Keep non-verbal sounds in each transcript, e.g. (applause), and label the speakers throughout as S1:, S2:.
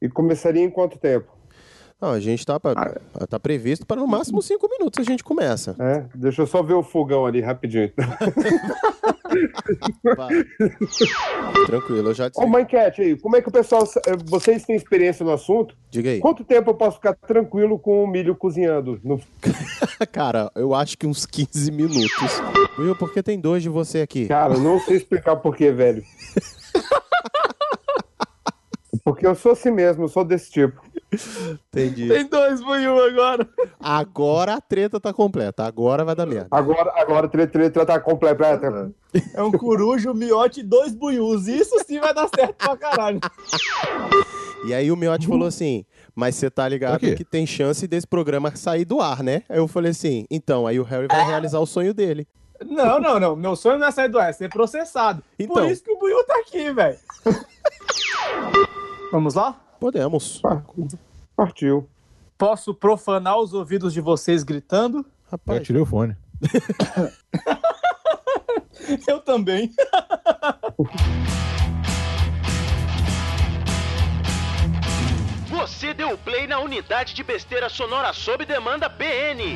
S1: E começaria em quanto tempo?
S2: Não, a gente tá, pra, tá previsto para no máximo cinco minutos a gente começa.
S1: É, deixa eu só ver o fogão ali rapidinho. (laughs)
S2: Pá. Tranquilo, eu já
S1: Ó,
S2: disse.
S1: uma enquete aí. Como é que o pessoal. sa- eh, Vocês têm experiência no assunto?
S2: Diga aí.
S1: Quanto tempo eu posso ficar tranquilo com o milho cozinhando? No...
S2: Cara, eu acho que uns 15 minutos. Will, por que tem dois de você aqui?
S1: Cara, eu não sei explicar porquê, velho. (laughs) Porque eu sou assim mesmo, eu sou desse tipo.
S2: Entendi.
S3: Tem dois por um agora.
S2: Agora a treta tá completa. Agora vai dar merda.
S1: Agora, agora, treta, treta, tá completa.
S3: É um corujo, um miote e dois buiús. Isso sim vai dar certo pra caralho.
S2: E aí o Miotti falou assim: Mas você tá ligado
S4: Por quê?
S2: que tem chance desse programa sair do ar, né? Aí eu falei assim: Então, aí o Harry vai realizar o sonho dele.
S3: Não, não, não. Meu sonho não é sair do ar, é ser processado. Por
S2: Então.
S3: isso que o buiú tá aqui, velho. Vamos lá?
S2: Podemos.
S1: Partiu.
S3: Posso profanar os ouvidos de vocês gritando?
S4: Eu
S2: Rapaz,
S4: tirei o fone.
S3: Eu também.
S5: Você deu play na unidade de besteira sonora sob demanda PN.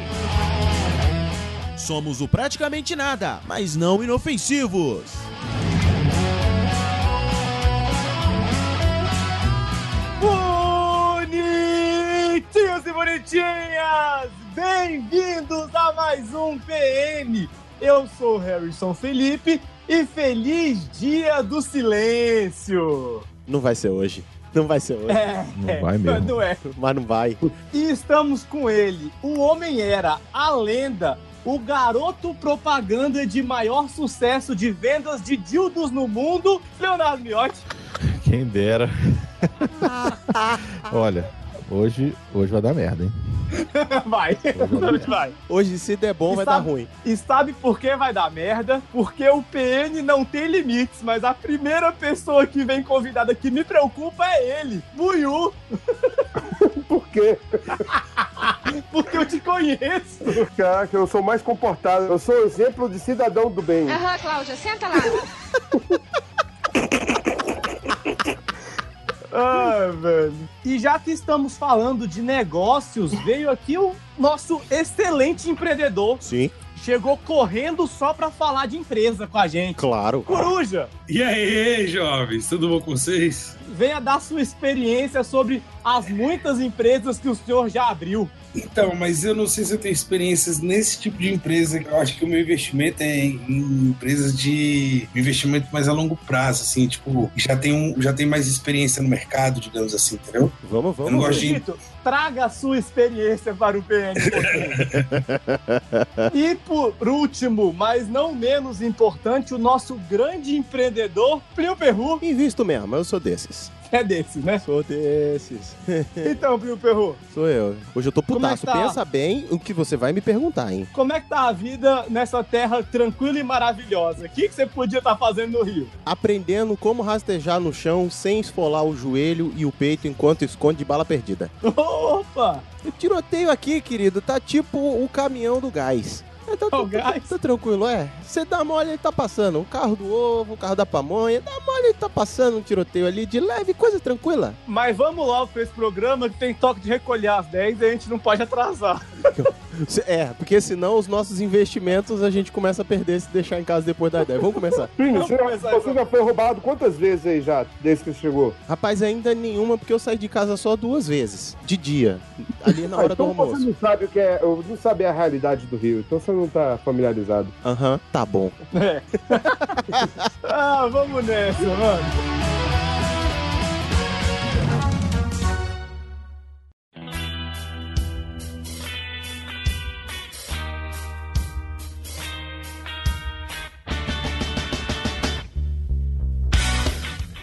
S6: Somos o praticamente nada, mas não inofensivos.
S3: Bonitinhos e bonitinhas! Bem-vindos a mais um PN. Eu sou o Harrison Felipe e feliz dia do silêncio.
S2: não vai ser hoje. Não vai ser hoje.
S3: É,
S4: Não vai mesmo.
S3: Não é.
S2: Mas não vai.
S3: E estamos com ele, o homem era, a lenda, o garoto propaganda de maior sucesso de vendas de dildos no mundo, Leonardo Miotti. (laughs)
S4: Quem dera. (laughs) Olha, hoje, hoje vai dar merda, hein?
S3: Vai, (laughs)
S4: Hoje vai
S3: vai.
S2: Hoje, se der bom,
S3: E
S2: vai
S3: sabe-
S2: dar ruim.
S3: E sabe por que vai dar merda? Porque o PN não tem limites, mas a primeira pessoa que vem convidada que me preocupa é ele, Buiu,
S1: Por quê?
S3: porque eu te conheço.
S1: Caraca, eu sou mais comportado. Eu sou exemplo de cidadão do bem.
S7: Aham, Cláudia, Ờ, senta lá.
S3: (laughs) Ah, velho. E já que estamos falando de negócios, veio aqui o nosso excelente empreendedor,
S2: Sim,
S3: chegou correndo só pra falar de empresa com a gente.
S2: claro.
S3: Coruja,
S8: E aí, jovens, tudo bom com vocês?
S3: venha dar sua experiência sobre as muitas empresas que o senhor já abriu.
S8: Então, mas eu não sei se eu tenho experiências nesse tipo de empresa. Eu acho que o meu investimento é em em empresas de investimento mais a longo prazo, assim, tipo, já tem, um, já tem mais experiência no mercado, digamos assim, entendeu?
S2: Vamos,
S8: Eu não
S2: vamos.
S8: gosto de-
S3: Tito, traga a sua experiência para o PN.
S8: (laughs)
S3: e por último, mas não menos importante, o nosso grande empreendedor, Plio Perru,
S2: Invisto mesmo, eu sou desses.
S3: que é desse, né?
S2: Sou desses.
S3: Então, Plio Perru,
S2: Sou eu. Hoje eu tô
S3: Como é que
S2: putaço.
S3: tá?
S2: Pensa bem o que você vai me perguntar, hein?
S3: como é que tá a vida nessa terra tranquila e maravilhosa? O que, que você podia estar fazendo no Rio?
S2: Aprendendo como rastejar no chão sem esfolar o joelho e o peito enquanto esconde de bala perdida.
S3: Opa!
S2: O tiroteio aqui, querido, tá tipo o caminhão do gás. É, tá,
S3: É o
S2: tá- tá-
S3: gás?
S2: tá tranquilo, é. Você dá mole, ele tá passando. O carro do ovo, o carro da pamonha. Dá mole, ele tá passando um tiroteio ali de leve, coisa tranquila.
S3: Mas vamos logo pra esse programa que tem toque de recolher às 10 e a gente não pode atrasar. (laughs)
S2: Se- É, porque senão os nossos investimentos a gente começa a perder se deixar em casa depois da ideia. Vamos começar.
S1: Plínio,
S3: Vamos
S1: você, já-
S3: começar,
S1: você já foi roubado quantas vezes aí já, desde que você chegou?
S2: Rapaz, ainda nenhuma, porque eu saí de casa só duas vezes. De dia. Ali na hora
S1: Ah,
S2: do
S1: então você
S2: almoço.
S1: não sabe o que é. eu Não sabe a realidade do Rio, então você não tá familiarizado.
S2: Aham, tá bom.
S3: É. ah, vamos nessa, mano.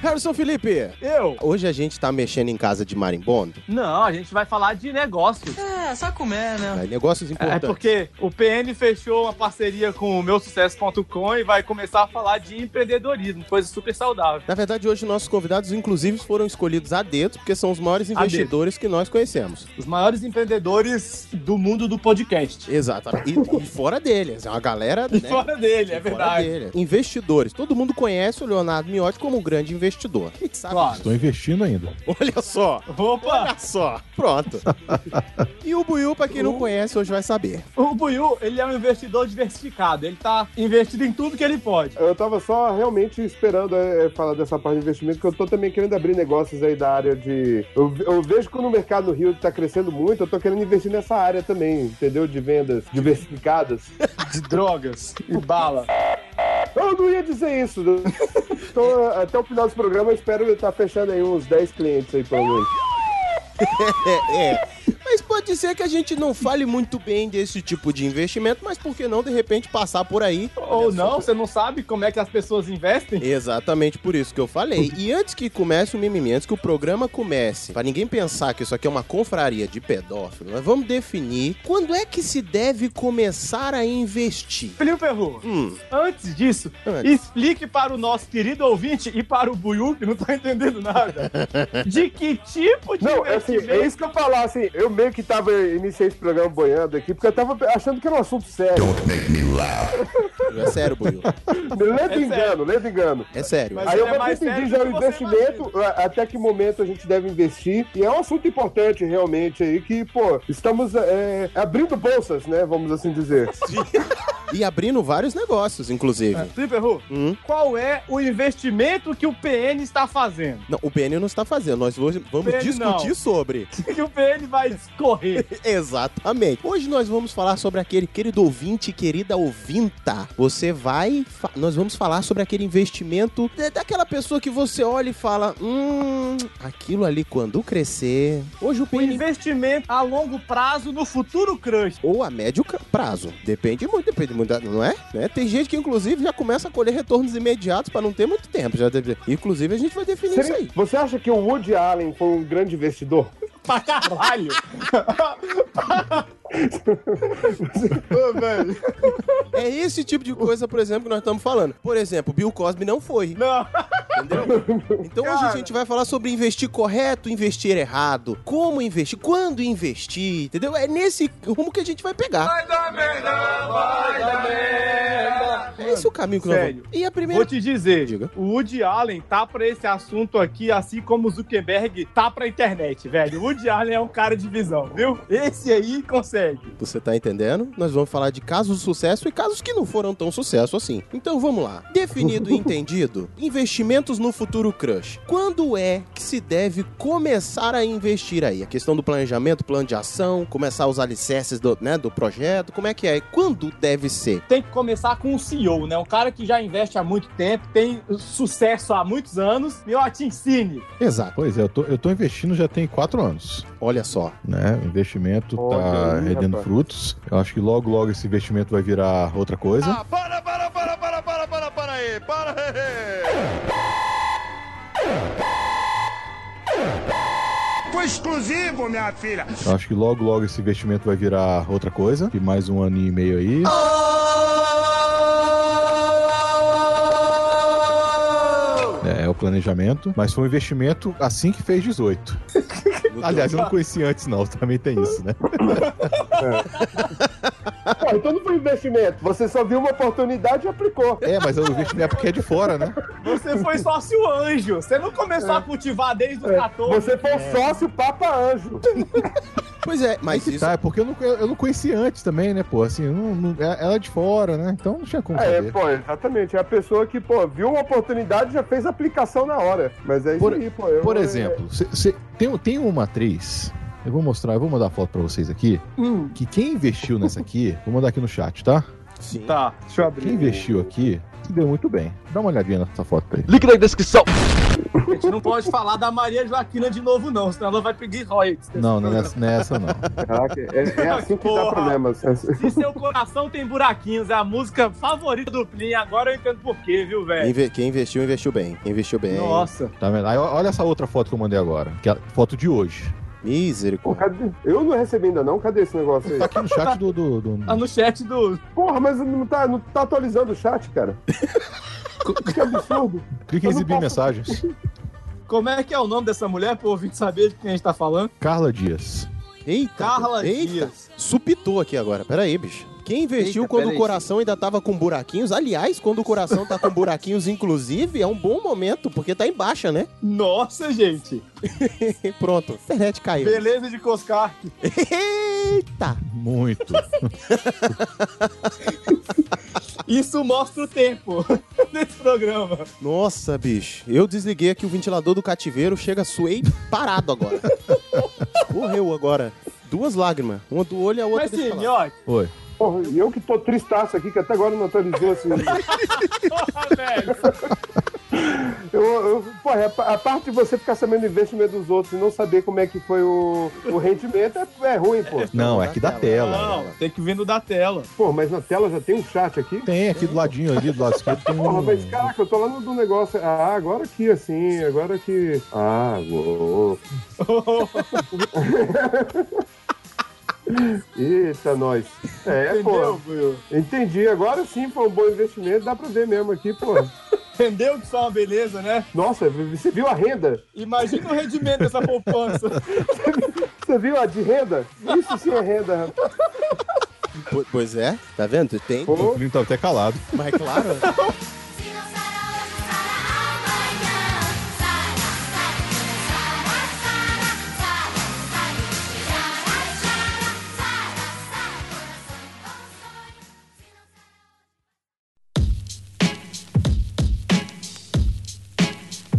S2: Harrison Felipe,
S3: Eu?
S2: hoje a gente tá mexendo em casa de marimbondo.
S3: Não, a gente vai falar de negócios.
S7: Ah, É, só comer, né?
S2: Aí, negócios
S3: É
S2: importantes.
S3: porque o PN fechou uma parceria com o meusucesso.com e vai começar a falar de empreendedorismo, coisa super saudável.
S2: Na verdade, hoje nossos convidados, inclusive, foram escolhidos a dedo, porque são os maiores
S3: dedo.
S2: investidores que nós conhecemos.
S3: Os maiores empreendedores do mundo do podcast.
S2: Exato. E, e fora deles, é uma galera.
S3: E
S2: né?
S3: fora dele, é
S2: Fora
S3: verdade.
S2: dele. Investidores. Todo mundo conhece o Leonardo Miotti como um grande investidor. E sabe?
S3: Claro.
S4: Estou investindo ainda.
S2: (laughs) Olha só.
S3: Opa,
S2: Olha só. Pronto. e o Buiu, pra quem não conhece, hoje vai saber.
S3: o Buiu, ele é um investidor diversificado. Ele tá investido em tudo que ele pode.
S1: Eu tava só realmente esperando é, falar dessa parte de investimento, que eu tô também querendo abrir negócios aí da área de. Eu, ve- eu vejo que no mercado no Rio tá crescendo muito, eu tô querendo investir nessa área também, entendeu? De vendas diversificadas. (laughs)
S3: De drogas e bala.
S1: Eu não ia dizer isso. né? (laughs) Então, até o final desse programa, eu espero estar fechando aí uns 10 clientes aí, pelo menos.
S2: É, é. Mas pode ser que a gente não fale muito bem desse tipo de investimento, mas por que não, de repente, passar por aí?
S3: Ou não, você não sabe como é que as pessoas investem?
S2: Exatamente por isso que eu falei. E antes que comece o mimimi, antes que o programa comece, pra ninguém pensar que isso aqui é uma confraria de pedófilo, nós vamos definir quando é que se deve começar a investir.
S3: Felipe Perru,
S2: Hum,
S3: antes disso,
S2: antes.
S3: Explique para o nosso querido ouvinte e para o Buiu, que não tá
S2: (laughs)
S3: entendendo nada, de que tipo de
S1: Não, é assim, é
S3: investimento.
S1: isso que eu falar, assim, eu meio que tava, iniciei esse programa boiando aqui, porque eu tava achando que era um assunto sério.
S2: é sério, Buiu.
S1: Lendo
S3: É sério.
S1: engano, lendo engano.
S2: É sério.
S3: Mas-
S1: Aí eu
S3: ele é
S1: vou
S3: mais
S1: decidir
S3: sério
S1: já
S3: do
S1: o
S3: que você
S1: investimento, a- até que momento a gente deve investir. E é um assunto importante realmente aí, que, pô, estamos é, abrindo bolsas, né? Vamos assim
S3: (laughs)
S1: dizer.
S2: E abrindo vários negócios, inclusive.
S3: Felipe Perru,
S2: Hum.
S3: qual é o investimento que o PN está fazendo? (laughs)
S2: Não, o PN não está fazendo, nós hoje vamos
S3: PN não.
S2: discutir sobre. (laughs)
S3: Que o PN vai
S1: (laughs)
S3: discorrer.
S2: Exatamente. Hoje nós vamos falar sobre aquele querido ouvinte, querida ouvinta. Você vai. fa- Nós vamos falar sobre aquele investimento da- daquela pessoa que você olha e fala: Hum, aquilo ali quando crescer. Hoje o
S3: O
S2: PN.
S3: investimento a longo prazo no futuro crush.
S2: Ou a médio ca- prazo. Depende muito, depende muito, da- não é? Né? Tem gente que, inclusive, já começa a colher retornos imediatos para não ter muito tempo. Já deve- Inclusive, a gente vai definir isso
S1: Seria-
S2: aí.
S1: Você acha que o Woody Allen foi um grande investidor?
S3: (laughs)
S1: (laughs)
S3: Pra caralho.
S2: É esse tipo de coisa, por exemplo, que nós estamos falando. Por exemplo, Bill Cosby não foi.
S3: Não.
S2: Então hoje a
S3: Cara.
S2: gente vai falar sobre investir correto, investir errado, como investir, quando investir, entendeu? É nesse rumo que a gente vai pegar. Vai dar merda, vai dar merda. Esse é o caminho que nós
S3: Sério.
S2: vamos. E a
S3: Vou
S2: primeira...
S3: te dizer,
S2: Diga.
S3: o Woody Allen tá pra esse assunto aqui, assim como o Zuckerberg tá pra internet, velho. O Woody Allen é um cara de visão, viu? Esse aí consegue.
S2: Você tá entendendo? Nós vamos falar de casos de sucesso e casos que não foram tão sucesso assim. Então vamos lá. (laughs) Definido e entendido, investimentos no futuro crush. Quando é que se deve começar a investir aí? A questão do planejamento, plano de ação, começar os alicerces do, né, do projeto, como é que é? Quando deve ser?
S3: Tem que começar com o CEO, né? Um cara que já investe há muito tempo, tem sucesso há muitos anos. Meu, te ensine.
S2: Exato.
S4: Pois é, eu tô, eu tô investindo já tem quatro anos.
S2: Olha só.
S4: Né? O investimento tá
S1: Olha aí,
S4: rendendo
S1: rapaz.
S4: frutos. Eu acho que logo, logo esse investimento vai virar outra coisa.
S5: Ah, para, para, para, para, para, para, para aí, para aí.
S4: Eu acho que logo, logo esse investimento vai virar outra coisa. E mais um ano e meio aí. É, é o planejamento. Mas foi um investimento assim que
S1: (laughs)
S4: fez 18. Aliás, eu não conheci antes, não. Também tem isso, né?
S1: Pô, então não foi investimento. Você só viu uma oportunidade e aplicou.
S4: É, mas o investimento é porque é de fora, né?
S3: Você foi sócio anjo. Você não começou a cultivar desde
S1: É.
S3: os 14.
S1: Você foi um sócio Papa Anjo.
S2: Pois é, mas
S4: que
S2: isso.
S4: tá, é porque eu não, eu não conhecia antes também, né, pô? Assim, eu não- não- é- ela é de fora, né? Então não tinha como
S1: É,
S4: saber.
S1: pô, exatamente. É a pessoa que, pô, viu uma oportunidade e já fez a aplicação na hora. Mas é isso
S4: Por-
S1: aí, pô. eu-
S4: Por exemplo, cê- cê- tem, tem uma atriz, eu vou mostrar, eu vou mandar a foto pra vocês aqui,
S1: Hum.
S4: que quem investiu nessa aqui, vou mandar aqui no chat, tá?
S2: Sim.
S3: Tá, deixa eu
S4: Quem investiu aqui se deu muito bem. Dá uma olhadinha nessa foto aí.
S5: Link na descrição.
S3: A gente não pode falar da Maria Joaquina de novo, não, senão ela vai pedir royalties.
S4: Não, não é nessa, não é essa, não.
S1: Caraca, é, é assim que
S3: Porra.
S1: dá problemas. É assim-
S3: Se seu coração tem buraquinhos, é a música favorita do Plin. Agora eu entendo por quê, viu, velho?
S2: Inve- Quem investiu, investiu bem. Investiu bem.
S3: Nossa.
S4: Tá vendo? Aí, ó, olha essa outra foto que eu mandei agora, que é a foto de hoje.
S1: Pô,
S2: Misericórdia.
S1: cadê? Eu não recebi ainda não, cadê esse negócio aí? (laughs)
S4: Tá aqui no chat do. do, do-
S3: Tá no chat do. (laughs)
S1: Porra, mas não tá, não tá atualizando o chat, cara. que absurdo.
S4: Clica em
S1: Eu não
S4: exibir
S1: posso-
S4: mensagens.
S3: Como é que é o nome dessa mulher, pro ouvinte saber de quem a gente tá falando?
S4: Carla Dias.
S2: Eita.
S3: Carla
S2: eita.
S3: Dias.
S2: Supitou aqui agora. Pera aí, bicho. Quem investiu
S3: Eita,
S2: quando
S3: pera
S2: o
S3: aí,
S2: coração ainda tava com buraquinhos, aliás, quando o coração tá com buraquinhos, inclusive, é um bom momento, porque tá em baixa, né? (laughs)
S3: Nossa, gente.
S2: Pronto, a internet caiu.
S3: Beleza de Coscar.
S2: Eita!
S4: Muito.
S3: Isso mostra o tempo (laughs) desse programa.
S2: (laughs) Nossa, bicho. Eu desliguei aqui o ventilador do cativeiro, chega, suei parado
S3: (laughs)
S2: agora. Morreu agora. Duas lágrimas. Uma do olho e a outra
S3: Mas
S2: deixa pra
S3: sim,
S2: lá.
S3: ó.
S4: Oi.
S1: Porra, e eu que tô tristaço aqui, que até agora não atualizou assim.
S3: Porra, velho.
S1: Eu, eu, porra, a, pa- a parte de você ficar sabendo o investimento dos outros e não saber como é que foi o, o rendimento é, é ruim, pô.
S4: Não, é aqui da tela.
S3: (laughs) Não, tem que vir no da tela. (laughs)
S1: Pô, mas na tela já tem um chat aqui.
S4: Tem aqui do ladinho ali, do lado esquerdo, tem
S1: Porra, mas
S4: um.
S1: caraca, eu tô lá no do negócio. Ah, agora aqui, assim, agora aqui. Ah, uou. Eita, nós. É,
S3: Entendeu,
S1: pô.
S3: Will?
S1: Entendi. Agora sim foi um bom investimento. Dá pra ver mesmo aqui, pô.
S3: Entendeu que só uma beleza, né?
S1: Nossa, você viu a renda?
S3: Imagina o rendimento dessa poupança.
S1: Você viu a de renda? Isso sim é renda, rapaz.
S2: Po- Pois é, tá vendo? Tem.
S1: Pô,
S4: O menino tava tá até calado.
S2: Mas é claro.
S7: Se não sara hoje, sara amanhã. Sara, sara, sara, sara, sara, sara, sara, sara, sara, sara, coração, coração. Se não
S3: (laughs)
S7: sara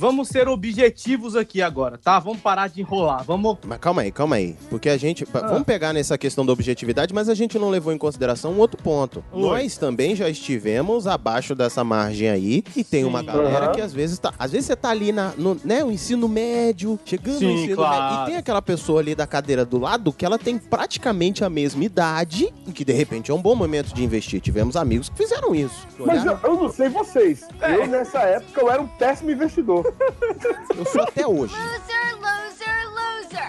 S3: Vamos ser objetivos aqui agora, tá? Vamos parar de enrolar. Vamos.
S2: Mas calma aí, calma aí. Porque a gente. pa-
S3: Ah.
S2: Vamos pegar nessa questão da objetividade, mas a gente não levou em consideração um outro ponto.
S3: Oi.
S2: Nós também já estivemos abaixo dessa margem aí. E tem uma
S3: Sim.
S2: galera
S1: Aham.
S2: que às vezes tá. Às vezes você tá ali na, no, né, o ensino médio, chegando no
S3: Sim,
S2: ensino
S3: claro.
S2: médio. E tem aquela pessoa ali da cadeira do lado que ela tem praticamente a mesma idade, e que de repente é um bom momento de investir. Tivemos amigos que fizeram isso.
S1: mas
S2: Olharam-
S1: eu, eu não sei vocês. Eu, nessa época, eu era um péssimo investidor.
S2: eu sou até hoje.
S7: Loser, loser,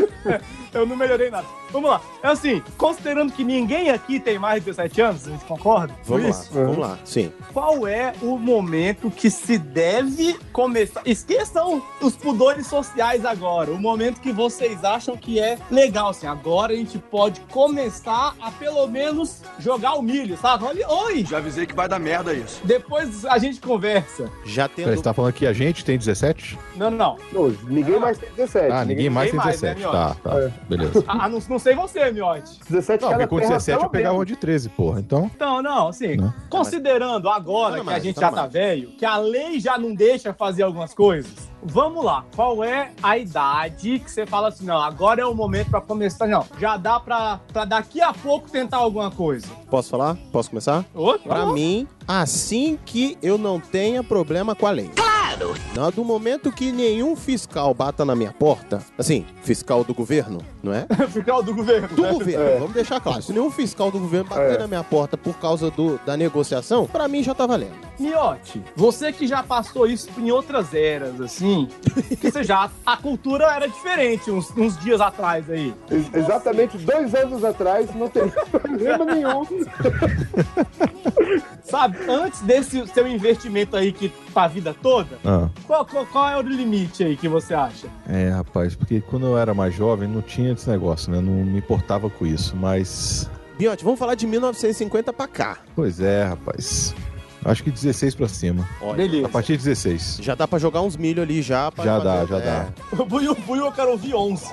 S7: loser.
S3: Eu não melhorei nada. Vamos lá. É assim, considerando que ninguém aqui tem mais de 17 anos, a gente concorda? com
S2: Vamos
S3: isso?
S2: lá, vamos lá. Sim.
S3: Qual é o momento que se deve começar? Esqueçam os pudores sociais agora. O momento que vocês acham que é legal, assim. Agora a gente pode começar a pelo menos jogar o milho, sabe? Olha, oi!
S5: Já avisei que vai dar merda isso.
S3: Depois a gente conversa.
S2: Já tendo.
S4: Peraí, você tá falando que a gente tem 17?
S3: Não, não, não.
S1: Não, É, ninguém mais tem 17.
S4: Ah, ninguém mais tem
S3: ninguém mais,
S4: 17.
S3: né,
S4: Tá, tá. Beleza.
S3: Ah, não, não sei você, Miotti.
S1: 17
S4: Não, porque
S1: cada
S4: com
S1: terra tá
S4: 17 eu
S1: tava
S4: pegava
S1: bem.
S4: uma de 13, porra. Então,
S3: Então, não, assim,
S4: Não.
S3: considerando agora
S2: Fala
S3: que a
S2: mais,
S3: gente
S2: fala
S3: já tá velho, que a lei já não deixa fazer algumas coisas, vamos lá. Qual é a idade que você fala assim, não, agora é o momento pra começar, não, já dá pra, pra daqui a pouco tentar alguma coisa.
S2: Posso falar? Posso começar?
S3: Ô,
S2: Pra
S3: ô,
S2: mim, assim que eu não tenha problema com a lei. Claro! Do momento que nenhum fiscal bata na minha porta, assim, fiscal do governo, não é?
S3: fiscal do governo.
S2: Do
S3: né?
S2: governo, vamos deixar claro. Se nenhum fiscal do governo bater
S1: É.
S2: na minha porta por causa do, da negociação, pra mim já tá valendo.
S3: Miotti, você que já passou isso em outras eras, assim, que você já. A cultura era diferente uns, uns dias atrás aí.
S1: Ex- Exatamente dois anos atrás, não tem (laughs) problema nenhum.
S3: Sabe, antes desse seu investimento aí que pra vida toda,
S4: ah,
S3: qual, qual, qual é o limite aí que você acha?
S4: é, rapaz, porque quando eu era mais jovem não tinha esse negócio, né? Não me importava com isso, mas.
S2: Biote, vamos falar de 1950 pra cá.
S4: Pois é, rapaz. Acho que 16 pra cima. A
S3: Beleza.
S4: partir de 16.
S2: Já dá pra jogar uns milho ali já. pra
S4: Já dá,
S2: fazer-
S4: já
S2: é.
S4: dá.
S3: O Buiu, Buiu, eu quero ouvir 11.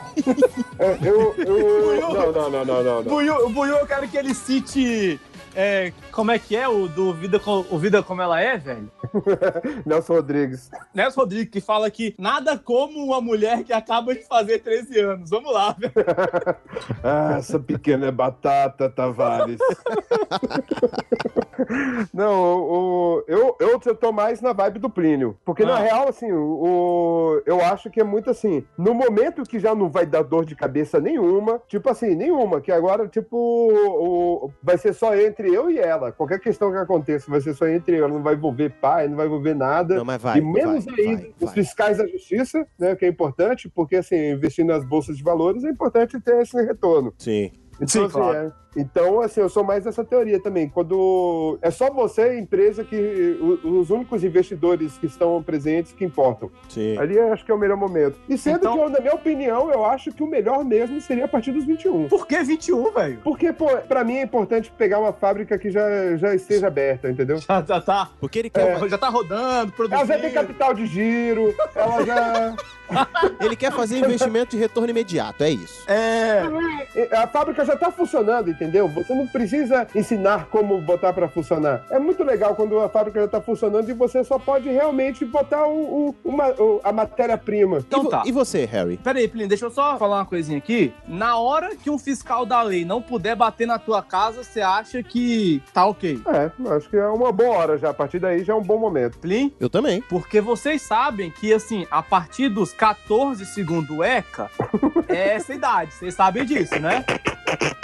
S1: É, eu, eu, não, não, não, não, não. não.
S3: Buiu, o Buiu, eu quero que ele cite. é, como é que é o do Vida, Co- o Vida Como Ela É, velho?
S1: Nelson Rodrigues.
S3: Nelson Rodrigues, que fala que nada como uma mulher que acaba de fazer 13 anos. Vamos lá, velho.
S1: é Ah, essa pequena batata, Tavares. Não, o, o- eu, eu tô mais na vibe do Plínio. Porque, na
S3: Ah.
S1: real, assim, o, o- eu acho que é muito assim. No momento que já não vai dar dor de cabeça nenhuma, tipo assim, nenhuma, que agora, tipo, o- o- vai ser só entre eu e ela. Qualquer questão que aconteça, vai ser só entre eu. Ela não vai envolver pai, não vai envolver nada.
S2: É. Não, mas vai.
S1: e menos
S2: vai,
S1: ainda
S2: vai,
S1: os
S2: vai.
S1: fiscais da justiça, né? Que é importante, porque assim, investir nas bolsas de valores é importante ter esse retorno.
S2: Sim.
S1: Então,
S3: Sim,
S1: assim,
S3: claro.
S1: é. Então, assim, eu sou mais dessa teoria também. Quando é só você, empresa, que o- os únicos investidores que estão presentes que importam.
S2: Sim.
S1: Ali eu acho que é o melhor momento. E sendo
S3: Então-
S1: que, eu, na minha opinião, eu acho que o melhor mesmo seria a partir dos 21.
S3: Por que 21, velho?
S1: Porque, pô, pra mim é importante pegar uma fábrica que já, já esteja aberta, entendeu?
S3: Já, já tá.
S2: Porque ele quer,
S3: Já tá rodando, produzindo.
S1: Ela já tem capital de giro, ela já.
S2: ele quer fazer investimento de retorno imediato, é isso.
S3: É.
S1: A fábrica já tá funcionando, entendeu? Você não precisa ensinar como botar pra funcionar. É muito legal quando a fábrica já tá funcionando e você só pode realmente botar o, o- uma- o- a matéria-prima.
S2: e,
S3: Então
S2: vo-
S3: tá.
S2: e você, Harry?
S3: Pera aí, Plínio, deixa eu só falar uma coisinha aqui. Na hora que um fiscal da lei não puder bater na tua casa, você acha que tá ok.
S1: É, eu acho que é uma boa hora já. A partir daí já é um bom momento.
S3: Plin?
S2: Eu também.
S3: Porque vocês sabem que, assim, a partir dos 14, segundo o ECA, é essa idade. Vocês sabem disso, né?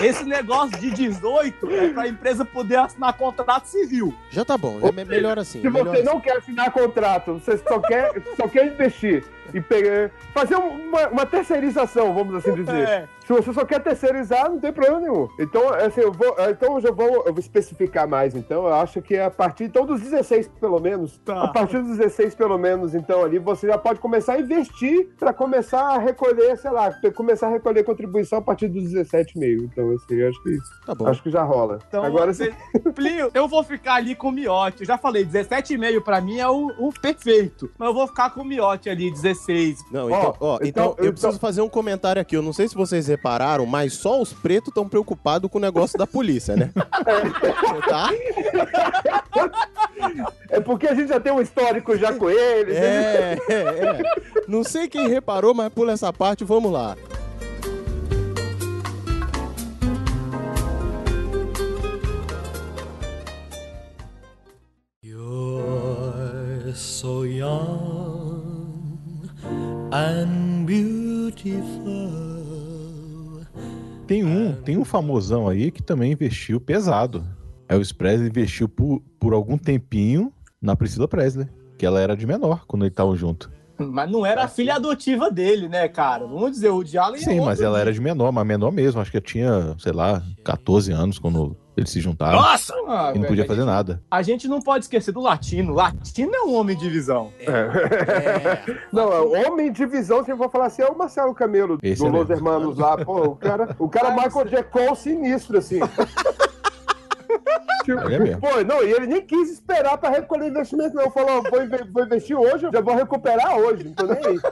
S3: Esse negócio de 18 é pra empresa poder assinar contrato civil.
S2: Já tá bom. É me- melhor assim.
S1: Se
S2: melhor
S1: você não quer assinar contrato, você só quer, só quer investir e pegar, fazer um, uma, uma terceirização, vamos assim dizer.
S3: É.
S1: Se você só quer terceirizar, não tem problema nenhum. Então, assim, eu vou. Então eu já vou, eu vou especificar mais, então. Eu acho que a partir então, dos 16, pelo menos.
S3: Tá.
S1: A partir dos 16, pelo menos, então, ali, você já pode começar a investir pra começar a recolher, sei lá, pra começar a recolher contribuição a partir dos 17,5. Então, assim, eu acho que,
S2: assim. Tá bom.
S1: acho que já rola.
S3: Então,
S1: Agora
S3: você...
S1: você.
S3: Plínio, eu vou ficar ali com o miote. Eu já falei, 17,5 pra mim é o, o perfeito. Mas eu vou ficar com o miote ali, 16.
S2: Não,
S1: Ó,
S2: então, ó, então,
S1: então-
S2: eu preciso fazer um comentário aqui. Eu não sei se vocês repararam, mas só os pretos estão preocupados com o negócio da
S1: (laughs)
S2: polícia, né? tá?
S1: É porque a gente já tem um histórico já com né? ele. entendeu?
S2: É, é, é. Não sei quem reparou, mas pula essa parte, vamos lá.
S9: You're so young and beautiful.
S4: Tem um, tem um famosão aí que também investiu pesado. Elvis Presley investiu por, por algum tempinho na Priscila Presley, que ela era de menor quando eles estavam junto.
S3: Mas não era a filha adotiva dele, né, cara? Vamos dizer, o Diallo é
S4: Tá Sim, mas
S3: outro
S4: ela era de menor, mas menor mesmo. Acho que eu tinha, sei lá, 14 anos quando eles se juntaram
S6: Nossa!
S3: Ah,
S4: e não
S3: velho,
S4: podia
S3: a
S4: fazer nada.
S3: A gente não pode esquecer do latino. Latino é um homem de visão.
S1: Não, é homem de visão, se eu vou falar assim, é o Marcelo Camelo,
S4: Esse
S1: do
S4: é
S1: Los
S4: mesmo.
S1: Hermanos lá. Pô, o cara, o cara
S3: Ah,
S1: Michael J. Cole sinistro, assim. Tipo,
S4: Ele é mesmo.
S1: Pô, não, e ele nem quis esperar pra recolher investimento, não. Falou, vou, inve- vou investir hoje, já vou recuperar hoje, não tô nem aí. (laughs)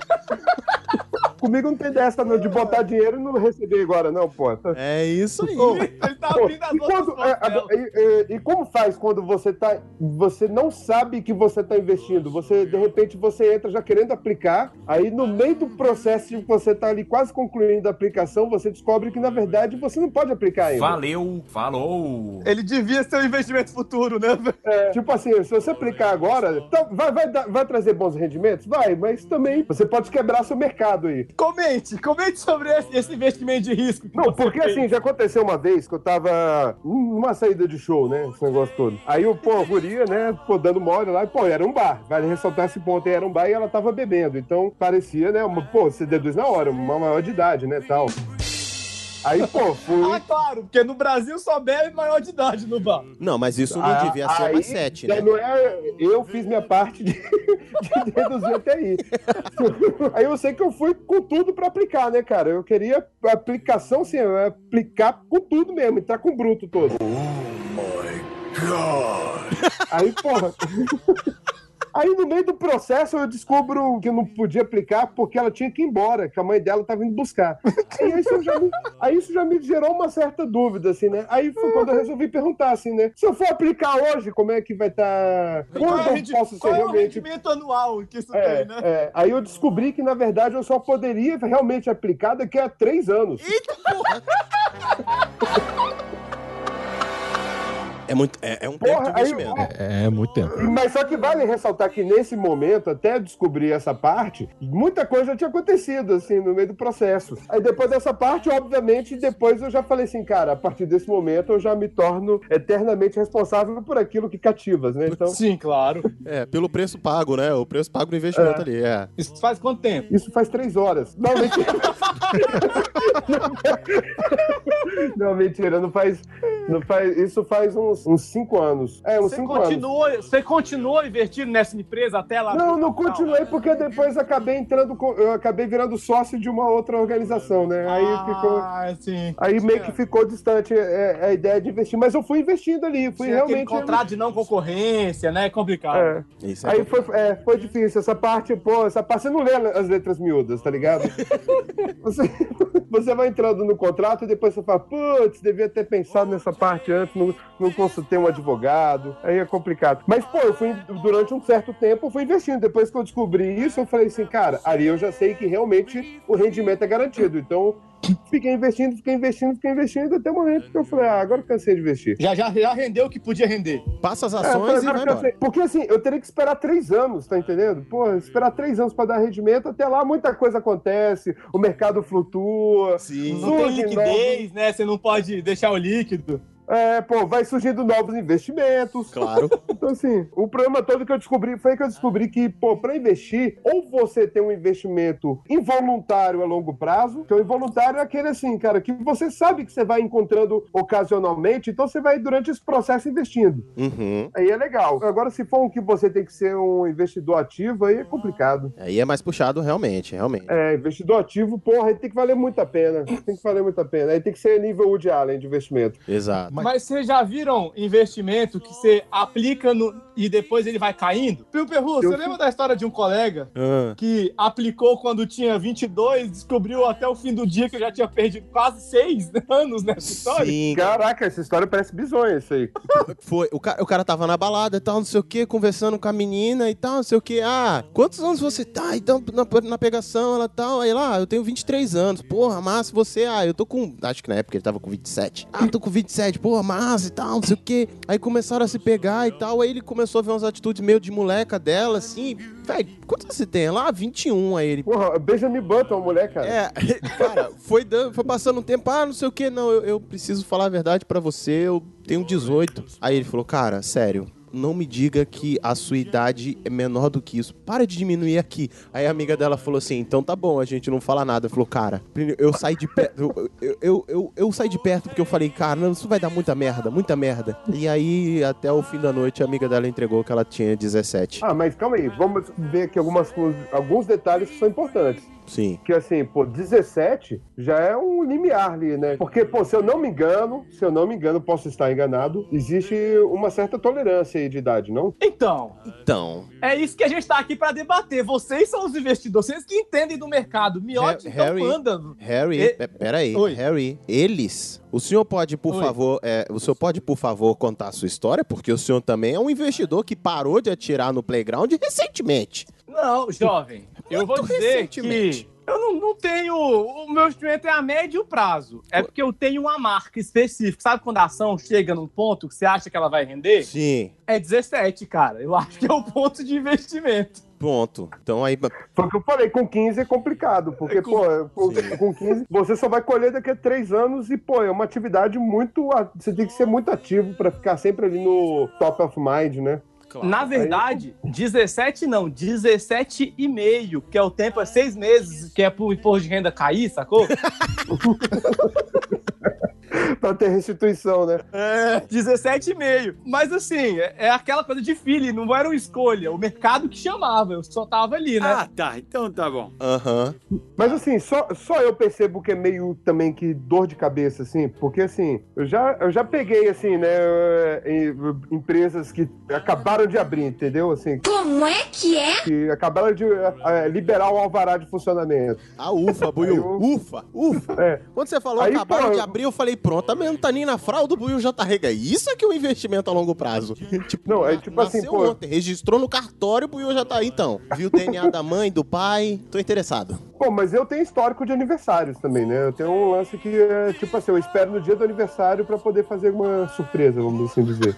S1: Comigo não tem dessa, não, de botar dinheiro e não receber agora, não, pô. Tá-
S2: É isso aí.
S1: Ô,
S3: Ele tá
S1: Pô,
S3: abrindo as
S1: E,
S3: outras
S1: quando- é,
S3: portas dela.
S1: é, é, é, e como faz quando você tá. Você não sabe que você tá investindo? Você, de repente, você entra já querendo aplicar, aí no meio do processo de você tá ali quase concluindo a aplicação, você descobre que, na verdade, você não pode aplicar ainda.
S6: Valeu, falou!
S3: Ele devia ser um investimento futuro, né? velho?
S1: É, Tipo assim, se você aplicar agora, tá- vai, vai dar- vai trazer bons rendimentos? Vai, mas também você pode quebrar seu mercado aí.
S3: Comente, comente sobre esse, esse investimento de risco. que
S1: Não,
S3: você
S1: porque
S3: fez.
S1: assim, já aconteceu uma vez que eu tava numa saída de show, né? Esse negócio todo. Aí o pô, a guria, né? Pô, dando mole lá, e, pô, era um bar. Vale ressaltar esse ponto aí, era um bar e ela tava bebendo. Então parecia, né? Uma, pô, você deduz na hora, uma maior de idade, né? Tal. Aí, pô, fui.
S3: Ah, claro, porque no Brasil só bebe maior de idade no bar.
S2: Não, mas isso não
S1: Ah,
S2: devia ser mais
S1: aí
S2: sete,
S1: já
S2: né?
S1: não é- eu fiz minha parte de, de deduzir até
S2: (laughs)
S1: aí. aí eu sei que eu fui com tudo pra aplicar, né, cara? Eu queria aplicação, assim, eu ia aplicar com tudo mesmo, entrar com o bruto todo. Oh my God! Aí, porra. Aí no meio do processo eu descubro que eu não podia aplicar porque ela tinha que ir embora, que a mãe dela estava indo buscar. Aí isso, já me, aí isso já me gerou uma certa dúvida, assim, né? Aí foi quando eu resolvi perguntar, assim, né? Se eu for aplicar hoje, como é que vai estar.
S3: Qual é o
S1: Quando eu
S3: rendi-
S1: posso ser
S3: qual é o
S1: realmente
S3: rendimento anual que isso
S1: é,
S3: tem, né?
S1: é. Aí eu descobri que, na verdade, eu só poderia realmente aplicar daqui a três anos.
S2: É muito. É, é um tempo de
S1: Porra, aí,
S2: investimento.
S4: É, é muito tempo.
S1: Mas só que vale ressaltar que nesse momento, até descobrir essa parte, muita coisa já tinha acontecido, assim, no meio do processo. Aí depois dessa parte, obviamente, depois eu já falei assim, cara, a partir desse momento eu já me torno eternamente responsável por aquilo que cativas, né? Então,
S3: Sim, claro.
S2: É, pelo preço pago, né? O preço pago do investimento ali. É.
S3: Isso faz quanto tempo?
S1: isso faz três horas. Não, mentira. (laughs) não, mentira, não faz. Não faz isso faz uns, uns cinco anos. É, uns
S3: Você
S1: cinco anos.
S3: continuou, você continuou investindo nessa empresa até lá? né?
S1: Não, não continuei porque depois acabei entrando, com- eu acabei virando sócio de uma outra organização, né? Aí ficou,
S3: Ah, sim.
S1: aí meio que ficou distante é, é, a ideia de investir, mas eu fui investindo ali, fui
S3: Tinha aquele
S1: realmente.
S3: contrato de não concorrência, né? É complicado.
S1: É.
S2: Isso é
S1: Aí foi, é, foi difícil. Essa parte, pô, essa parte você não lê as letras miúdas, tá ligado? Você, você vai entrando no contrato e depois você fala, putz, devia ter pensado nessa parte antes, não, não consultei um advogado. Aí é complicado. Mas, pô, eu fui, durante um certo tempo, eu fui investindo. Depois que eu descobri isso, eu falei assim, cara, ali eu já sei que realmente o rendimento é garantido. Então, fiquei investindo, fiquei investindo, fiquei investindo, até o momento que eu falei, ah, agora eu cansei de investir.
S3: Já, já, já rendeu o que podia render.
S2: Passa as
S1: É, eu falei,
S2: ações e
S1: agora
S2: vai
S1: que eu
S2: embora.
S1: sei. Porque assim, eu teria que esperar três anos, tá entendendo? Pô, esperar três anos pra dar rendimento, até lá muita coisa acontece, o mercado flutua.
S2: Sim.
S3: Não tem
S1: Surge
S3: liquidez, né? Você não pode deixar o líquido.
S1: É, pô, vai surgindo novos investimentos.
S2: Claro.
S1: Então, assim, o problema todo que eu descobri foi que eu descobri que, pô, pra investir, ou você tem um investimento involuntário a longo prazo, que o involuntário é aquele assim, cara, que você sabe que você vai encontrando ocasionalmente, então você vai, durante esse processo, investindo.
S2: Uhum.
S1: Aí é legal. Agora, se for um que você tem que ser um investidor ativo, aí é complicado.
S2: Aí é mais puxado, realmente, realmente.
S1: É, investidor ativo, porra, aí tem que valer muito a pena. Tem que valer muito a pena. Aí tem que ser nível Woody Allen de investimento.
S2: Exato.
S3: Mas... vocês já viram investimento que você aplica no... e depois ele vai caindo? Pio Perru, você lembra da história de um colega
S2: Ah,
S3: que aplicou quando tinha 22, descobriu até o fim do dia que já tinha perdido quase seis (laughs) anos nessa história?
S2: Sim,
S1: Caraca, essa história parece bizonha, isso aí.
S2: Foi. O cara, o cara tava na balada e tal, não sei o que, conversando com a menina e tal, não sei o que. Ah, quantos anos você tá? Então, na, na pegação, ela tal. Aí lá, eu tenho 23 anos. Porra, massa, você. Ah, eu tô com. Acho que na época ele tava com 27. Ah, tô com 27. Porra, massa e tal, não sei o que. Aí começaram a se pegar e tal. Aí ele começou a ver umas atitudes meio de moleca dela, assim. Véi, quantos anos você tem? ah, Lá, 21. Aí ele.
S1: Porra, Benjamin Button, mulher, cara.
S2: É, (laughs) cara, foi, dando, foi passando um tempo, ah, não sei o que, não, eu, eu preciso falar a verdade pra você, eu tenho 18. Aí ele falou, cara, sério, não me diga que a sua idade é menor do que isso, para de diminuir aqui. Aí a amiga dela falou assim, então tá bom, a gente não fala nada. Falou, cara, primeiro, eu saí de perto, eu, eu, eu, eu- eu saí de perto porque eu falei, cara, não, isso vai dar muita merda, muita merda. E aí, até o fim da noite, a amiga dela entregou que ela tinha 17.
S1: Ah, mas calma aí, vamos ver aqui algumas, coisas- alguns detalhes que são importantes.
S2: Sim.
S1: Que assim, pô, 17 já é um limiar ali, né? Porque, pô, se eu não me engano, se eu não me engano, posso estar enganado, existe uma certa tolerância aí de idade, não?
S3: Então,
S2: Então,
S3: É isso que a gente tá aqui pra debater. Vocês são os investidores, vocês que entendem do mercado. Miote,
S2: Ha-
S3: então
S2: Harry.
S3: manda.
S2: Harry,
S3: E-
S2: pe- peraí,
S3: Oi.
S2: Harry, eles. O senhor pode, por
S3: Oi.
S2: favor, é, o senhor pode, por favor, contar a sua história, porque o senhor também é um investidor que parou de atirar no playground recentemente.
S3: Não, jovem, eu vou
S2: Muito
S3: dizer
S2: recentemente.
S3: que eu não, não tenho. O meu investimento é a médio prazo. É porque eu tenho uma marca específica. Sabe quando a ação chega num ponto que você acha que ela vai render?
S2: Sim.
S3: É 17, cara. Eu acho que é o ponto de investimento.
S2: Pronto. Então aí.
S1: Foi o que eu falei, com 15 é complicado, porque, pô, com, com 15 você só vai colher daqui a 3 anos e, pô, é uma atividade muito. a- Você tem que ser muito ativo pra ficar sempre ali no top of mind, né? (laughs)
S3: Na verdade, 17 não, 17 e meio, que é o tempo, é seis meses, que é pro imposto de renda cair, sacou?
S1: Pra ter restituição, né?
S3: É, 17,5. Mas assim, é, é aquela coisa de filho, não era uma escolha. O mercado que chamava, eu só tava ali, né?
S10: Ah, tá. Então tá bom.
S2: Aham.
S1: Mas assim, só, só eu percebo que é meio também que dor de cabeça, assim, porque assim, eu já, eu já peguei, assim, né, eh, em- empresas que acabaram de abrir, entendeu? Assim,
S7: Como é que é?
S1: que acabaram de eh, liberar o alvará de funcionamento.
S2: Ah, ufa,
S1: Aí
S2: Buiu.
S1: eu-
S2: Ufa, ufa.
S1: É.
S2: Quando você falou,
S1: Aí,
S2: acabaram
S1: pô,
S2: de
S1: eu-
S2: abrir, eu falei, pronto, mesmo não tá nem na fralda, o buio já tá rega. Isso é que é um investimento a longo prazo. tipo,
S1: Não, é
S2: na-
S1: tipo assim,
S2: nasceu
S1: pô-
S2: ontem, registrou no cartório, o buio já tá aí, então. Viu o DNA da mãe, do pai, tô interessado.
S1: Bom, mas eu tenho histórico de aniversários também, né? Eu tenho um lance que é tipo assim, eu espero no dia do aniversário pra poder fazer uma surpresa, vamos assim dizer.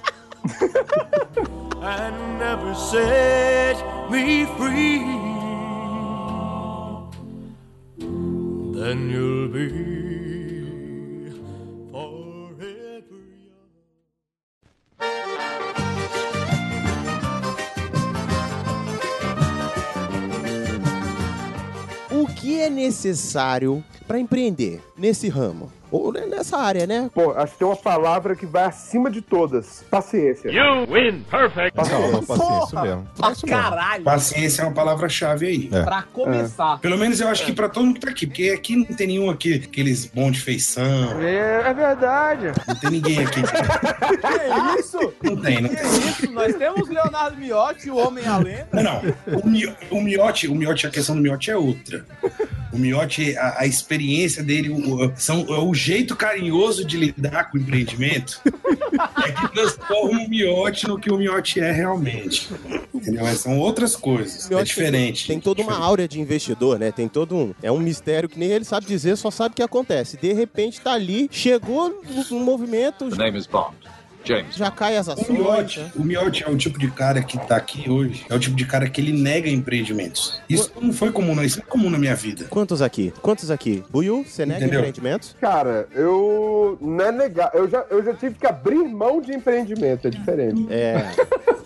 S9: I never set me free. Then you'll be forever young.
S2: O que é necessário pra empreender nesse ramo? Ou nessa área, né?
S1: Pô, acho que tem uma palavra que vai acima de todas: paciência.
S5: You win, perfect.
S4: Calma, é paciência, isso
S3: Porra!
S4: mesmo.
S3: Pra
S4: Isso mesmo.
S3: caralho,
S8: Paciência é uma palavra-chave aí.
S4: É.
S3: pra começar.
S8: Pelo menos eu acho que pra todo mundo que tá aqui, porque aqui não tem nenhum aqui, aqueles bom de feição,
S10: É verdade.
S8: não tem ninguém aqui.
S3: É. Que isso?
S8: Não tem, não
S3: Que
S8: tem.
S3: isso? Nós temos Leonardo Miotti, o Homem à Lenda.
S8: Não, não. O, mi- o miote, o miote, a questão do miote é outra. O miote, a, a experiência dele, o, o- são, é o jeito carinhoso de lidar com o empreendimento é que transforma o miote no que o miote é realmente. Entendeu? Mas são outras coisas.
S2: Eu
S8: é
S2: acho que
S8: diferente.
S2: Tem toda uma áurea de investidor, né? Tem todo um. É um mistério que nem ele sabe dizer, só sabe o que acontece. De repente tá ali, chegou no- no movimento,
S10: name is Bond. James.
S2: já cai as
S1: Um
S2: ações.
S8: O miote,
S2: né?
S8: o miote é o tipo de cara que tá aqui hoje, é o tipo de cara que ele nega empreendimentos. Isso não foi comum, não. Isso não é comum na minha vida.
S2: Quantos aqui? Quantos aqui? Buiu, você nega
S8: Entendeu?
S2: empreendimentos?
S1: Cara, eu. Não é negar. Eu já, eu já tive que abrir mão de empreendimento, é diferente. (laughs)
S2: É.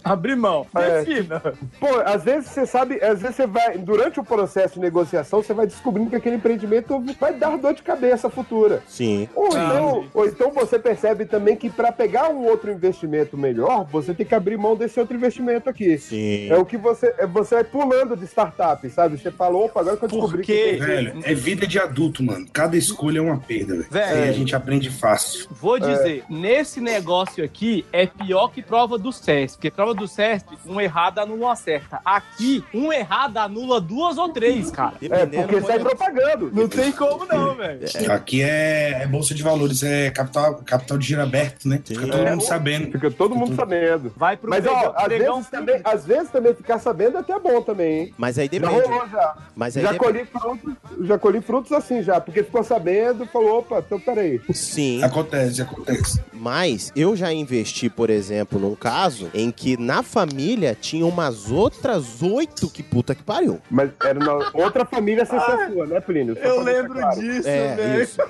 S3: Abri mão.
S1: É.
S3: Defina.
S1: Pô, às vezes você sabe, às vezes você vai, durante o processo de negociação, você vai descobrindo que aquele empreendimento vai dar dor de cabeça futura.
S2: Sim.
S1: Ou
S8: Ah,
S1: então, ou então você percebe também que para pegar um outro investimento melhor, você tem que abrir mão desse outro investimento aqui.
S2: Sim.
S1: É o que você. é, Você vai pulando de startup, sabe? Você fala, opa, agora que eu descobri
S3: Por quê?
S1: que.
S8: Velho, é vida de adulto, mano. Cada escolha é uma perda, velho.
S3: Velho.
S8: Aí a gente aprende fácil.
S3: Vou dizer,
S1: É.
S3: nesse negócio aqui é pior que prova do SESC, porque prova do SESC, um errado anula uma certa. Aqui, um errado anula duas ou três, cara.
S1: É, porque sai
S2: quando-
S1: propagando.
S3: Não tem como não, velho.
S8: Aqui é, é bolsa de valores, é capital, capital de giro aberto, né? Fica todo mundo sabendo.
S1: Fica todo mundo sabendo.
S3: Vai Uhum. pro
S1: Mas, ó,
S3: pregão-
S1: às
S3: pregão
S1: vezes, também, às vezes também ficar sabendo é até bom também, hein?
S2: Mas aí
S1: Já
S2: depende.
S1: rolou, já.
S2: Mas aí
S1: Já
S2: depende.
S1: colhi, frutos, já colhi frutos assim, já. Porque ficou sabendo, falou, opa, então peraí.
S2: Sim.
S8: Acontece, acontece.
S2: Mas eu já investi, por exemplo, num caso em que na família tinha umas outras oito que puta que pariu.
S1: Mas era uma outra família sem ser a sua, né, Plínio? Só pra
S3: Ah, Eu
S1: deixar
S3: lembro
S1: claro.
S3: disso,
S2: é,
S3: velho.
S2: isso.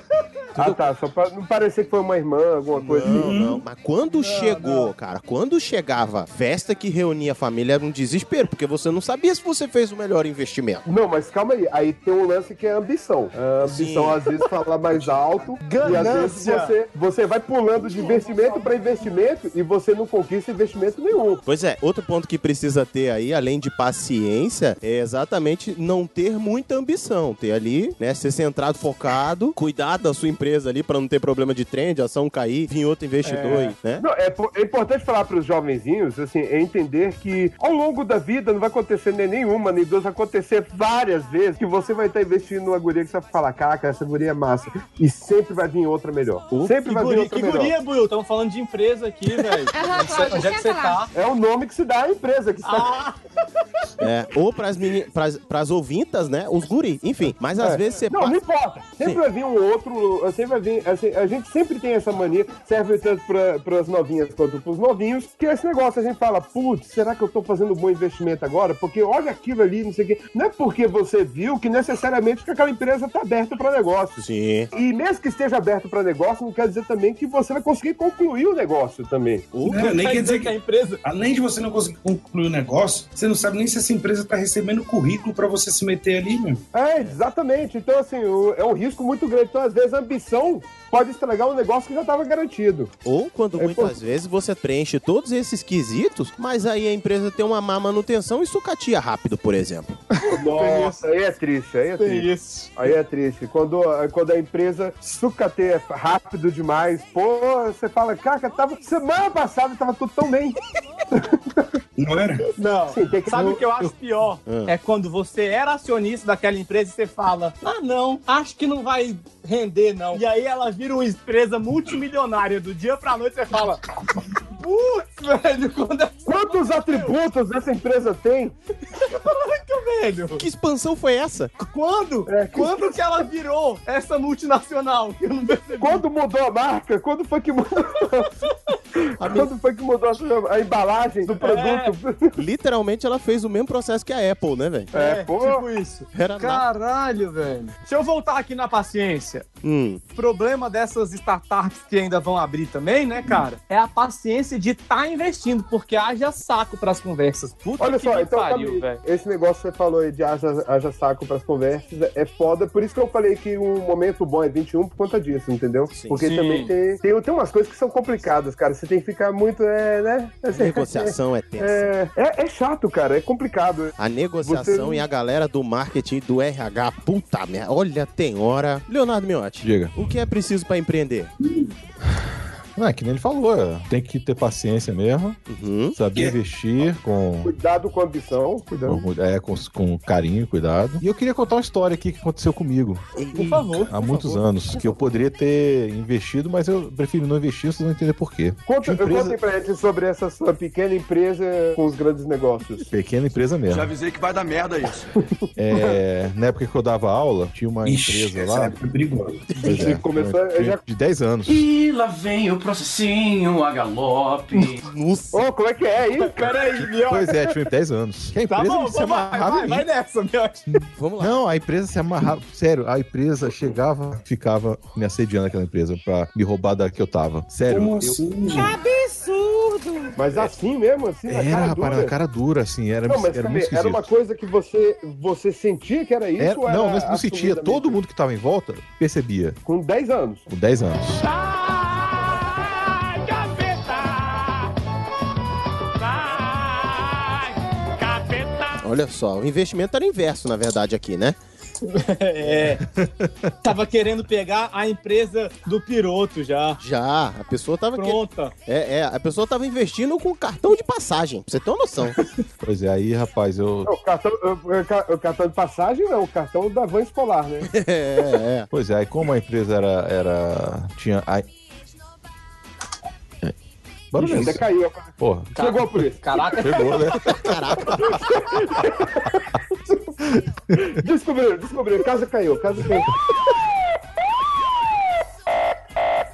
S1: Ah, tá. Só pra não parecer que foi uma irmã, alguma coisa
S2: Não,
S1: assim.
S2: não. Mas quando chegou, cara, quando chegava festa que reunia a família, era um desespero, porque você não sabia se você fez o melhor investimento.
S1: Não, mas calma aí. Aí tem um lance que é ambição. A ambição,
S2: Sim.
S1: às vezes, falar mais alto. E às vezes
S3: Ah, Ganância.
S1: você, você vai pulando de investimento pra investimento e você não conquista investimento nenhum.
S2: Pois é, outro ponto que precisa ter aí, além de paciência, é exatamente não ter muita ambição. Ter ali, né, ser centrado, focado, cuidar da sua empresa ali pra não ter problema de trend, ação cair, vir outro investidor, aí, né?
S1: Não, é, po- é importante falar para os jovenzinhos, assim, é entender que ao longo da vida não vai acontecer nem nenhuma, nem duas, vai acontecer várias vezes que você vai estar investindo numa guria que você vai falar, caraca, essa guria é massa. E sempre vai vir outra melhor. sempre
S3: Que
S1: vai vir
S3: guria,
S1: outra
S3: que
S1: melhor.
S3: guria, Buiu? é Estamos falando de empresa aqui, velho. Onde cê- Onde é que você tá?
S1: É o nome que se dá à empresa que está
S3: Ah,
S2: É, ou pras, meni, pras, pras ouvintas, né? Os guri, enfim. Mas às
S1: É.
S2: vezes você
S1: Não,
S2: pa-
S1: não importa. Sempre
S2: Sim.
S1: vai vir um outro. Sempre vai vir. assim, a gente sempre tem essa mania. Serve tanto para as novinhas quanto para os novinhos. Que é esse negócio a gente fala, putz, será que eu tô fazendo um bom investimento agora? Porque olha aquilo ali, não sei o quê. Não é porque você viu que necessariamente que aquela empresa tá aberta para negócio.
S2: Sim.
S1: E mesmo que esteja aberto para negócio, não quer dizer também que você vai conseguir concluir o negócio também.
S2: Ou
S8: Não, nem
S3: quer
S8: quer dizer
S3: que a
S8: que.
S3: empresa...
S8: Além de você não conseguir concluir o negócio, você não sabe nem se essa empresa tá recebendo currículo pra você se meter ali, meu.
S1: É, exatamente. Então, assim, o- é um risco muito grande. Então, às vezes, a ambição pode estragar um negócio que já estava garantido.
S2: Ou quando
S1: É,
S2: muitas vezes você preenche todos esses quesitos, mas aí a empresa tem uma má manutenção e sucateia rápido, por exemplo.
S1: Nossa, aí é triste, aí é triste.
S3: Isso.
S1: Aí é triste. Quando, quando a empresa sucateia rápido demais, pô, você fala, caraca, tava, semana passada tava tudo tão bem.
S8: Não era?
S3: Não.
S1: Sim, tem que-
S3: Sabe
S1: eu-
S3: o que eu acho pior?
S2: Ah.
S3: É quando você era acionista daquela empresa e você fala: Ah, não, acho que não vai render, não. E aí ela vira uma empresa multimilionária. Do dia pra noite você fala: Putz, velho, quando é
S1: Quantos atributos essa empresa tem?
S3: que, velho?
S2: Que expansão foi
S1: (laughs)
S2: essa?
S3: Quando?
S1: É.
S3: Quando que ela virou essa multinacional? Eu não
S1: É,
S3: percebi.
S1: Quando mudou a marca? Quando foi que mudou? Quando foi que mudou (laughs) a, É, sua- a embalagem do produto?
S2: Literalmente ela fez o mesmo processo que a Apple, né, velho?
S1: É, pô.
S3: tipo isso.
S2: Era na...
S3: Caralho, velho. Deixa eu voltar aqui na paciência.
S2: Hum.
S3: problema dessas startups que ainda vão abrir também, né, cara? É a paciência de estar investindo, porque haja saco pras conversas. Puta
S1: Olha
S3: que
S1: só,
S3: me
S1: então
S3: pariu,
S1: Camille,
S3: velho.
S1: esse negócio que você falou aí de haja, haja saco pras conversas é- é foda. Por isso que eu falei que um momento bom é 21 por conta disso, entendeu?
S2: Sim.
S1: Porque
S3: Sim.
S1: também tem, tem, tem umas coisas que são complicadas, cara. Você tem que ficar muito, é, né?
S2: A negociação é tensa.
S1: É, é, é chato, cara. É complicado.
S2: A negociação
S1: Você-
S2: e a galera do marketing e do RH, puta merda. Olha, tem hora. Leonardo Miotti,
S4: Diga.
S2: o que é preciso pra empreender?
S4: Não, é que nem ele falou, é, tem que ter paciência mesmo,
S2: Uhum.
S4: saber investir com,
S1: Cuidado com a ambição. Cuidado.
S3: Então.
S4: com- é, com, com carinho, cuidado. E eu queria contar uma história aqui que aconteceu comigo
S3: Por favor.
S4: há muitos anos, que eu poderia ter investido, mas eu prefiro não investir, vocês vão entender por quê.
S1: Conta,
S4: Empresa-
S1: Contem pra gente sobre essa sua pequena empresa com os grandes negócios.
S4: Pequena empresa
S9: Já
S4: mesmo.
S9: avisei que vai dar merda isso.
S4: (laughs) É, na época que eu dava aula, tinha uma
S8: Ixi,
S4: empresa
S8: essa
S4: lá.
S8: época é perigosa.
S4: Pois é,
S1: Começou-
S4: uma-
S1: já-
S4: De 10 anos.
S9: E lá vem o processinho a galope.
S2: Nossa.
S1: Ô, como é que é isso?
S3: Peraí, meu.
S4: Pois é, tinha 10 anos. Que a
S3: Tá
S4: empresa
S3: bom,
S4: se
S3: vai, vai,
S4: amarrava
S3: vai,
S4: em
S3: vai nessa, meu.
S2: Vamos lá.
S4: Não, a empresa se amarrava. Sério, a empresa chegava, ficava me assediando aquela empresa pra me roubar da que eu tava. Sério.
S8: Como
S4: eu-
S8: assim, gente?
S1: Mas assim mesmo, assim, na
S4: Era,
S1: cara
S4: É. rapaz,
S1: dura?
S4: na cara dura, assim, era,
S1: Não, mas
S4: era
S1: cadê?
S4: muito esquisito.
S1: era uma coisa que você, você sentia que era isso?
S4: Era-
S1: ou era
S4: não, mas não sentia.
S1: assumidamente?
S4: Todo mundo que tava em volta percebia,
S1: Com 10 anos.
S4: com 10 anos.
S2: Olha só, o investimento era inverso, na verdade, aqui, né?
S3: É. Tava querendo pegar a empresa do piroto já.
S2: Já, a pessoa tava... que-
S3: Pronta.
S2: É, é, a pessoa tava investindo com cartão de passagem, pra você ter uma noção.
S4: Pois é, aí, rapaz, eu.
S1: Não, cartão, eh, ca- eh, cartão de passagem não, o cartão da van escolar, (laughs) né?
S2: é, é, é.
S4: Pois é, aí como a empresa era. era tinha. Ai... Ai. Barulho
S1: Ainda
S4: mesmo.
S1: caiu.
S4: Porra,
S1: Chegou por isso.
S3: Caraca,
S4: pegou, né?
S1: Descobriram, descobriram. Casa caiu, casa caiu.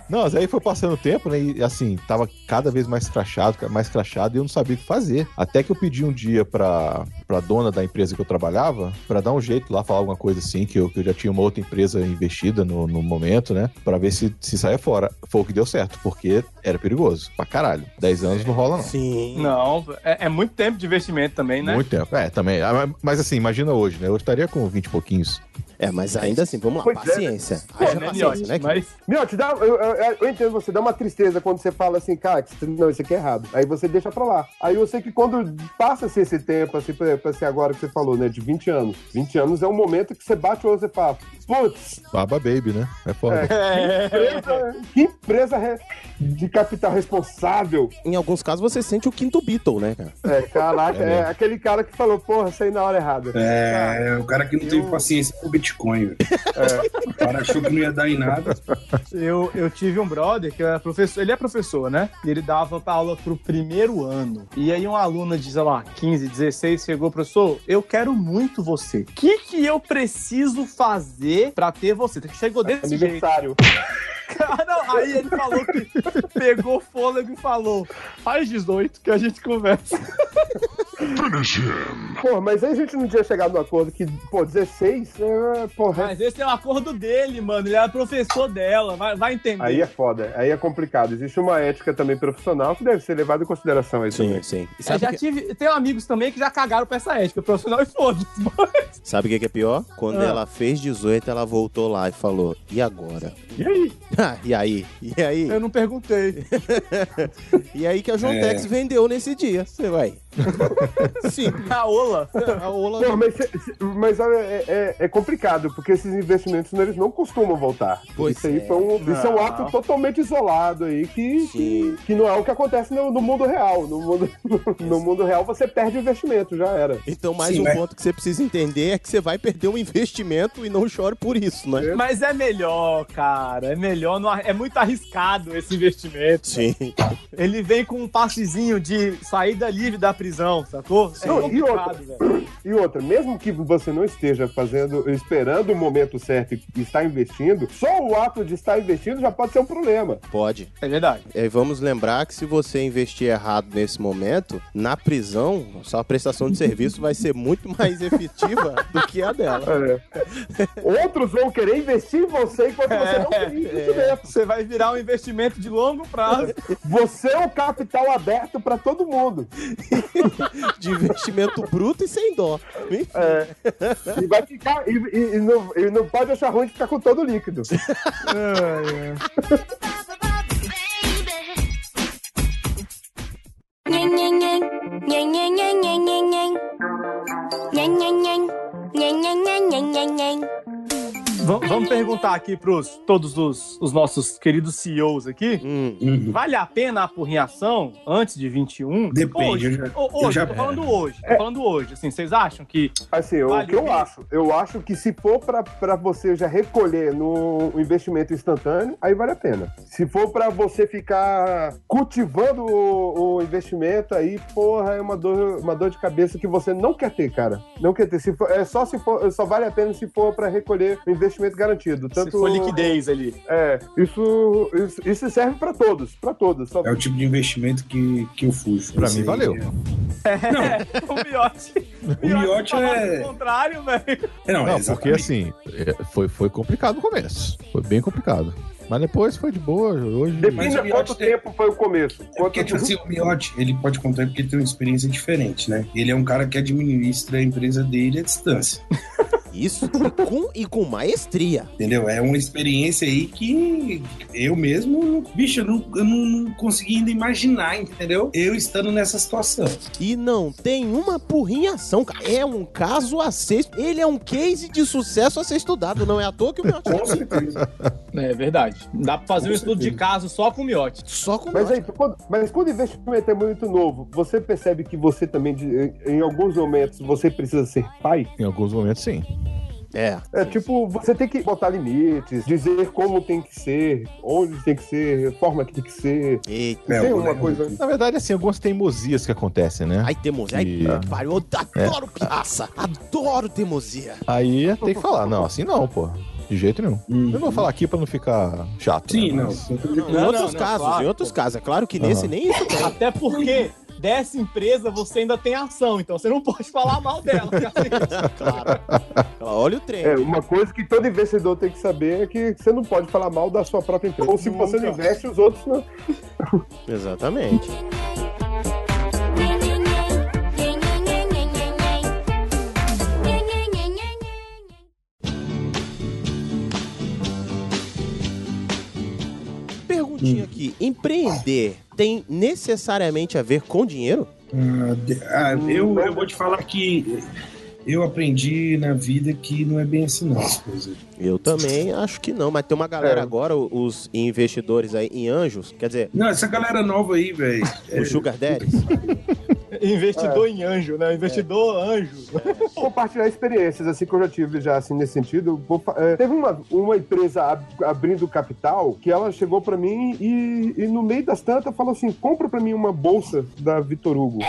S4: Não, mas aí foi passando o tempo, né? E assim, tava cada vez mais crachado, mais crachado, e eu não sabia o que fazer. Até que eu pedi um dia pra, pra dona da empresa que eu trabalhava, pra dar um jeito lá, falar alguma coisa assim, que eu, que eu já tinha uma outra empresa investida no, no momento, né? Pra ver se, se saia fora. Foi o que deu certo, porque era perigoso. Pra caralho. 10 anos não rola, não.
S2: Sim.
S3: não, é, é muito tempo de investimento também, né?
S4: Muito tempo. É, também. Ah, Mas assim, imagina hoje, né? Eu estaria com 20 e pouquinhos.
S2: É, mas ainda assim, vamos lá,
S1: Pois é.
S2: paciência.
S3: Pô,
S2: Haja
S3: né,
S4: é
S2: paciência, né?
S3: Miotti? Mas
S1: Meu, te dá, eu, eu- eu entendo você, dá uma tristeza quando você fala assim, cara, que- não, isso aqui é errado. Aí você deixa pra lá. Aí eu sei que quando passa-se esse tempo, assim, por exemplo, assim, agora que você falou, né, de 20 anos. 20 anos é um momento que você bate o olho e você fala, putz,
S4: Baba Baby, né? É foda.
S1: empresa- que empresa re- de capital responsável.
S2: Em alguns casos você sente o quinto Beatle, né, cara?
S1: É, caraca,
S4: É
S1: é,
S4: mesmo.
S1: aquele cara que falou, porra, saí na hora errada.
S8: É, o cara que não teve paciência com o Bitcoin, velho. O cara achou que não ia dar em nada.
S3: Eu, eu tive um brother que era professor, ele é professor, né? E ele dava aula pro primeiro ano. E aí um aluno de, sei lá, 15, 16 chegou, professor, eu quero muito você. O que que eu preciso fazer pra ter você? Então, Chegou desse
S2: tá.
S3: jeito.
S1: Aniversário.
S3: (laughs) Ah, não, aí ele falou que pegou fôlego e falou, faz 18 que a gente conversa.
S1: Porra, mas aí a gente não tinha chegado no acordo que, pô, 16, é, porra,
S3: Mas esse é o acordo dele, mano. Ele era professor dela, vai, vai entender.
S1: Aí é foda, aí é complicado. Existe uma ética também profissional que deve ser levada em consideração aí também.
S2: sim. E
S3: Eu
S2: sabe o
S3: É, já
S2: que,
S3: tive, tenho amigos também que já cagaram pra essa ética profissional e foda-se, mano.
S2: sabe o que que é pior? Quando
S3: Ah.
S2: ela fez 18, ela voltou lá e falou, e agora?
S1: E aí?
S2: (laughs) Ah, e aí? E aí?
S3: Eu não perguntei.
S2: E aí que a Jontex vendeu nesse dia. Você vai. Simples.
S3: A Ola.
S2: A Ola.
S1: Não, mas, cê- cê- mas olha, é, é- é complicado, porque esses investimentos eles não costumam voltar.
S2: Pois
S1: isso aí foi um, isso é um
S3: Não.
S1: ato totalmente isolado aí, que, que, que não é o que acontece no, no mundo real. No mundo, (laughs) no mundo real você perde o investimento, já era.
S2: Então, mais
S8: Sim,
S2: um
S8: mas-
S2: ponto que você precisa entender é que você vai perder um (laughs) investimento e não chore por isso, né?
S3: Mas é melhor, cara. É melhor. não ar- é muito arriscado esse investimento.
S2: Sim.
S3: Ele vem com um passezinho de saída livre da prisão, sacou? É
S1: Não, e
S3: complicado,
S1: outra?
S3: velho.
S1: E outra, mesmo que você não esteja fazendo, esperando o momento certo e estar investindo, só o ato de estar investindo já pode ser um problema.
S2: Pode.
S3: É verdade.
S2: E aí vamos lembrar que se você investir errado nesse momento, na prisão, sua prestação de serviço vai ser muito mais efetiva (laughs) do que a dela.
S1: (laughs) Outros vão querer investir em você enquanto você não tem investimento.
S3: Você vai virar um investimento de longo prazo.
S1: Você é um capital aberto para todo mundo.
S2: De investimento bruto e sem dó.
S1: E vai ficar. E, e- e não, e não pode achar ruim de ficar com todo líquido.
S3: Va- vamos perguntar aqui pros todos os, os nossos queridos CEOs aqui.
S2: Hum,
S8: Uhum.
S3: Vale a pena a apurrinhação antes de 21?
S8: Depende,
S3: Hoje,
S8: eu já-
S3: ho- hoje,
S8: já-
S3: eu tô falando hoje. Tô falando hoje. Assim, vocês acham que
S1: Assim, eu-
S3: Vale
S1: o que eu
S3: o
S1: acho? Eu acho que se for para você já recolher no investimento instantâneo, aí vale a pena. Se for para você ficar cultivando o, o investimento, aí, porra, é uma dor, uma dor de cabeça que você não quer ter, cara. Não quer ter. Se for- é só se for, só vale a pena se for para recolher o investimento garantido. Tanto,
S3: se for liquidez ali?
S1: É, isso, isso, isso serve para todos, para todos. Só
S8: É o tipo de investimento que, que eu fujo. Assim, é.
S4: Pra
S8: Esse
S4: mim,
S8: aí
S4: valeu.
S3: É, o Miote.
S8: O Miotti
S3: falava
S8: é-
S3: o contrário, velho.
S8: É, não,
S4: Não, porque
S8: exatamente.
S4: assim, é, foi, foi complicado no começo. Foi bem complicado. Mas depois foi de boa. Hoje.
S8: Mas
S1: Depende
S8: o
S1: de quanto
S8: Miotti tem-
S1: tempo foi o começo.
S8: É Porque, tipo assim, o Miotti, ele pode contar porque ele tem uma experiência diferente, né? Ele é um cara que administra a empresa dele à distância,
S2: Isso e com, e com maestria.
S8: entendeu? É uma experiência aí que eu mesmo, bicho, eu não, eu não- não consegui ainda imaginar, entendeu? Eu estando nessa situação.
S2: E não tem uma porrinhação, cara. É um caso a ser. Ele é um case de sucesso a ser estudado. Não é à toa que o meu
S8: Com certeza.
S3: É verdade. Dá pra fazer um estudo de caso só com o Miote.
S2: Só com
S1: Mas,
S2: nós.
S1: aí, quando, mas quando o investimento é muito novo, você percebe que você também, de- em em alguns momentos, você precisa ser pai?
S4: Em alguns momentos, sim.
S2: É.
S1: É tipo, você tem que botar limites, dizer como tem que ser, onde tem que ser, a forma que tem que ser.
S2: Eita.
S8: É,
S1: tem
S8: eu
S1: uma
S8: lembro
S1: coisa.
S8: disso.
S4: Na verdade, assim, algumas teimosias que acontecem, né?
S2: Ai, teimosia. Ai,
S4: E- É.
S2: que pariu. Eu adoro piaça. Adoro teimosia.
S4: Aí tem que falar, não, assim não, pô. De jeito nenhum.
S8: Hum.
S4: Eu não vou falar aqui pra não ficar chato.
S8: Sim,
S4: né?
S8: não.
S4: Mas-
S2: Em
S3: Não,
S2: outros
S3: não, não,
S2: casos,
S3: claro,
S2: em outros casos. É claro que nesse
S4: Aham.
S2: nem isso tem.
S3: Até porque dessa empresa você ainda tem ação, então você não pode falar mal dela.
S2: né, Claro. Olha o trem.
S1: É, uma coisa que todo investidor tem que saber é que você não pode falar mal da sua própria empresa. Ou se você não investe, os outros não.
S2: Exatamente.
S4: Hum.
S2: Perguntinha aqui: empreender tem necessariamente a ver com dinheiro?
S8: Ah, de- ah, eu, eu vou te falar que eu aprendi na vida que não é bem assim, não, as coisas.
S2: Eu também acho que não, mas tem uma galera
S1: É.
S2: agora, o- os investidores aí em anjos, quer dizer,
S8: Não, essa galera nova aí, velho.
S2: os Sugar Daddies.
S3: Investidor em anjo, né? Investidor anjo.
S1: compartilhar experiências assim que eu já tive já assim nesse sentido. Vou fa- é, teve uma, uma empresa ab- abrindo capital que ela chegou pra mim e, e no meio das tantas falou assim: compra pra mim uma bolsa da Vitor Hugo.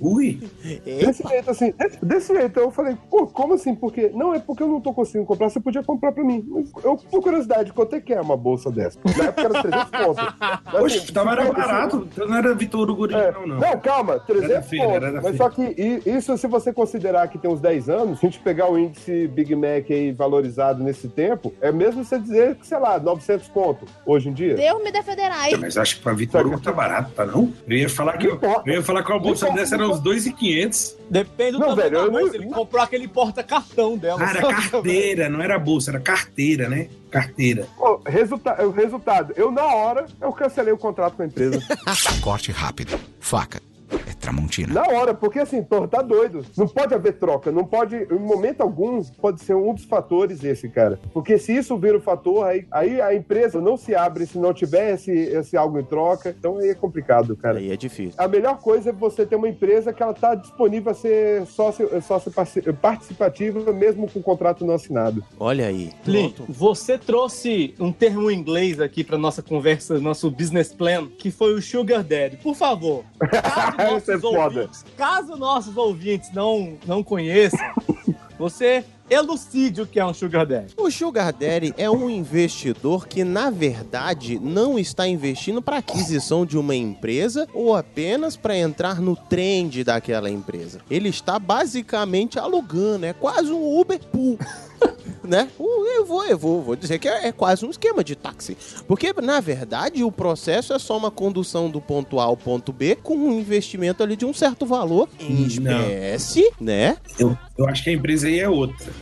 S8: Ui,
S2: É,
S1: Desse jeito, assim, desse- desse jeito, eu falei, pô, como assim? Porque. Não, é porque eu não tô conseguindo comprar, você podia comprar pra mim. Mas Eu, por curiosidade, quanto é que é uma bolsa dessa? Na época era 300 pontos.
S8: poxa, tava era barato. Então não era Vitor Hugo original, não.
S1: Não, calma, 300
S8: feira,
S1: pontos.
S8: era da
S1: Mas
S8: feira.
S1: só que i- isso, se você considerar que tem uns 10 anos, se a gente pegar o índice Big Mac aí valorizado nesse tempo, é mesmo você dizer que, sei lá, 900 conto hoje em dia.
S7: Deus me defenderai.
S8: É, Mas acho que pra Vitor Hugo tá barato, tá não? Eu ia falar que, eu, eu ia falar que uma bolsa dessa era uns 2,500.
S3: Depende do
S1: Não,
S3: tamanho
S1: velho,
S3: da
S1: eu
S3: bolsa.
S1: não-
S3: Ele comprou aquele porta-cartão dela. (laughs)
S8: Ah, era carteira, não era bolsa, era carteira, né? Carteira.
S1: Pô, resulta-
S8: (laughs)
S1: o resultado, eu na hora, eu cancelei o contrato com a empresa.
S9: Corte rápido. Faca. É Tramontina.
S1: Na hora, porque assim, Thor tá doido. Não pode haver troca, não pode, em momento algum, pode ser um dos fatores esse, cara. Porque se isso vira o fator, aí, aí a empresa não se abre se não tiver esse, esse algo em troca. Então aí é complicado, cara.
S2: Aí é difícil.
S1: A melhor coisa é você ter uma empresa que ela tá disponível a ser sócio, sócio parci- participativa, mesmo com o contrato não assinado.
S2: Olha aí.
S3: Lin,
S2: Pronto.
S3: você trouxe um termo em inglês aqui para nossa conversa, nosso business plan, que foi o Sugar Daddy. Por favor, caso
S1: (laughs) Isso é
S3: nossos,
S1: foda.
S3: ouvintes, caso nossos ouvintes não, não
S1: (laughs)
S3: conheçam, você elucide o que é um Sugar Daddy.
S2: O Sugar Daddy é um investidor que, na verdade, não está investindo para aquisição de uma empresa ou apenas para entrar no trend daquela empresa. Ele está basicamente alugando, é quase um Uber Pool. (laughs) Né? O- Eu vou, eu vou, vou dizer que é, é quase um esquema de táxi. Porque, na verdade, o processo é só uma condução do ponto A ao ponto B com um investimento ali de um certo valor em
S8: Não.
S2: espécie, né?
S8: Eu, eu acho que a empresa aí é outra.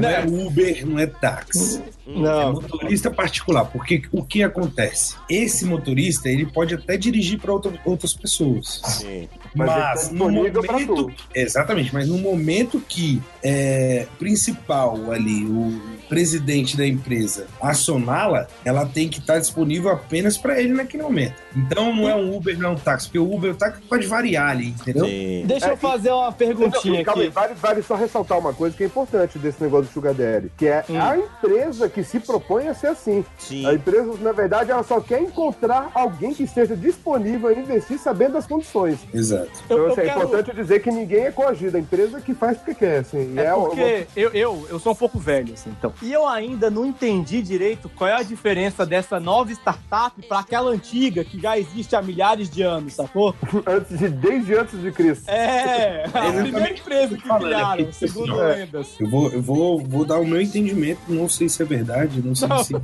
S8: Não é Uber, não é táxi. É
S3: Não.
S8: motorista particular. Porque o que acontece? Esse motorista, ele pode até dirigir para outras pessoas.
S2: Sim.
S1: Mas
S8: Mas,
S1: ele tá
S8: no
S1: disponível pra
S8: momento. Exatamente, mas no momento que é principal ali, o presidente da empresa acioná-la, ela tem que estar disponível apenas para ele naquele momento. Então não é um Uber, não é um táxi, porque o Uber e o táxi pode variar ali, entendeu?
S2: Sim.
S3: Deixa eu fazer uma perguntinha
S1: É, Não, calma aí,
S3: aqui.
S1: vale, vale só ressaltar uma coisa que é importante desse negócio do Sugar Daddy, que é
S3: Hum.
S1: a empresa que se propõe a ser assim.
S2: Sim.
S1: A empresa, na verdade, ela só quer encontrar alguém que esteja disponível a investir sabendo as condições.
S8: Exato.
S1: Então,
S3: Eu, eu
S1: assim, é
S3: quero...
S1: importante dizer que ninguém é coagido, a empresa que faz porque quer, assim. E
S3: É
S1: o-
S3: porque eu, eu, eu sou um pouco velho, assim, então. E eu ainda não entendi direito qual é a diferença dessa nova startup para aquela antiga que já existe há milhares de anos, sacou?
S1: (laughs) antes de, desde antes de Cristo.
S3: É, a primeira empresa que
S8: falando
S3: criaram,
S8: aqui.
S3: segundo
S8: É.
S3: lendas.
S8: Eu vou, eu vou, vou dar o meu entendimento, não sei se é verdade, não sei
S3: Não.
S8: se.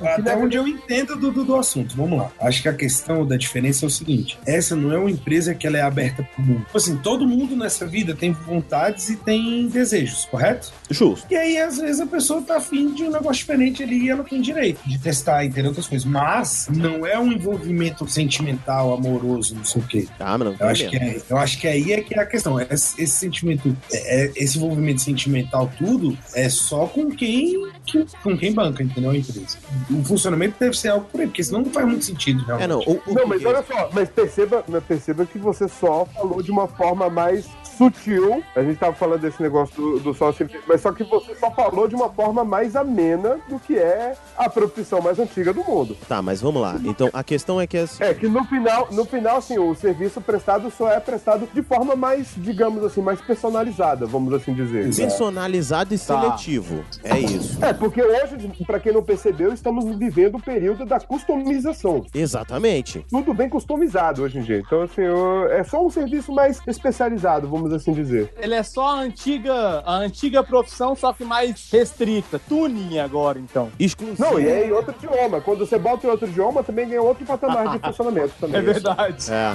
S8: Até onde eu entendo do, do, do assunto, vamos lá. Acho que a questão da diferença é o seguinte: essa não é uma empresa que ela é aberta pro mundo. Tipo Assim, todo mundo nessa vida tem vontades e tem desejos, correto?
S2: Justo.
S8: E aí, às vezes, a pessoa tá afim de um negócio diferente ali e ela tem direito de testar, entender outras coisas. Mas não é um envolvimento sentimental, amoroso, não sei o quê.
S2: Tá, mas não
S8: Eu
S2: tá
S8: acho, que
S2: vendo.
S8: é, eu acho que aí é que é a questão. Esse, esse sentimento, é- é- esse envolvimento sentimental, tudo, é só com quem, que- com quem banca, entendeu? A empresa. O funcionamento deve ser algo por aí, porque senão não faz muito sentido,
S2: É,
S8: realmente.
S2: não. O, o
S1: Não, mas
S2: português-
S1: olha só, mas perceba, mas perceba que você só falou de uma forma mais sutil. A gente tava falando desse negócio do, do sócio, mas só que você só falou de uma forma mais amena do que é a profissão mais antiga do mundo.
S2: Tá, mas vamos lá. Então, a questão é que as...
S1: É que no final, no final, assim, o serviço prestado só é prestado de forma mais, digamos assim, mais personalizada, vamos assim dizer.
S2: personalizado e
S3: Tá.
S2: seletivo. É isso.
S1: É, porque hoje, pra quem não percebeu, estamos vivendo o período da customização.
S2: Exatamente.
S1: Tudo bem customizado hoje em dia. Então, assim, eu- é só um serviço mais especializado, vamos assim dizer.
S3: Ele é só a antiga, a antiga profissão, só que mais restrita. Tuning agora, então.
S2: Exclusivo.
S1: Não, e é em outro idioma. Quando você bota em outro idioma, também ganha outro
S3: (laughs)
S1: patamar de funcionamento também.
S3: É verdade.
S2: É.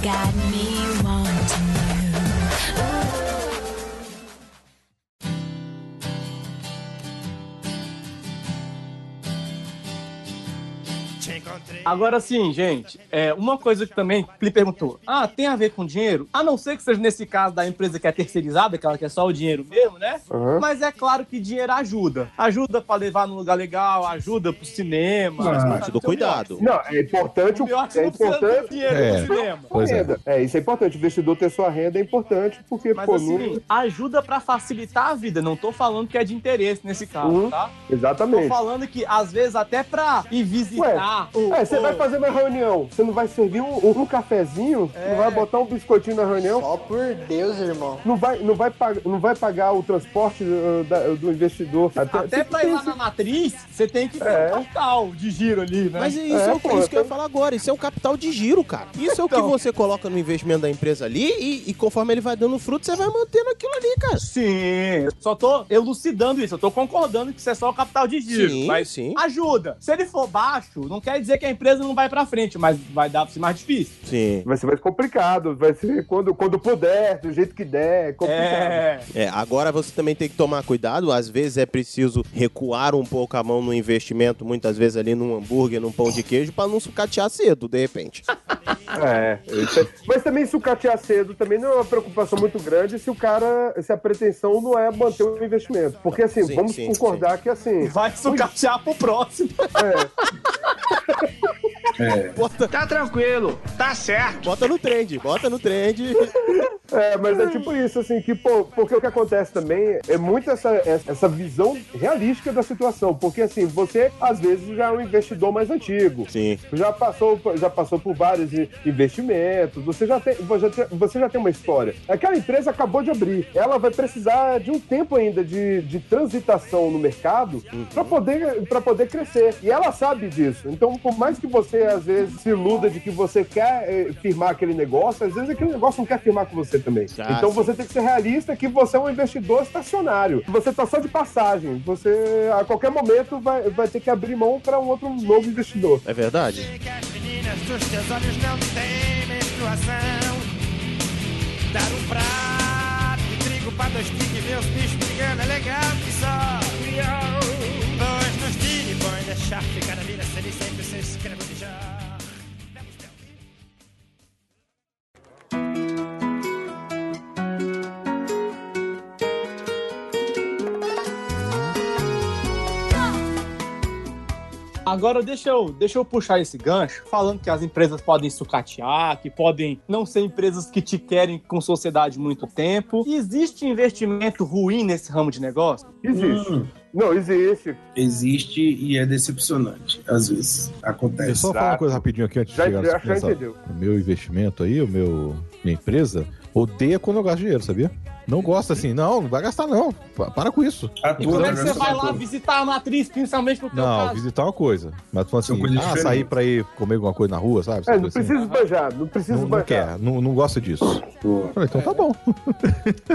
S7: Got me wanting
S3: Agora sim, gente, é, uma coisa que também lhe perguntou: ah, tem a ver com dinheiro? A não ser que seja nesse caso da empresa que é terceirizada, aquela que é só o dinheiro mesmo, né?
S1: Aham.
S3: Mas é claro que dinheiro ajuda. Ajuda pra levar num lugar legal, ajuda pro cinema.
S8: Mas
S3: ajuda
S2: Parte do
S3: no seu
S2: cuidado.
S1: Não, é importante
S3: O
S1: o
S3: pior é que
S1: é
S3: não precisa ter
S1: importante
S3: dinheiro
S4: É.
S3: no cinema.
S1: a
S4: Pois é.
S1: renda. É, isso é importante. O investidor ter sua renda é importante, porque,
S3: Mas
S1: pô,
S3: assim, ajuda pra facilitar a vida. Não tô falando que é de interesse nesse caso,
S1: Uhum.
S3: tá?
S1: não-
S3: Tô
S1: Exatamente.
S3: falando que, às vezes, até pra ir visitar o.
S1: É, você
S3: o-
S1: vai fazer uma reunião, você não vai servir um, um cafezinho,
S3: É.
S1: não vai botar um biscoitinho na reunião,
S11: Só por Deus, irmão.
S1: não vai, não vai, pag- não vai pagar o transporte uh, da- do investidor.
S3: Até pra ir lá na matriz, você tem que ter
S1: É.
S3: um capital de giro ali, né?
S2: Mas isso
S1: É,
S2: é, o-
S1: pô,
S2: isso que eu ia
S1: tem-
S2: falar agora. Isso é o capital de giro, cara. Isso é o que
S3: Então.
S2: você coloca no investimento da empresa ali e, e conforme ele vai dando fruto, você vai mantendo aquilo ali, cara.
S3: Sim, só tô elucidando isso, eu tô concordando que isso é só o capital de giro,
S2: Sim,
S3: mas
S2: sim.
S3: ajuda. Se ele for baixo, não quer dizer dizer que a empresa não vai pra frente, mas vai dar pra ser mais difícil.
S2: Sim.
S1: Vai ser mais complicado, vai ser quando, quando puder, do jeito que der, é complicado.
S3: É.
S2: É, agora você também tem que tomar cuidado. Às vezes é preciso recuar um pouco a mão no investimento, muitas vezes ali num hambúrguer, num pão de queijo, pra não sucatear cedo, de repente.
S1: É, isso é. mas também sucatear cedo também não é uma preocupação muito grande se o cara, se a pretensão não é manter o investimento. Porque assim,
S2: Sim,
S1: vamos
S2: sim,
S1: concordar que assim,
S3: Vai sucatear pro próximo.
S8: É.
S2: Bota,
S9: Tá tranquilo, tá certo.
S2: bota no trend, bota no trend.
S1: é, mas é tipo isso, assim, que, pô, porque o que acontece também é muito essa, essa essa visão realística da situação. Porque assim, você às vezes já é um investidor mais antigo.
S2: Sim.
S1: já passou, já passou por vários i- investimentos, você já, tem, você já tem- você já tem uma história. Aquela empresa acabou de abrir, ela vai precisar de um tempo ainda de, de transitação no mercado para poder, pra poder crescer. E ela sabe disso. Então, por mais que você, às vezes, se iluda de que você quer eh, firmar aquele negócio, às vezes aquele negócio não quer firmar com você também.
S2: Ah,
S1: então,
S2: sim.
S1: você tem que ser realista que você é um investidor estacionário. Você tá só de passagem. Você, a qualquer momento, vai, vai ter que abrir mão para um outro novo investidor.
S2: É verdade?
S9: Que as meninas dos teus olhos não têm menstruação. Dar um prato de trigo pra dois tigres, ver os bichos brigando é legal que só. Dois nos tigres, põe deixar ficar na vida, se ele sempre se escreve de já.
S3: Agora deixa eu, deixa eu puxar esse gancho, falando que as empresas podem sucatear, que podem não ser empresas que te querem com sociedade muito tempo. Existe investimento ruim nesse ramo de negócio?
S8: Hum.
S1: Existe.
S2: Hum.
S1: Não, existe.
S8: Existe e é decepcionante, às vezes.
S4: Deixa eu
S8: Acontece.
S4: só falar uma coisa rapidinho aqui antes de
S1: Já,
S4: chegar
S1: já,
S4: nessa-
S1: já
S4: nessa-
S1: entendeu.
S4: o meu investimento aí, o meu minha empresa, odeia quando eu gasto dinheiro, sabia? Não gosta assim, não, não vai gastar não. Pa- Para com isso.
S8: A
S3: Como
S8: tua
S3: é que você vai lá visitar a matriz, principalmente no teu
S4: Não,
S3: caso?
S4: visitar é uma coisa. Mas falando assim,
S8: São coisas
S4: ah,
S8: diferentes.
S4: sair pra ir comer alguma coisa na rua, sabe?
S1: É,
S4: Essas
S1: não
S4: coisas assim.
S1: precisa esbanjar, não precisa
S4: Não, não
S1: esbanjar.
S4: quer, não, não gosta disso.
S8: Pô,
S4: Falei, então tá bom.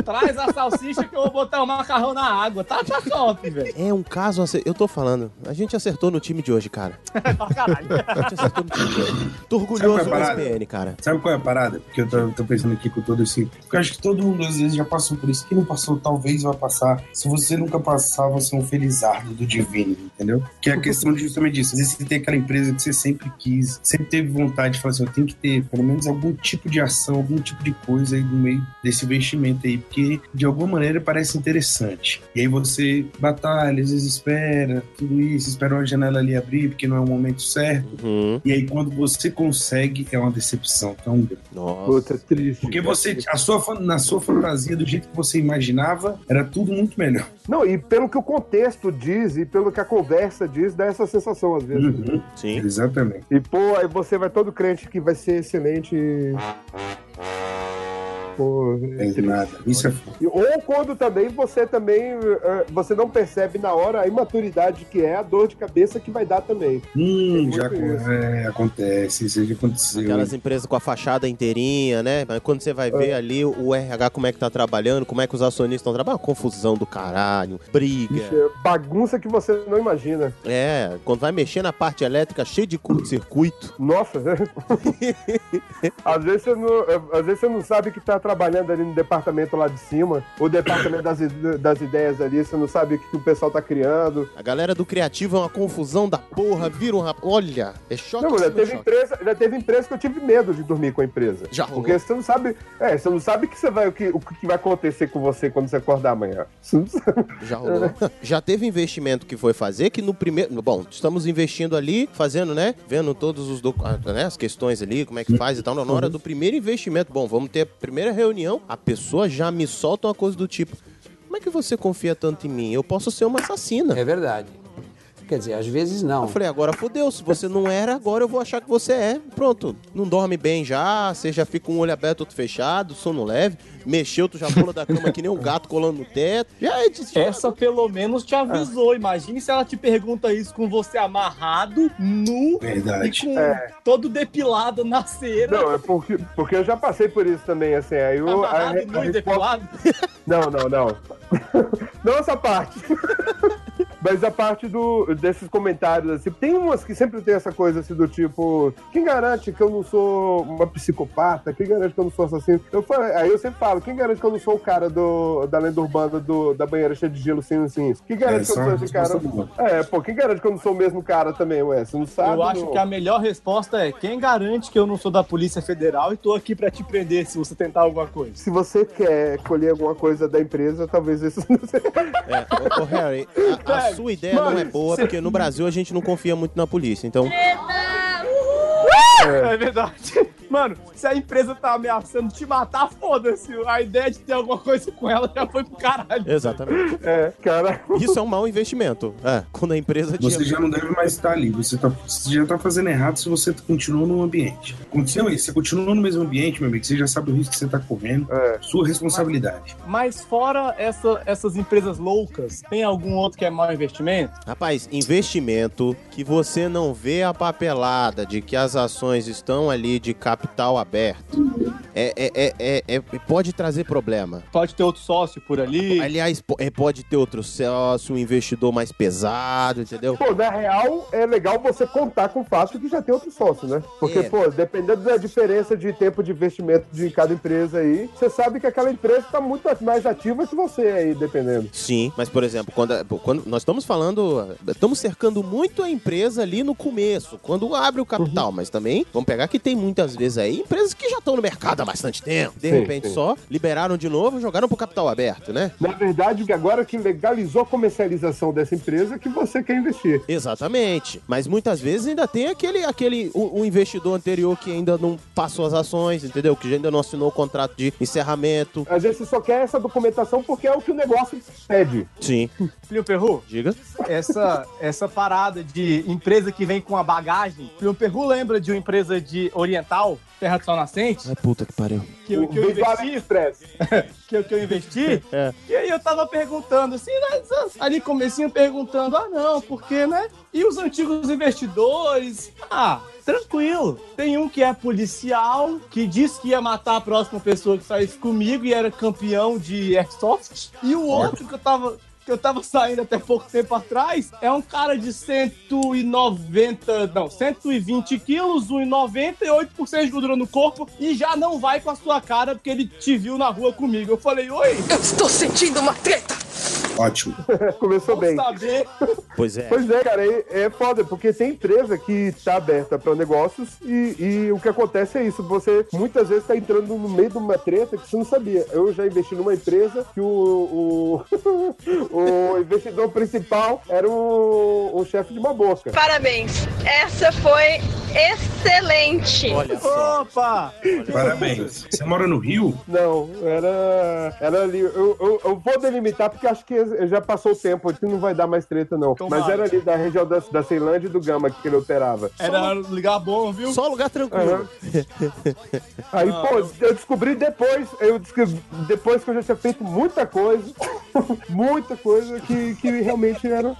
S3: Traz a salsicha que eu vou botar o macarrão na água. Tá, tá
S11: (laughs)
S3: top, velho.
S2: É um caso. a ser- Eu tô falando. A gente acertou no time de hoje, cara.
S3: Pra caralho.
S2: A gente acertou no time de hoje. Tô
S8: Sabe
S2: orgulhoso do
S8: qual é a parada?
S2: SPN, cara.
S8: Sabe qual é a parada? Porque eu tô, tô pensando aqui com todo esse. Porque eu acho que todo mundo às vezes já passou por isso. Quem não passou, talvez vai passar. Se você nunca passar, você é um felizardo do divino, entendeu? Que é a questão de justamente disso. Às vezes você tem aquela empresa que você sempre quis, sempre teve vontade de falar assim: eu tenho que ter pelo menos algum tipo de ação, algum tipo de coisa aí no meio desse investimento aí, porque de alguma maneira parece interessante. E aí você batalha, às vezes espera, tudo isso, espera uma janela ali abrir, porque não é o momento certo.
S2: Uhum.
S8: E aí quando você consegue, é uma decepção tão grande.
S2: Nossa.
S1: Puta, é triste.
S8: Porque você, a sua, fa- na sua fantasia, do jeito que você imaginava, era tudo muito melhor.
S1: Não, e pelo que o contexto diz e pelo que a conversa diz, dá essa sensação às vezes.
S2: Sim.
S8: Exatamente.
S1: E, pô, aí você vai todo crente que vai ser excelente. e- Pô,
S8: É nada. Isso é foda.
S1: E- Ou quando também você também eh, você não percebe na hora a imaturidade que é, a dor de cabeça que vai dar também.
S8: Hum,
S1: Muito
S8: já
S1: isso.
S8: é, acontece, isso já aconteceu.
S2: Aquelas empresas com a fachada inteirinha, né? Mas quando
S8: É.
S2: você vai ver ali o RH como é que tá trabalhando, como é que os acionistas estão trabalhando, uma confusão do caralho, briga.
S1: Ixi, é bagunça que você não imagina.
S2: É, quando vai mexer na parte elétrica, cheio de curto-circuito.
S1: Nossa, né? (laughs) às, vezes você não, às vezes você não sabe que tá trabalhando ali no departamento lá de cima, o departamento das, ide- das ideias ali, você não sabe o que, que o pessoal tá criando.
S2: A galera do criativo é uma confusão da porra, vira um rapaz. Olha, é choque.
S1: Não,
S2: em
S1: já
S2: cima de
S1: teve,
S2: choque.
S1: empresa, já teve empresa que eu tive medo de dormir com a empresa.
S2: Já rolou.
S1: Porque você não sabe. É, você não sabe que você vai, o, que, o que vai acontecer com você quando você acordar amanhã. Você não sabe.
S2: Já rolou. (laughs) Já teve investimento que foi fazer que no primeiro. Bom, estamos investindo ali, fazendo, né? Vendo todos os docu- ah, né, as questões ali, como é que faz e tal. Na hora do primeiro investimento, bom, vamos ter a primeira reunião, a pessoa já me solta uma coisa do tipo. Como é que você confia tanto em mim? Eu posso ser uma assassina.
S11: É verdade. Quer dizer, às vezes
S2: Eu
S11: não.
S2: falei, agora fodeu, se você não era, agora eu vou achar que você é. Pronto, não dorme bem já, você já fica com um olho aberto, outro fechado, sono leve, mexeu, tu já pula da cama que nem um gato colando no teto. Já é de- já-
S3: Essa pelo menos te avisou. Imagine se ela te pergunta isso com você amarrado, nu e
S8: Verdade.
S3: com todo depilado na cera.
S1: Não, é porque, porque eu já passei por isso também, assim. Aí
S2: Tá
S1: eu, a- a-
S3: amarrado,
S1: a
S3: nu e
S1: resposta- (laughs)
S3: depilado.
S1: Não, não, não. não essa parte. (laughs) Mas a parte do, desses comentários, assim, tem umas que sempre tem essa coisa assim do tipo: quem garante que eu não sou uma psicopata? Quem garante que eu não sou assassino? Eu falo, aí eu sempre falo: quem garante que eu não sou o cara do, da lenda urbana do, da banheira cheia de gelo sem assim? Quem garante
S8: É,
S1: que eu
S8: só
S1: não
S8: uma
S1: sou esse cara?
S8: resposta
S1: É, pô, quem garante que eu não sou o mesmo cara também, ué? Você não sabe?
S3: Eu acho
S1: não.
S3: que a melhor resposta é: quem garante que eu não sou da Polícia Federal e tô aqui pra te prender se você tentar alguma coisa?
S1: Se você quer colher alguma coisa da empresa, talvez isso (laughs) não seja.
S2: É, ô, ô, Harry, a, a
S1: Velho,
S2: sua ideia
S1: mano,
S2: não é boa,
S1: cê-
S2: porque no Brasil a gente não confia muito na polícia, então...
S3: É verdade. (laughs) Mano, se a empresa tá ameaçando te matar, foda-se. A ideia de ter alguma coisa com ela já foi pro caralho.
S2: Exatamente.
S1: É, cara.
S2: Isso é um mau investimento. É, quando a empresa te-
S8: Você já não deve mais estar ali. Você, tá, você já tá fazendo errado se você continua no ambiente. Aconteceu isso. Você continua no mesmo ambiente, meu amigo. Você já sabe o risco que você tá correndo.
S1: É.
S8: Sua responsabilidade.
S3: Mas fora essa- essas empresas loucas, tem algum outro que é mau investimento?
S2: Rapaz, investimento que você não vê a papelada de que as ações estão ali de capital aberto. É, é- é- é- é- pode trazer problema.
S3: Pode ter outro sócio por ali.
S2: Aliás, po- é, pode ter outro sócio, um investidor mais pesado, entendeu?
S1: Pô, na real, é legal você contar com o fato que já tem outro sócio, né? Porque,
S2: É.
S1: pô, dependendo da diferença de tempo de investimento de cada empresa aí, você sabe que aquela empresa tá muito mais ativa que você aí, dependendo.
S2: Sim, mas por exemplo, quando, a- quando nós estamos falando, estamos cercando muito a empresa ali no começo, quando abre o capital, mas também vamos pegar que tem muitas vezes aí empresas que já estão no mercado há bastante tempo, de
S1: Sim,
S2: repente
S1: sim.
S2: só liberaram de novo, jogaram pro capital aberto, né?
S1: Na verdade, o que agora que legalizou a comercialização dessa empresa é que você quer investir.
S2: Exatamente. Mas muitas vezes ainda tem aquele, aquele o, o investidor anterior que ainda não passou as ações, entendeu? Que ainda não assinou o contrato de encerramento.
S1: Às vezes você só quer essa documentação porque é o que o negócio pede.
S2: Sim,
S3: Filho Perru,
S2: diga.
S3: essa, essa parada de empresa que vem com a bagagem. Filho Perru lembra de uma empresa de Oriental, Terra do Sol Nascente,
S2: Ai, puta que pariu.
S3: que, eu- que eu investi
S1: estresse.
S3: que eu, que eu investi.
S2: É.
S3: E aí eu tava perguntando, assim, né, ali comecinho perguntando, ah não, porque, né? E os antigos investidores? Ah, tranquilo. Tem um que é policial, que disse que ia matar a próxima pessoa que saísse comigo e era campeão de airsoft. E o outro que eu tava... Que eu tava saindo até pouco tempo atrás, é um cara de 190, não, 120 quilos, 1,98% de gordura no corpo e já não vai com a sua cara porque ele te viu na rua comigo. Eu falei, oi,
S8: Ótimo.
S1: (laughs) Começou bem.
S3: Vamos saber.
S2: Pois é.
S1: Pois é, cara, é, é foda, porque tem empresa que tá aberta pra negócios e, e o que acontece é isso. Você muitas vezes tá entrando no meio de uma treta que você não sabia. Eu já investi numa empresa que o, (laughs) o, o investidor principal era o, o chefe de uma boca.
S12: Parabéns. Essa foi excelente.
S2: Olha só.
S3: Opa!
S8: Parabéns. Você mora no Rio?
S1: Não, era. Era ali. Eu, eu, eu vou delimitar porque acho que já passou o tempo aqui, não vai dar mais treta, não.
S3: Tomara.
S1: Mas era ali da região da, da Ceilândia e do Gama que ele operava.
S3: Era ligar bom, viu?
S2: Só lugar tranquilo.
S1: Aí, pô, eu descobri depois, eu descobri depois que eu já tinha feito muita coisa, (laughs) muita coisa que, que realmente era.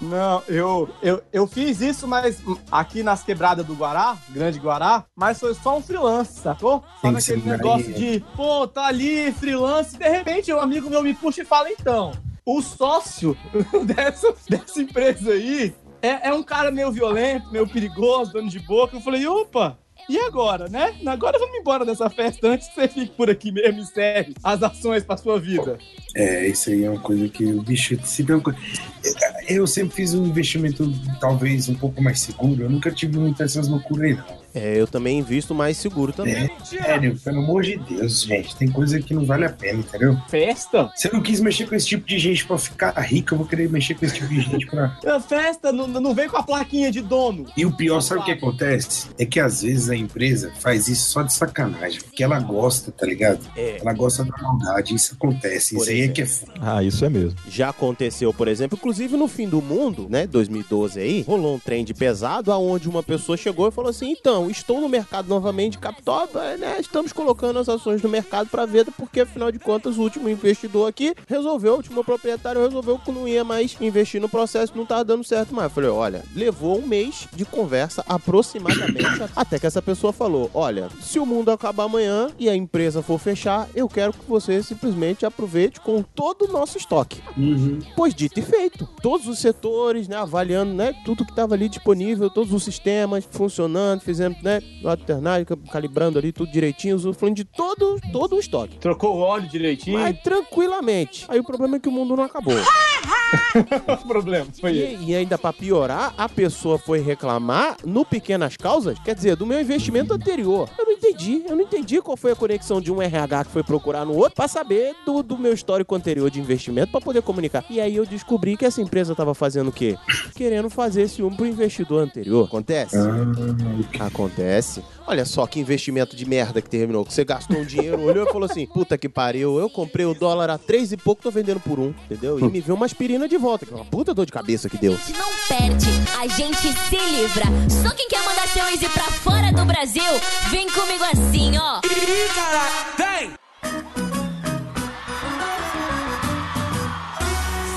S3: Não, eu, eu, eu fiz isso, mas aqui nas quebradas do Guará, Grande Guará, mas foi só um freelance, sacou? Sabe
S8: Sim,
S3: aquele
S8: sim,
S3: negócio
S8: aí-
S3: de, pô, tá ali, freelance, de repente um amigo meu me puxa e fala, então, o sócio (laughs) dessa, dessa empresa aí é, é um cara meio violento, meio perigoso, dono de boca. Eu falei, opa, e agora, né? Agora vamos embora dessa festa antes que você fique por aqui mesmo e serve as ações pra sua vida.
S8: É, isso aí é uma coisa que o bicho. Se tem uma coisa- Eu sempre fiz um investimento talvez um pouco mais seguro. Eu nunca tive muitas dessas loucuras aí, não.
S2: É, eu também invisto mais seguro
S8: É,
S2: também.
S8: Sério, pelo amor de Deus, gente. Tem coisa que não vale a pena, entendeu?
S3: Festa?
S8: Se eu não quis mexer com esse tipo de gente pra ficar rico, eu vou querer mexer com esse tipo de gente pra
S3: Na festa, não, não vem com a plaquinha de dono.
S8: E o pior, sabe o que acontece? É que às vezes a empresa faz isso só de sacanagem, porque ela gosta, tá ligado?
S2: É.
S8: Ela gosta da maldade, isso acontece.
S2: Por
S8: isso aí é
S2: exemplo.
S8: que é foda.
S4: Ah, isso é mesmo.
S2: Já aconteceu, por exemplo, inclusive no fim do mundo, né, 2012 aí, rolou um trem de pesado aonde uma pessoa chegou e falou assim: "Então, Não, estou no mercado novamente, capital, né? Estamos colocando as ações no mercado para venda, porque afinal de contas o último investidor aqui resolveu, o último proprietário resolveu que não ia mais investir no processo, não tava dando certo mais. Eu Falei, olha, levou um mês de conversa aproximadamente até que essa pessoa falou: olha, se o mundo acabar amanhã e a empresa for fechar, eu quero que você simplesmente aproveite com todo o nosso estoque. Pois dito e feito. Todos os setores, né, avaliando, né, tudo que estava ali disponível, todos os sistemas funcionando, fizemos, né, alternar, calibrando ali tudo direitinho, usufruindo de todo, todo o estoque.
S3: Trocou o óleo direitinho?
S2: Mas tranquilamente. Aí o problema é que o mundo não acabou.
S3: o problema foi ele.
S2: E, e ainda pra piorar, a pessoa foi reclamar no Pequenas Causas, quer dizer, do meu investimento anterior. Eu não entendi, eu não entendi qual foi a conexão de um RH que foi procurar no outro pra saber do, do meu histórico anterior de investimento pra poder comunicar. E aí eu descobri que essa empresa tava fazendo o quê? Querendo fazer ciúme pro investidor anterior. Acontece? Acontece. Olha só que investimento de merda que terminou. Que você gastou um dinheiro, olhou e falou assim: puta que pariu, eu comprei o dólar a três e pouco, tô vendendo por um, entendeu? E me veio uma aspirina de volta. Que é uma puta dor de cabeça que deu.
S13: não perde, a gente se livra. Só quem quer mandar seu Easy pra fora do Brasil, vem comigo assim, ó. Ih, caraca, vem!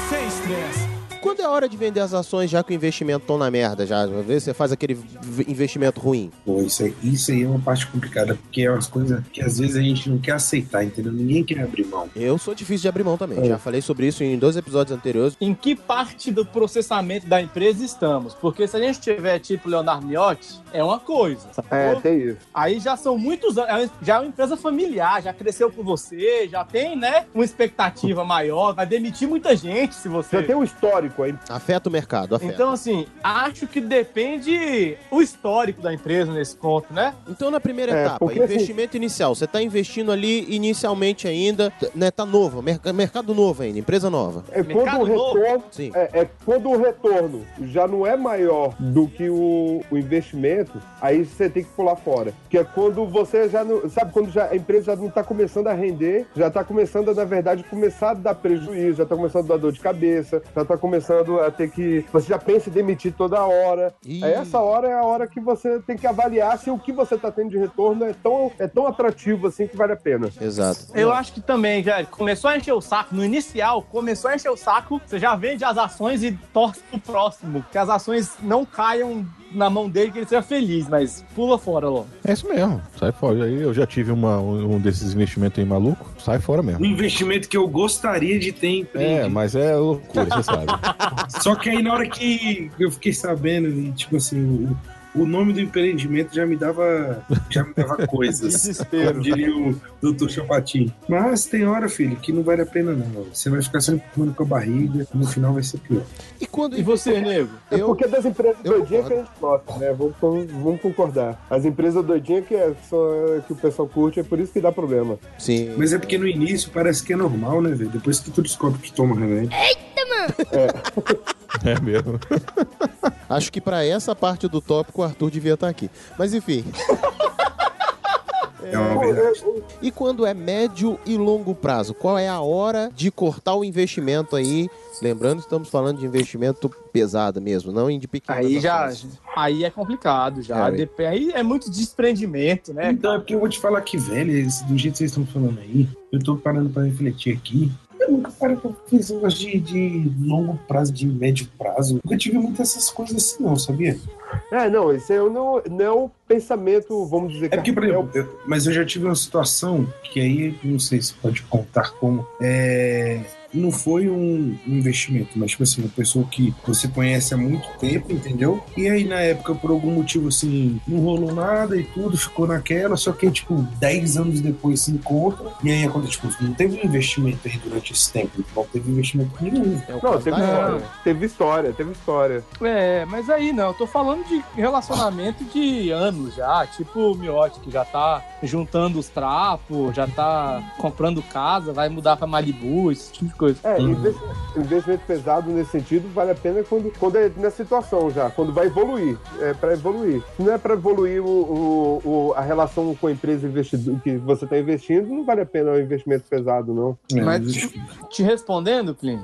S3: Sem estresse.
S2: Quando é hora de vender as ações já que o investimento estão na merda, já? Às vezes você faz aquele v- investimento ruim.
S8: Pô, isso aí, isso aí é uma parte complicada, porque é umas coisas que às vezes a gente não quer aceitar, entendeu? Ninguém quer abrir mão.
S2: Eu sou difícil de abrir mão também.
S3: É.
S2: Já falei sobre isso em dois episódios anteriores.
S3: Em que parte do processamento da empresa estamos? Porque se a gente tiver tipo Leonardo Miotti, é uma coisa. sacou?
S1: É, tem isso.
S3: Aí já são muitos anos, é uma- já é uma empresa familiar, já cresceu com você, já tem, né, uma expectativa maior, vai demitir muita gente se você...
S1: Já tem um histórico aí.
S2: Afeta o mercado, afeta.
S3: Então, assim, acho que depende o histórico da empresa nesse ponto, né?
S2: Então, na primeira
S3: É,
S2: etapa,
S3: porque, assim,
S2: investimento inicial. Você está investindo ali inicialmente ainda, t- né? Tá novo, merc- mercado novo ainda, empresa nova.
S1: É quando, o retorno,
S2: Sim.
S1: é, é quando o retorno já não é maior do que o, o investimento, aí você tem que pular fora. Que é quando você já não. Sabe, quando já, a empresa já não está começando a render, já está começando, a, na verdade, começar a dar prejuízo, já está começando a dar dor de cabeça, já está começando a ter que. Você já pensa em demitir toda hora.
S2: Ih.
S1: Aí
S3: assim.
S1: essa hora é a hora que você tem que avaliar se o que você está tendo de retorno é tão, é tão atrativo assim que vale a pena.
S2: Exato.
S3: Eu acho que também, já começou a encher o saco. No inicial, começou a encher o saco, você já vende as ações e torce pro próximo. Que as ações não caiam na mão dele, que ele seja feliz, mas pula fora logo.
S4: É isso mesmo, sai fora. Aí eu já tive uma- um desses investimentos aí maluco, sai fora mesmo.
S8: Um investimento que eu gostaria de ter
S4: É,
S8: empreendido.
S4: mas é loucura, você sabe.
S8: Só que aí na hora que eu fiquei sabendo, e, tipo assim, o, o nome do empreendimento já me dava, já me dava coisas.
S3: Desespero.
S8: Como diria o doutor Chapatin. Mas tem hora, filho, que não vale a pena não. Você vai ficar sempre comendo com a barriga, no final vai ser pior.
S2: E quando.
S3: E você, nego?
S1: É
S2: Eu-
S1: porque das empresas
S2: eu
S1: doidinhas que a gente gosta, né? Vamos, vamos- vamos concordar. As empresas doidinhas que, é, só- que o pessoal curte, é por isso que dá problema.
S2: Sim.
S8: Mas é porque no início parece que é normal, né, velho? Depois que tu descobre que toma remédio.
S4: É mesmo.
S2: Acho que pra essa parte do tópico o Arthur devia estar aqui. Mas enfim.
S8: É, uma verdade.
S2: E quando é médio e longo prazo? Qual é a hora de cortar o investimento aí? Lembrando, estamos falando de investimento pesado mesmo, não de pequeno.
S3: Aí já. Aí é complicado já.
S2: É, aí-
S3: Dep- aí é muito desprendimento, né?
S8: Então, é porque eu vou te falar que, velho, esse- do jeito que vocês estão falando aí, eu tô parando pra refletir aqui. Eu nunca parei pra pensar em negócio de, de longo prazo, de médio prazo. Nunca tive muitas essas coisas assim, não, sabia?
S1: É, não, esse aí eu não, não é o pensamento, vamos dizer,
S8: É porque, por
S1: cartel.
S8: exemplo, eu- mas eu já tive uma situação que aí, não sei se pode contar como. É, Não foi um investimento, mas tipo assim, uma pessoa que você conhece há muito tempo, entendeu? E aí na época, por algum motivo assim, não rolou nada e tudo, ficou naquela, só que aí, tipo, 10 anos depois se encontra, e aí acontece, tipo, não teve um investimento aí durante esse tempo, não teve investimento nenhum.
S2: É o
S1: Não, teve
S2: contrário.
S1: história, teve história, teve história.
S3: É, mas aí não, eu tô falando de relacionamento de anos já, tipo o Miotti, que já tá juntando os trapos, já tá comprando casa, vai mudar pra Malibu, esse tipo de coisas.
S1: É, investi- investimento pesado nesse sentido vale a pena quando, quando é na situação já, quando vai evoluir. É para evoluir. Se não é para evoluir o, o- o- a relação com a empresa investido, que você está investindo, não vale a pena o investimento pesado, não.
S8: É,
S3: Mas te, te respondendo, Plin,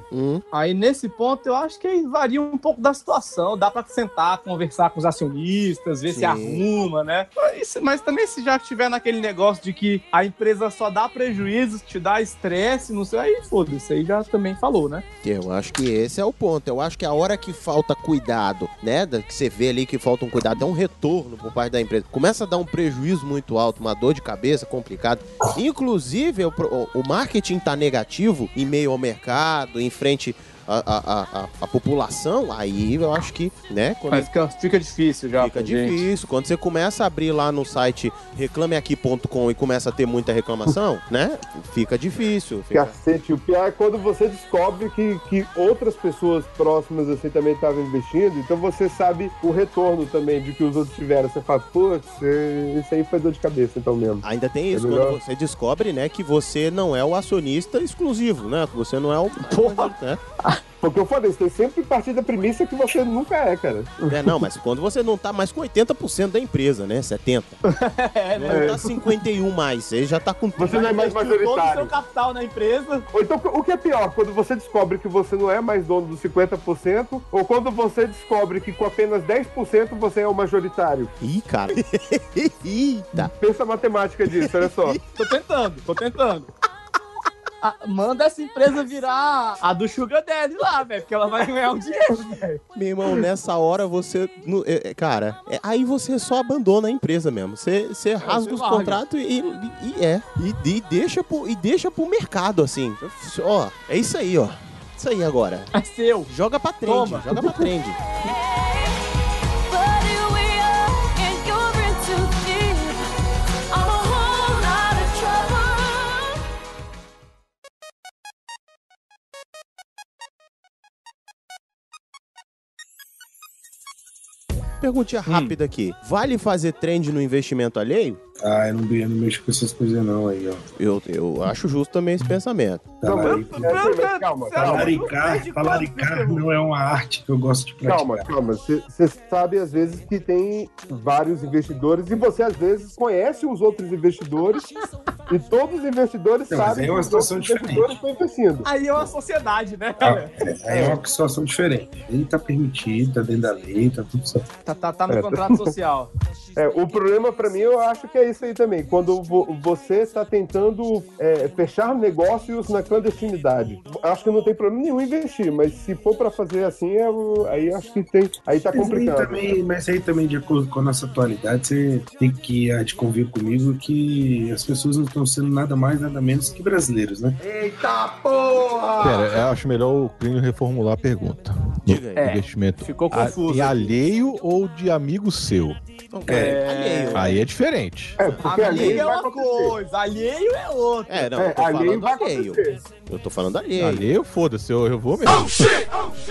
S3: aí nesse ponto eu acho que varia um pouco da situação. Dá pra sentar, conversar com os acionistas, ver
S2: Sim.
S3: se arruma, né? Mas, mas também se já estiver naquele negócio de que a empresa só dá prejuízo, te dá estresse, não sei, aí foda-se, aí já também falou, né?
S2: Eu acho que esse é o ponto. Eu acho que a hora que falta cuidado, né? da- Que você vê ali que falta um cuidado, é um retorno por parte da empresa. Começa a dar um prejuízo muito alto, uma dor de cabeça complicada. Inclusive, o, pro- o marketing tá negativo em meio ao mercado, em frente à, à- à- à- à população. Aí eu acho que, né? quando-
S3: Mas fica, fica difícil já.
S2: Fica difícil. Quando você começa a abrir lá no site reclameaqui.com e começa a ter
S1: (laughs)
S2: muita reclamação, né? Fica difícil. Fica...
S1: Cacete, o pior é quando você descobre que, que outras pessoas próximas assim também estavam investindo, então você sabe o retorno também de que os outros tiveram. Você fala, putz, é- isso aí foi dor de cabeça, então mesmo.
S2: Ainda tem
S1: É
S2: isso,
S1: melhor-
S2: quando você descobre, né, que você não é o acionista exclusivo, né? Que você
S1: (laughs)
S2: não é o. (laughs) Né?
S1: Porque eu falei, você tem sempre partir da premissa que você nunca é, cara.
S2: É, não, mas quando você não tá mais com 80% da empresa, né? 70%.
S1: (laughs)
S2: Não tá 51 mais, você já tá com
S1: É Você não é mais
S3: Investiu todo o seu
S1: majoritário.
S3: capital na empresa.
S1: Ou então, o que é pior, quando você descobre que você não é mais dono dos 50%, ou quando você descobre que com apenas 10% você é o majoritário?
S2: Ih, cara. (laughs) Eita.
S1: Pensa a matemática disso, olha
S8: (laughs)
S1: só.
S3: Tô tentando, tô tentando. Ah, manda essa empresa virar a do Sugar Daddy lá, velho, porque ela vai ganhar um dinheiro, velho.
S2: Meu irmão, nessa hora você. não- é, é, Cara, é- aí você só abandona a empresa mesmo. Você, você rasga
S3: você
S2: os
S3: larga.
S2: contratos e, e- e é. E, e deixa pro, e deixa pro mercado, assim. Ó, é isso aí, ó. Isso aí agora.
S3: É seu.
S2: Joga pra trend,
S3: Toma.
S2: joga pra trend. Perguntinha rápida aqui. Vale fazer trend no investimento alheio?
S8: Ah, eu não, eu não mexo com essas coisas não aí, ó. Tá
S2: Eu, eu acho justo também esse pensamento.
S1: calma,
S8: Talaricar, talaricar não é uma arte que eu gosto de praticar.
S1: Calma, calma. Você sabe às vezes que tem vários investidores e você às vezes conhece os outros investidores e todos os investidores
S8: Não, mas
S1: sabem
S8: aí é uma
S1: que os outros
S8: situação
S1: investidores estão investindo.
S3: Aí é uma sociedade,
S2: Ah.
S3: né?
S8: Aí é uma situação diferente. Ele tá permitido, tá dentro da lei, tá tudo certo.
S3: Tá, tá, tá no contrato social.
S1: É, o problema pra mim, eu acho que é isso aí também. Quando vo- você está tentando é, fechar negócios na clandestinidade. Acho que não tem problema nenhum investir, mas se for pra fazer assim, é o- aí acho que tem. Aí tá
S8: Mas aí,
S1: complicado.
S8: também, mas aí também, de acordo com a nossa atualidade, você tem que há de convir comigo que as pessoas não estão sendo nada mais, nada menos que brasileiros, né?
S9: Eita porra!
S4: Pera, eu acho melhor o Clínio reformular a pergunta.
S2: Diga
S4: É, investimento
S3: ficou
S2: Ah,
S4: a-
S3: confuso
S4: é
S3: aqui.
S4: alheio ou de amigo seu?
S2: É, alheio.
S4: Aí é diferente.
S1: É,
S3: Alheio é uma coisa, alheio é outra.
S2: É, não, eu tô
S1: É, alheio
S2: falando
S1: vai
S2: alheio.
S1: acontecer.
S2: Eu tô falando alheio.
S4: Alheio, foda-se, eu, eu vou mesmo.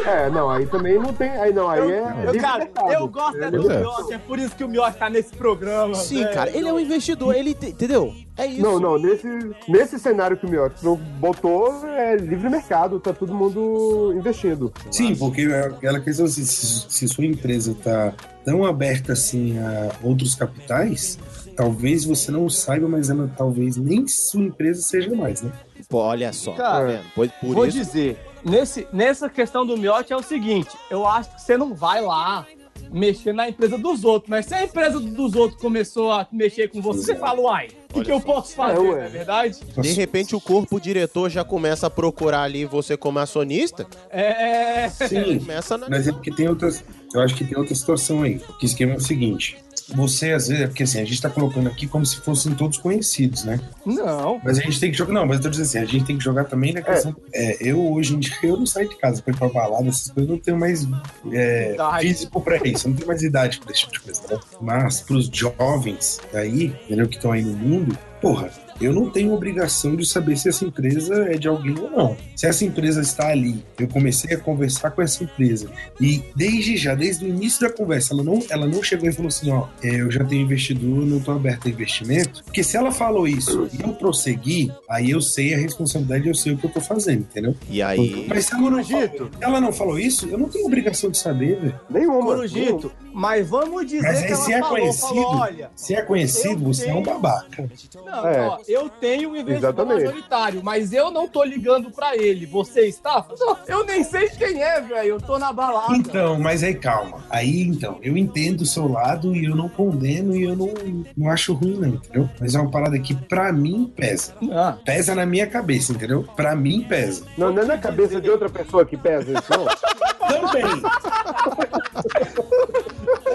S1: É, não, aí também não tem. Aí não, aí é.
S3: Eu,
S1: livre
S3: cara,
S1: mercado.
S3: eu gosto é do
S4: Pois é.
S3: Miotti, é por isso que o Miotti tá nesse programa.
S2: Sim,
S3: velho.
S2: cara, ele é um investidor, ele. te- Entendeu? É isso.
S1: Não, não, nesse, nesse cenário que o Miotti botou, é livre mercado, tá todo mundo investindo.
S8: Sim, porque é aquela questão assim, se, se sua empresa tá tão aberta assim a outros capitais, talvez você não saiba, mas ela talvez nem sua empresa seja mais, né?
S2: Pô, olha só.
S3: Cara,
S2: tá vendo? Pois por
S3: Vou
S2: isso.
S3: dizer, nesse, nessa questão do miote é o seguinte, eu acho que você não vai lá mexer na empresa dos outros, mas se a empresa dos outros começou a mexer com você, você fala, uai, o que, que eu posso fazer,
S1: É,
S3: não
S1: ué.
S3: é verdade?
S2: De repente o corpo diretor já começa a procurar ali você como acionista.
S3: É...
S8: Sim,
S2: Começa na.
S8: mas é porque tem outras. Eu acho que tem outra situação aí. Que o esquema é o seguinte. Você, às vezes, é porque assim, a gente tá colocando aqui como se fossem todos conhecidos, né?
S3: Não.
S8: Mas a gente tem que jogar. Não, mas eu tô dizendo assim, a gente tem que jogar também na questão. É, eu hoje em dia eu não saio de casa pra ir pra balada, essas coisas, eu não tenho mais é,
S3: Idade.
S8: físico pra isso, eu não tenho mais idade pra esse tipo de coisa, né? Mas pros jovens aí, entendeu, que estão aí no mundo, porra. eu não tenho obrigação de saber se essa empresa é de alguém ou não. Se essa empresa está ali, eu comecei a conversar com essa empresa e desde já, desde o início da conversa, ela não, ela não chegou e falou assim, ó, é, eu já tenho investidor, não estou aberto a investimento. Porque se ela falou isso e eu prosseguir, aí eu sei a responsabilidade, eu sei o que eu tô fazendo, entendeu?
S2: E aí...
S8: Mas se ela não, falou, ela não falou isso, eu não tenho obrigação de saber, velho.
S1: Nenhuma.
S3: Corujito, mas vamos dizer
S8: Mas
S3: que
S8: aí
S3: ela
S8: se é
S3: falou,
S8: conhecido,
S3: falou, olha...
S8: se é conhecido, você é um babaca.
S3: Não,
S8: É.
S3: ó, eu tenho um investidor
S8: Exatamente.
S3: majoritário, mas eu não tô ligando pra ele. Você está? Eu nem sei quem é, velho. Eu tô na balada.
S8: Então, mas aí calma. Aí então, eu entendo o seu lado e eu não condeno e eu não, não acho ruim, não, entendeu? Mas é uma parada que pra mim pesa.
S3: Ah.
S8: Pesa na minha cabeça, entendeu? Pra mim pesa.
S1: Não, não é na cabeça de outra pessoa que pesa isso, (laughs) não.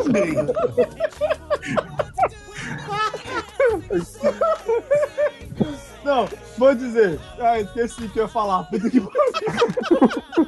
S8: Também. Também.
S3: Não, vou dizer. Ah, esqueci o que eu ia falar. (laughs) Puta que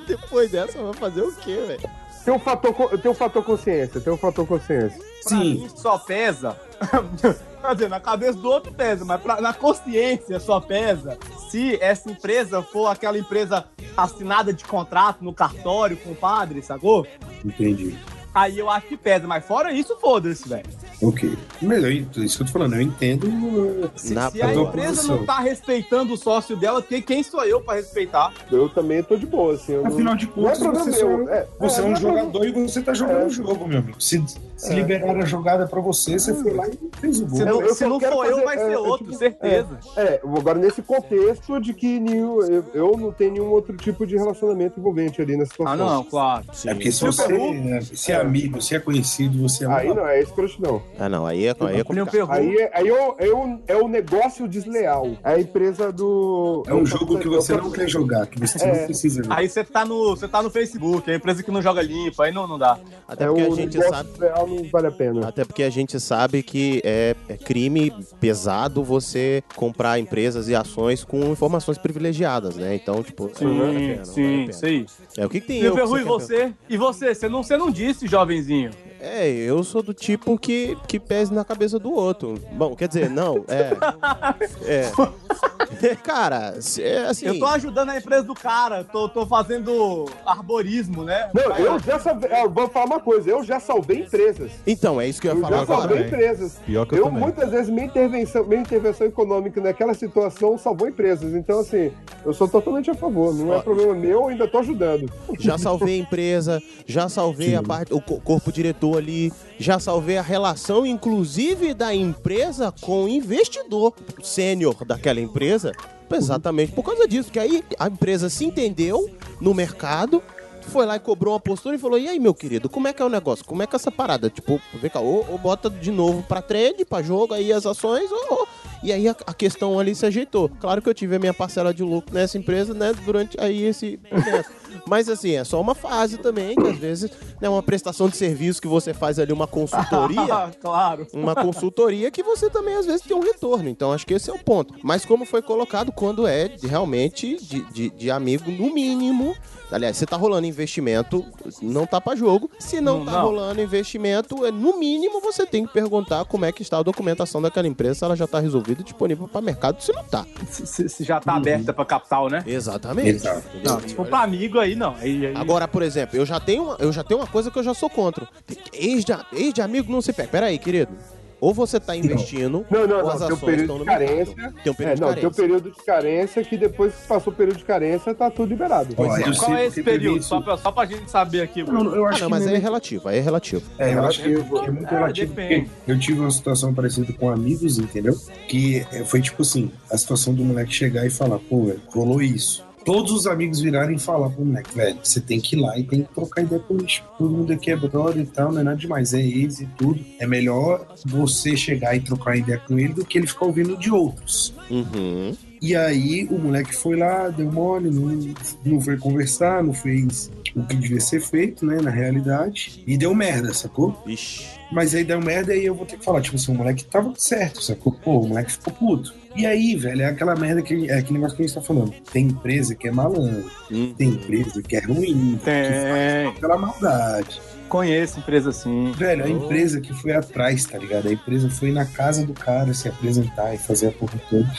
S2: Depois dessa, vai fazer o quê, velho?
S1: Tem um fator, co- tem um fator consciência, tem um fator consciência.
S3: Sim. só pesa. (laughs) Quer dizer, na cabeça do outro pesa, mas pra- na consciência só pesa se essa empresa for aquela empresa assinada de contrato no cartório com o padre, sacou?
S8: Entendi.
S3: Aí eu acho que pesa, mas fora isso, foda-se, velho.
S8: Ok. Mas eu, ent- isso que eu tô falando, eu entendo. uh,
S2: Na
S3: Se a
S8: tua
S3: empresa
S8: posição.
S1: assim.
S3: não tá respeitando o sócio dela, que- quem sou eu pra respeitar?
S1: Eu também tô de boa, assim. eu não-
S8: Afinal de
S1: não é
S8: contas,
S1: problema
S8: você,
S1: meu.
S8: é, você é,
S1: não
S8: um
S1: problema-
S8: jogador e você tá jogando
S1: É.
S8: um jogo, meu amigo. Se, se
S1: É.
S8: liberaram a jogada pra você, você foi lá e fez o gol.
S3: Se não,
S1: Eu- eu
S3: se
S1: só
S3: não
S1: quero
S3: for eu,
S1: fazer-
S3: vai
S1: é,
S3: ser
S1: é
S3: outro,
S1: tipo-
S3: certeza.
S1: É, agora nesse contexto de que nenhum, eu, eu não tenho nenhum outro tipo de relacionamento envolvente ali na situação.
S3: Ah, não, claro.
S8: É porque se
S3: Meu
S8: você
S3: Peru?
S8: é, se é amigo, se é conhecido, você é um
S1: Aí não, é escrotidão.
S2: Ah, não, aí é, aí é
S3: Meu
S2: complicado.
S3: Peru.
S1: Aí, é- aí é, o, é, o, é o negócio desleal. É a empresa do.
S8: É um jogo que você
S1: é o
S8: não quer jogar, que você
S1: É.
S8: não precisa jogar.
S3: Aí você tá no, você tá no Facebook, é a empresa que não joga limpa, aí não, não dá.
S2: Até
S1: É
S2: porque
S1: o
S2: a gente
S1: negócio
S2: sabe...
S1: desleal não vale a pena.
S2: Até porque a gente sabe que é, é crime pesado você comprar empresas e ações com informações privilegiadas, né? Então, tipo, não vale
S1: Uhum.
S2: a pena, não vale a pena.
S3: aí.
S2: É, o que, que tem
S3: Meu
S2: eu? que
S3: Ferru, e
S2: quer-
S3: você? E você? Você não, você não disse, jovenzinho.
S2: É, eu sou do tipo que, que pese na cabeça do outro. Bom, quer dizer, não, é.
S3: (laughs)
S2: É. (laughs) Cara, se- é assim.
S3: Eu tô ajudando a empresa do cara, tô, tô fazendo arborismo, né?
S1: Não, eu já salvei. eu vou falar uma coisa, eu já salvei empresas.
S2: Então, é isso que eu ia
S1: Eu
S2: falar
S1: já
S2: agora.
S1: salvei
S4: também.
S1: empresas.
S4: Pior que eu,
S1: Eu,
S4: também.
S1: muitas vezes, minha intervenção, minha intervenção econômica naquela situação salvou empresas. Então, assim, eu sou totalmente a favor. Não
S2: Ó.
S1: é problema meu, eu ainda tô ajudando.
S2: Já salvei a empresa, já salvei a parte, o co- corpo diretor ali, já salvei a relação, inclusive, da empresa com o investidor sênior daquela empresa. Exatamente por causa disso, que aí a empresa se entendeu no mercado, foi lá e cobrou uma postura e falou: E aí, meu querido, como é que é o negócio? Como é que é essa parada? Tipo, vem cá, ou, ou bota de novo pra trade, pra jogo aí as ações, ou. ou- E aí a, a questão ali se ajeitou. Claro que eu tive a minha parcela de lucro nessa empresa, né, durante aí esse processo. Mas assim, é só uma fase também, que às vezes, né, uma prestação de serviço que você faz ali, uma
S3: (laughs)
S2: consultoria
S3: Ah, claro.
S2: uma consultoria que você também às vezes tem um retorno. Então acho que esse é o ponto. Mas como foi colocado, quando é de- realmente de, de, de amigo, no mínimo. Aliás, você tá rolando investimento, não tá pra jogo. Se não,
S3: Não,
S2: tá
S3: não.
S2: rolando investimento, é, no mínimo você tem que perguntar como é que está a documentação daquela empresa, se ela já tá resolvida e disponível pra mercado, se não tá.
S3: Se, se- se já tá
S1: Uhum.
S3: aberta pra capital, né?
S2: Exatamente.
S8: Exato.
S2: Entendeu?
S3: Não, se for pra amigo aí, não. Aí,
S1: Tá
S3: aí-
S2: Agora, por exemplo, eu já tenho uma, eu já tenho uma coisa que eu já sou contra. Ex de, ex de amigo não se pega. Pera aí, querido. Ou você tá investindo,
S1: (laughs) Não, não,
S2: ou
S1: não.
S2: as
S1: Tem um
S2: ações estão
S1: período
S2: no
S1: de
S2: mercado.
S1: carência.
S2: Tem um
S1: É,
S2: período
S1: não,
S2: de
S1: tem um
S2: carência.
S1: período de carência que depois que passou o período de carência, tá tudo liberado.
S8: Ó, eu
S3: Qual
S8: sei
S3: é esse
S8: porque
S3: período?
S8: teve
S3: Só pra, só pra gente saber aqui.
S8: Eu, eu
S2: Ah,
S8: acho
S2: não,
S8: que
S2: mas aí é
S8: nem-
S2: relativo, aí é relativo.
S8: É, eu acho que é muito
S3: É,
S8: relativo.
S3: depende.
S8: Porque eu tive uma situação parecida com amigos, entendeu? Que eh, foi tipo assim: a situação do moleque chegar e falar, pô, velho, rolou isso. Todos os amigos virarem e falar pro moleque, velho, você tem que ir lá e tem que trocar ideia com o lixo. Todo mundo aqui é brother e tal, não é nada demais, é ex e tudo. É melhor você chegar e trocar ideia com ele do que ele ficar ouvindo de outros.
S2: Uhum.
S8: E aí o moleque foi lá, deu mole, não, não foi conversar, não fez o que devia ser feito, né, na realidade. E deu merda, sacou?
S2: Ixi.
S8: mas aí deu merda e eu vou ter que falar, tipo assim, o moleque tava certo, sacou? Pô, o moleque ficou puto. E aí, velho, é aquela merda que é aquele negócio que a gente tá falando. Tem empresa que é malandro,
S1: Hum.
S8: tem empresa que é ruim,
S3: Tem.
S8: pela maldade.
S3: é, Conheço empresa assim.
S8: Velho, a empresa que foi atrás, tá ligado? A empresa foi na casa do cara se apresentar e fazer a porra toda.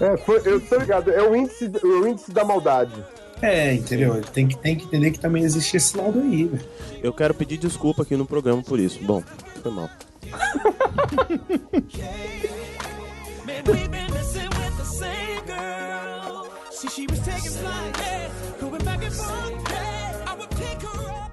S1: É, foi, eu tô ligado, é o índice, o índice da maldade.
S8: É, entendeu? Tem que, tem que entender que também existe esse lado aí, velho.
S2: Eu quero pedir desculpa aqui no programa por isso. Bom, foi mal.
S9: Man, we've been messing with the same girl. See, she was taking flight, yeah, going back and forth. yeah. I would pick her up.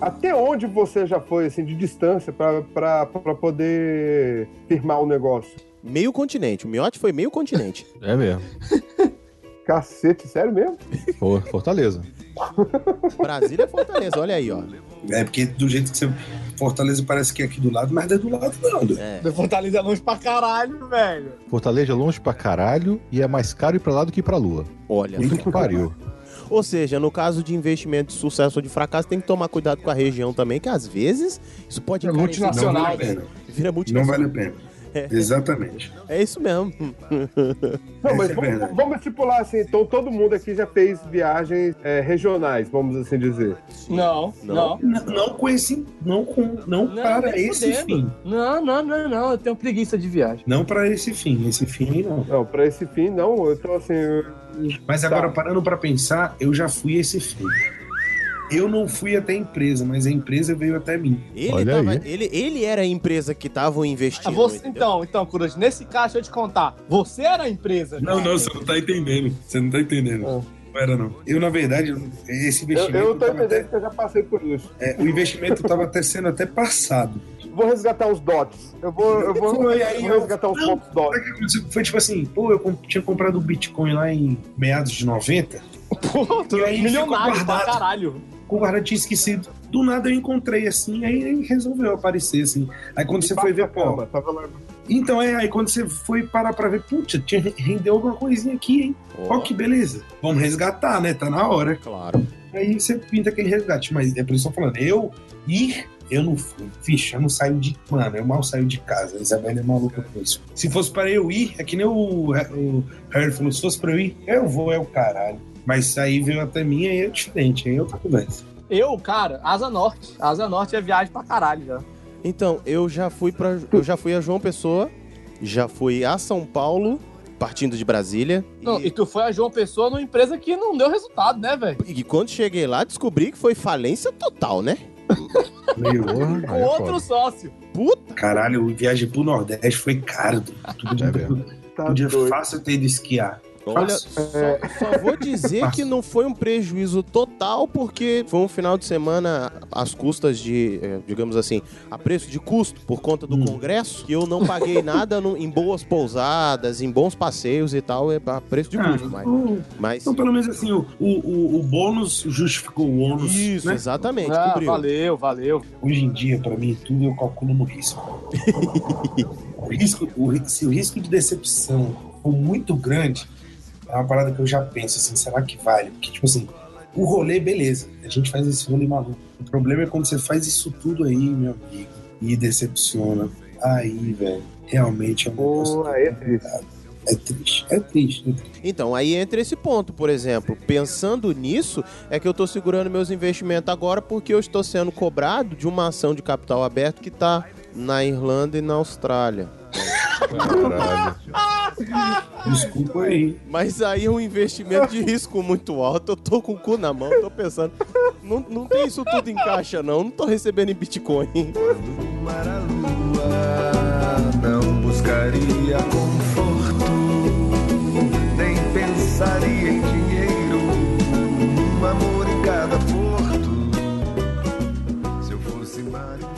S1: Até onde você já foi, assim, de distância pra, pra, pra poder firmar o negócio?
S2: Meio continente. O miote foi meio continente.
S4: É mesmo.
S1: Cacete, sério mesmo?
S4: Pô, Fortaleza.
S2: Brasília é Fortaleza, olha aí, ó.
S8: É porque do jeito que você. Fortaleza parece que é aqui do lado, mas não é do lado, não. doido.
S3: Fortaleza é longe pra caralho, velho.
S4: Fortaleza é longe pra caralho e é mais caro ir pra lá do que ir pra lua.
S2: Olha.
S4: Puta que pariu.
S2: Ou seja, no caso de investimento de sucesso ou de fracasso, tem que tomar cuidado com a região também, que às vezes isso pode
S8: É
S2: encarecer
S8: multinacional, né?
S2: demais.
S8: velho.
S2: Vira
S8: Não
S2: multinacional.
S8: vale a
S1: (laughs)
S8: pena.
S2: É.
S8: Exatamente.
S2: É isso mesmo.
S1: Não, mas
S8: Essa é
S1: vamos,
S8: a verdade.
S1: vamos estipular assim, então todo mundo aqui já fez viagens é, regionais, vamos assim dizer.
S3: Não,
S1: Não.
S3: não.
S8: Não, não com esse. Não, com, não, para
S3: nem
S8: esse
S3: fudendo.
S8: fim.
S3: Não, não, não, não. Eu tenho preguiça de viagem.
S8: Não para esse fim. Esse fim aí não.
S1: Não, pra esse fim, não. Então, assim,
S8: Mas agora,
S1: Tá.
S8: parando pra pensar, eu já fui esse fim. Eu não fui até a empresa, mas a empresa veio até mim.
S2: Ele,
S4: Olha
S2: tava-
S4: aí.
S2: ele, ele era a empresa que estavam
S3: Ah,
S2: investindo.
S3: você-
S2: entendeu?
S3: então, então, Coruja, nesse caso, deixa eu te contar. Você era a empresa.
S8: Não, não, você não tá entendendo. Você não tá entendendo. Não era, não. Eu, na verdade, esse
S1: Ah. eu,
S8: investimento.
S1: eu tô
S8: tava até-
S1: entendendo que tá eu já passei por isso.
S8: é, o investimento estava até sendo até passado.
S1: Vou resgatar os dots. Eu vou, eu vou,
S8: Foi, aí
S1: eu
S8: eu-
S1: vou resgatar os
S8: Não.
S1: pontos dots.
S8: Sabe o que aconteceu? Foi tipo assim, pô, eu comp- tinha comprado o Bitcoin lá em meados de 90.
S3: Puta,
S9: é
S8: E aí ficou
S3: milionário pra
S8: guardado.
S3: caralho.
S8: com o guarda tinha esquecido. Do nada eu encontrei assim, aí ele resolveu aparecer assim. Aí quando você foi ver, pô.
S1: Calma, tava lá.
S8: Então é, aí quando você foi parar pra ver, putz, tinha- rendeu alguma coisinha aqui, hein?
S2: Ó,
S8: Ó que beleza. Vamos resgatar, né? Tá na hora.
S3: então.
S2: Claro.
S8: Aí você pinta aquele resgate, mas é por isso que eu tô falando, eu ir, eu não fui. Ficha, eu não saio de. Mano, eu mal saio de casa. A Isabela é maluca por isso. Se fosse para eu ir, é que nem o, o Harry falou, se fosse pra eu ir, eu vou, é o caralho. Mas aí veio até mim, aí é diferente, aí é outra conversa.
S3: Eu, cara, Asa Norte. Asa Norte é viagem pra caralho já.
S2: Então, eu já fui para eu já fui a João Pessoa, já fui a São Paulo, partindo de Brasília.
S3: Não,
S2: e,
S3: e tu foi a João Pessoa numa empresa que não deu resultado, né, velho?
S2: e quando cheguei lá, descobri que foi falência total, né?
S8: Meu,
S4: Porra,
S3: Com
S4: aí é
S3: outro
S4: foda.
S3: sócio.
S2: Puta,
S8: caralho, viagem pro Nordeste foi caro. Tudo
S4: É mesmo.
S1: Tá
S8: podia
S1: doido.
S8: Um fácil ter ido esquiar.
S2: olha,
S8: Fácil.
S2: só, só vou dizer que não foi um prejuízo total, porque foi um final de semana às custas de, eh, digamos assim, a preço de custo por conta do
S8: Hum.
S2: congresso, que eu não paguei nada no- em boas pousadas, em bons passeios e tal, é a preço de
S8: Ah,
S2: custo, mas,
S8: então-
S2: mas
S8: Então, pelo menos assim, o, o, o- o bônus justificou o ônus.
S2: isso,
S8: né?
S2: exatamente,
S3: Ah,
S2: cobriu.
S3: valeu, valeu.
S8: Hoje em dia, pra mim, tudo eu calculo no risco.
S9: (laughs)
S8: o risco o, ri- se o risco de decepção for muito grande, é uma parada que eu já penso assim, será que vale? Porque, tipo assim, o rolê, beleza. A gente faz esse rolê maluco. O problema é quando você faz isso tudo aí, meu amigo, e decepciona. Aí, velho, realmente é um negócio
S1: Pô, aí é triste.
S8: É triste, é triste. né?
S2: Então, aí entra esse ponto, por exemplo. Pensando nisso, é que eu tô segurando meus investimentos agora porque eu estou sendo cobrado de uma ação de capital aberto que tá na Irlanda e na Austrália.
S4: é Caralho.
S8: Desculpa aí.
S2: Mas aí é um investimento de risco muito alto. Eu tô com o cu na mão, tô pensando. Não, não tem isso tudo em caixa, não. Não tô recebendo em Bitcoin.
S9: Não buscaria conforto, nem pensaria em dinheiro, um amor em cada porto. Se eu fosse marinheiro.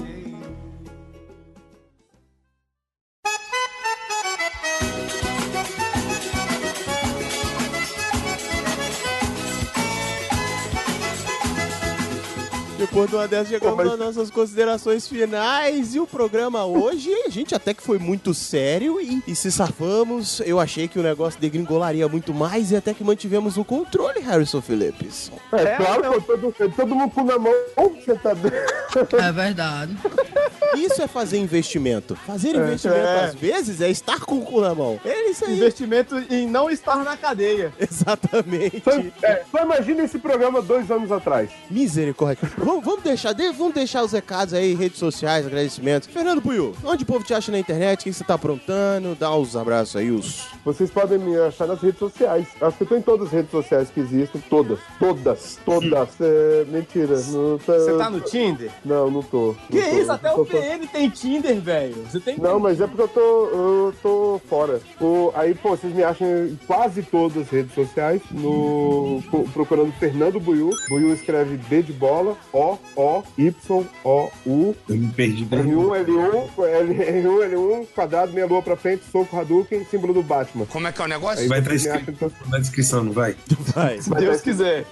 S2: Eu Depois de uma dessas, chegamos nas nossas considerações finais. E o programa hoje, a gente até que foi muito sério e, e se safamos. Eu achei que o negócio degringolaria muito mais e até que mantivemos o controle, Harrison Phillips.
S1: É, claro, pô, todo, todo mundo com na mão, (laughs) você tá
S2: É verdade. Isso é fazer investimento. Fazer investimento,
S3: é.
S2: às vezes, é estar com o cu na mão. É isso aí.
S3: Investimento em não estar na cadeia.
S2: Exatamente.
S1: É, só imagina esse programa dois anos atrás.
S2: Misericórdia. Vamos, vamos deixar, de- vamos deixar os recados aí, redes sociais, agradecimentos. Fernando Puiu, onde o povo te acha na internet? O que você tá aprontando? Dá os abraços aí, os.
S1: Vocês podem me achar nas redes sociais. Acho que eu tô em todas as redes sociais que existem. Todas. Todas. Todas. É, mentira. Você
S3: tá no Tinder?
S1: Não, não tô.
S3: Que
S1: não tô.
S3: isso? Até o
S1: Tô- tô-
S3: PN tem Tinder, velho. Você tem
S1: Não, mas é porque eu tô, eu tô fora. O- aí, pô, vocês me acham em quase todas as redes sociais, no, co- procurando Fernando Buiu. Buiu escreve B de bola, O, O, Y, O, U.
S8: Eu me perdi pra mim.
S1: R1, L1, R1, L1, quadrado, meia lua pra frente, soco Hadouken, símbolo do Batman.
S9: Como é que é o
S1: negócio?
S8: Vai estar escrito na descrição, não vai?
S2: (laughs) Vai.
S1: Se Deus
S3: quiser.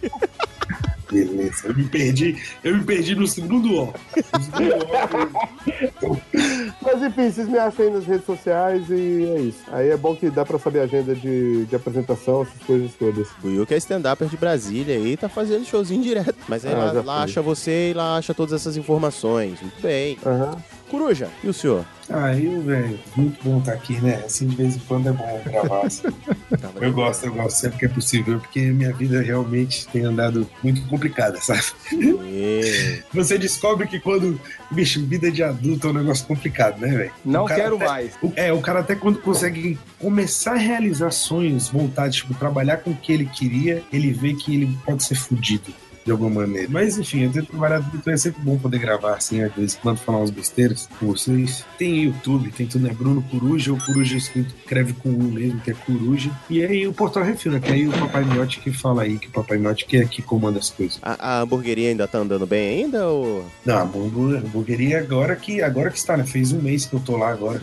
S8: Beleza. Eu me perdi. Eu me perdi no segundo ó.
S1: Mas enfim, vocês me acham aí nas redes sociais e é isso. Aí é bom que dá pra saber a agenda de, de apresentação, essas coisas todas.
S2: Buiu que é stand-upper de Brasília aí, tá fazendo showzinho direto. Mas aí
S1: Ah,
S2: lá,
S1: já
S2: lá
S1: fui.
S2: acha você e lá acha todas essas informações. Muito bem. Coruja, e o senhor?
S8: Aí, velho, muito bom estar aqui, né? Assim, de vez em quando é bom gravar. assim. (laughs) (laughs) eu gosto, eu gosto sempre que é possível, porque minha vida realmente tem andado muito complicada, sabe? Você descobre que quando. Bicho, vida de adulto é um negócio complicado, né, velho?
S3: Não
S8: O cara
S3: quero
S8: até-
S3: mais.
S8: o- É, o cara até quando consegue começar a realizar sonhos, vontades, tipo, trabalhar com o que ele queria, ele vê que ele pode ser fudido. De alguma maneira. Mas enfim, eu tenho trabalhado muito, é sempre bom poder gravar assim, às vezes, quando falar umas besteiras com vocês. Tem YouTube, tem tudo, né? Bruno Coruja, ou Coruja escrito, escreve com U mesmo, que é Coruja. E aí o Portal Refil, né? Que aí o Papai Miotti que fala aí, que o Papai Miotti que é que comanda as coisas.
S2: A, a hamburgueria ainda tá andando bem ainda ou.
S8: Não, a hamburgu- hamburgueria agora que, agora que está, né? Fez um mês que eu tô lá agora.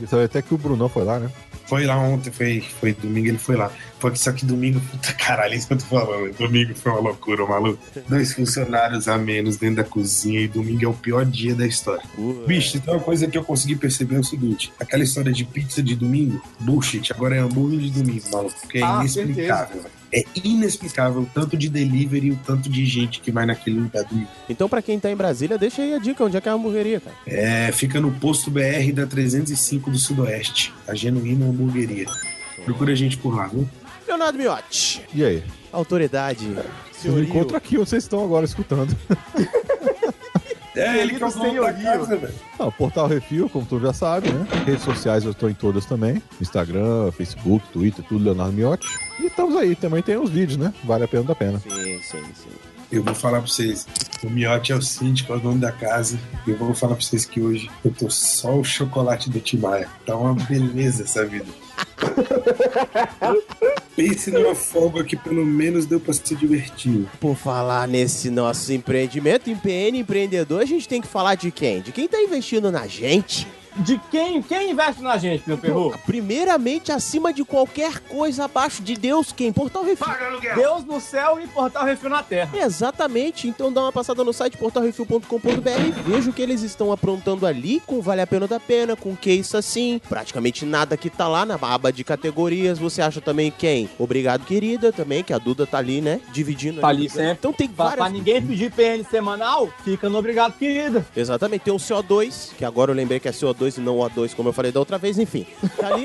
S4: Então, até que o Brunão foi lá, né?
S8: Foi lá ontem, foi, foi domingo, ele foi lá. Foi que só que domingo, puta caralho, é isso que eu tô falando. Domingo foi uma loucura, maluco. Dois funcionários a menos dentro da cozinha e domingo é o pior dia da história.
S3: É.
S8: Bicho, então uma coisa que eu consegui perceber é o seguinte: aquela história de pizza de domingo, bullshit, agora é hambúrguer de domingo, maluco, porque é
S3: Ah,
S8: inexplicável.
S3: certeza.
S8: É inexplicável o tanto de delivery e o tanto de gente que vai naquele lugar domingo.
S2: Então, pra quem tá em Brasília, deixa aí a dica onde é que é a hamburgueria, cara.
S8: É, fica no posto BR da 305 do Sudoeste, a genuína hamburgueria. Procura a gente por lá, viu?
S2: Leonardo Miotti.
S4: E aí?
S2: Autoridade.
S4: Vocês me encontram aqui, onde vocês estão agora escutando.
S8: É, ele que é o dono da casa, velho.
S4: Não, Ah, Portal Refil, como tu já sabe, né? Redes sociais eu estou em todas também. Instagram, Facebook, Twitter, tudo Leonardo Miotti. E estamos aí, também tem os vídeos, né? Vale a pena da pena.
S2: Sim, sim, sim.
S8: Eu vou falar pra vocês, o Miotti é o síndico, é o dono da casa. Eu vou falar pra vocês que hoje eu tô só o chocolate do Timaya. Tá uma beleza essa vida. Pense numa folga que pelo menos deu pra se divertir.
S2: Por falar nesse nosso empreendimento, em PN Empreendedor, a gente tem que falar de quem? De quem tá investindo na gente.
S3: De quem? Quem investe na gente, meu perro?
S2: Primeiramente, acima de qualquer coisa, abaixo de Deus, quem? Portal Refil.
S3: Deus no céu e Portal Refil na terra.
S2: Exatamente, então dá uma passada no site portalrefil.com.br e veja o que eles estão aprontando ali com Vale a Pena da Pena, com que isso assim, praticamente nada que tá lá na aba de categorias. Você acha também quem? Obrigado, querida, também, que a Duda tá ali, né? Dividindo
S3: Tá ali sempre.
S2: Então tem
S3: Pra, pra
S2: várias.
S3: ninguém pedir PN semanal, fica no obrigado, querida.
S2: Exatamente, tem o CO2, que agora eu lembrei que é CO2 e não O2, como eu falei da outra vez, enfim. Tá (laughs) ali,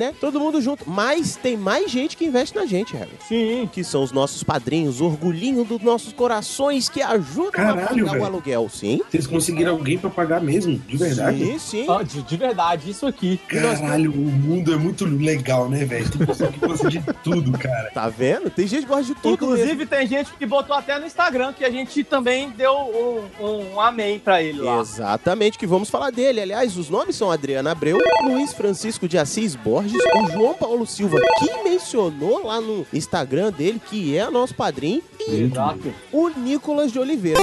S2: né? Todo mundo junto. Mas tem mais gente que investe na gente, Harry.
S3: Sim.
S2: Que são os nossos padrinhos, orgulhinho dos nossos corações que ajudam a
S8: Caralho,
S2: pagar
S8: velho.
S2: o aluguel, sim.
S8: Vocês conseguiram alguém pra pagar mesmo, de verdade?
S2: Sim, sim.
S3: Ah, De, de verdade, isso aqui. assim.
S8: Caralho, o mundo é muito legal, né, velho? Tem pessoa que gosta de tudo, cara.
S2: Tá vendo? Tem gente que gosta de tudo.
S3: Inclusive,
S2: mesmo.
S3: tem gente que botou até no Instagram que a gente também deu um, um, amém pra ele lá.
S2: Exatamente, que vamos falar dele. Aliás, os nomes são Adriana Abreu, Luiz Francisco de Assis Borges, o João Paulo Silva, que mencionou lá no Instagram dele que é nosso padrinho, e
S3: Exato.
S2: o Nicolas de Oliveira.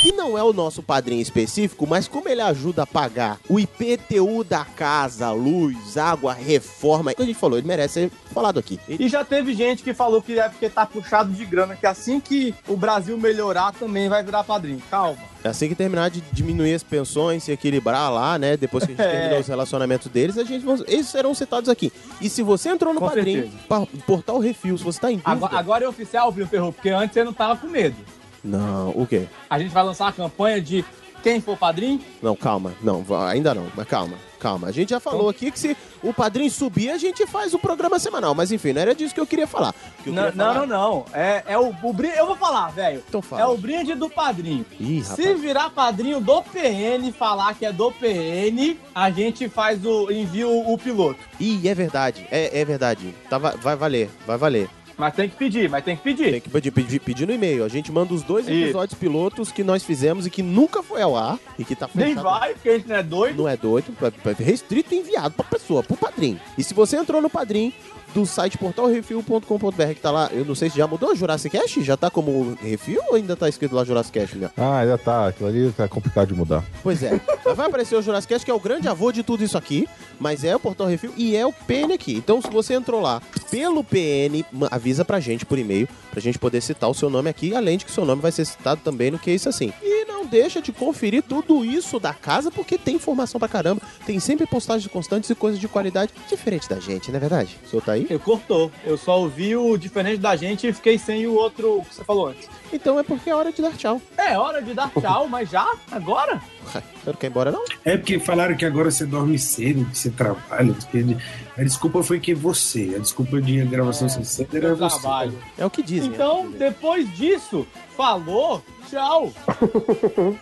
S2: que não é o nosso padrinho específico, mas como ele ajuda a pagar o IPTU da casa, luz, água, reforma, que a gente falou, ele merece ser falado aqui.
S3: E já teve gente que falou que é porque tá puxado de grana, que assim que o Brasil melhorar também vai virar padrinho. Calma.
S2: Assim que terminar de diminuir as pensões, se equilibrar lá, né? Depois que a gente
S3: (laughs) É.
S2: terminar os relacionamentos deles, a gente vão- eles serão citados aqui. E se você entrou no
S3: Com
S2: padrinho, pa- portal Refil, se você tá em dúvida...
S3: Agora, agora é oficial, viu, Ferro? Porque antes você não tava com medo.
S2: Não, o quê?
S3: A gente vai lançar uma campanha de quem for padrinho.
S2: Não, calma. Não, va- ainda não. Mas calma, calma. A gente já
S3: Então-
S2: falou aqui que se o padrinho subir, a gente faz o programa semanal. Mas enfim, não era disso que eu queria falar. O que eu
S3: Não,
S2: queria falar-
S3: não, não, não. É, é o, o brinde. Eu vou falar, velho.
S2: Então fala.
S3: É o brinde do padrinho.
S2: Ih,
S3: Se virar padrinho do PN, e falar que é do PN, a gente faz o envia o, o piloto.
S2: Ih, é verdade. É, é verdade. Tá, va- vai valer, vai valer.
S3: Mas tem que pedir, mas tem que pedir.
S2: Tem que pedir, pedir, pedir no e-mail. A gente manda os dois
S3: Isso.
S2: episódios pilotos que nós fizemos e que nunca foi ao ar e que tá
S3: Nem
S2: fechado.
S3: vai, porque a gente não é doido.
S2: Não é doido, é- é restrito e enviado pra pessoa, pro padrinho. E se você entrou no padrinho do site portalrefil.com.br que tá lá, eu não sei se já mudou Jurassic Cash, já tá como refil ou ainda tá escrito lá Jurassic Cash já?
S4: Ah, ainda tá. Aquilo ali tá complicado de mudar.
S2: Pois é. Mas vai aparecer o Jurassic Cast, que é o grande avô de tudo isso aqui, mas é o Portal Refil e é o PN aqui. Então, se você entrou lá pelo PN, ma- avisa pra gente por e-mail, pra gente poder citar o seu nome aqui, além de que seu nome vai ser citado também no Que É Isso Assim. E não deixa de conferir tudo isso da casa, porque tem informação pra caramba, tem sempre postagens constantes e coisas de qualidade diferente da gente, não é verdade? O senhor tá aí?
S3: Eu cortou. Eu só ouvi o diferente da gente e fiquei sem o outro que você falou antes.
S2: Então é porque é hora de dar tchau.
S3: É hora de dar
S8: (laughs)
S3: tchau, mas já? Agora?
S2: Você não quer ir embora, não?
S8: É porque falaram que agora você dorme cedo, que você trabalha. que- A desculpa foi que você. A desculpa de gravação sem cedo era
S3: Eu
S8: você.
S3: trabalho.
S2: É o que dizem.
S3: Então, depois disso, falou, tchau.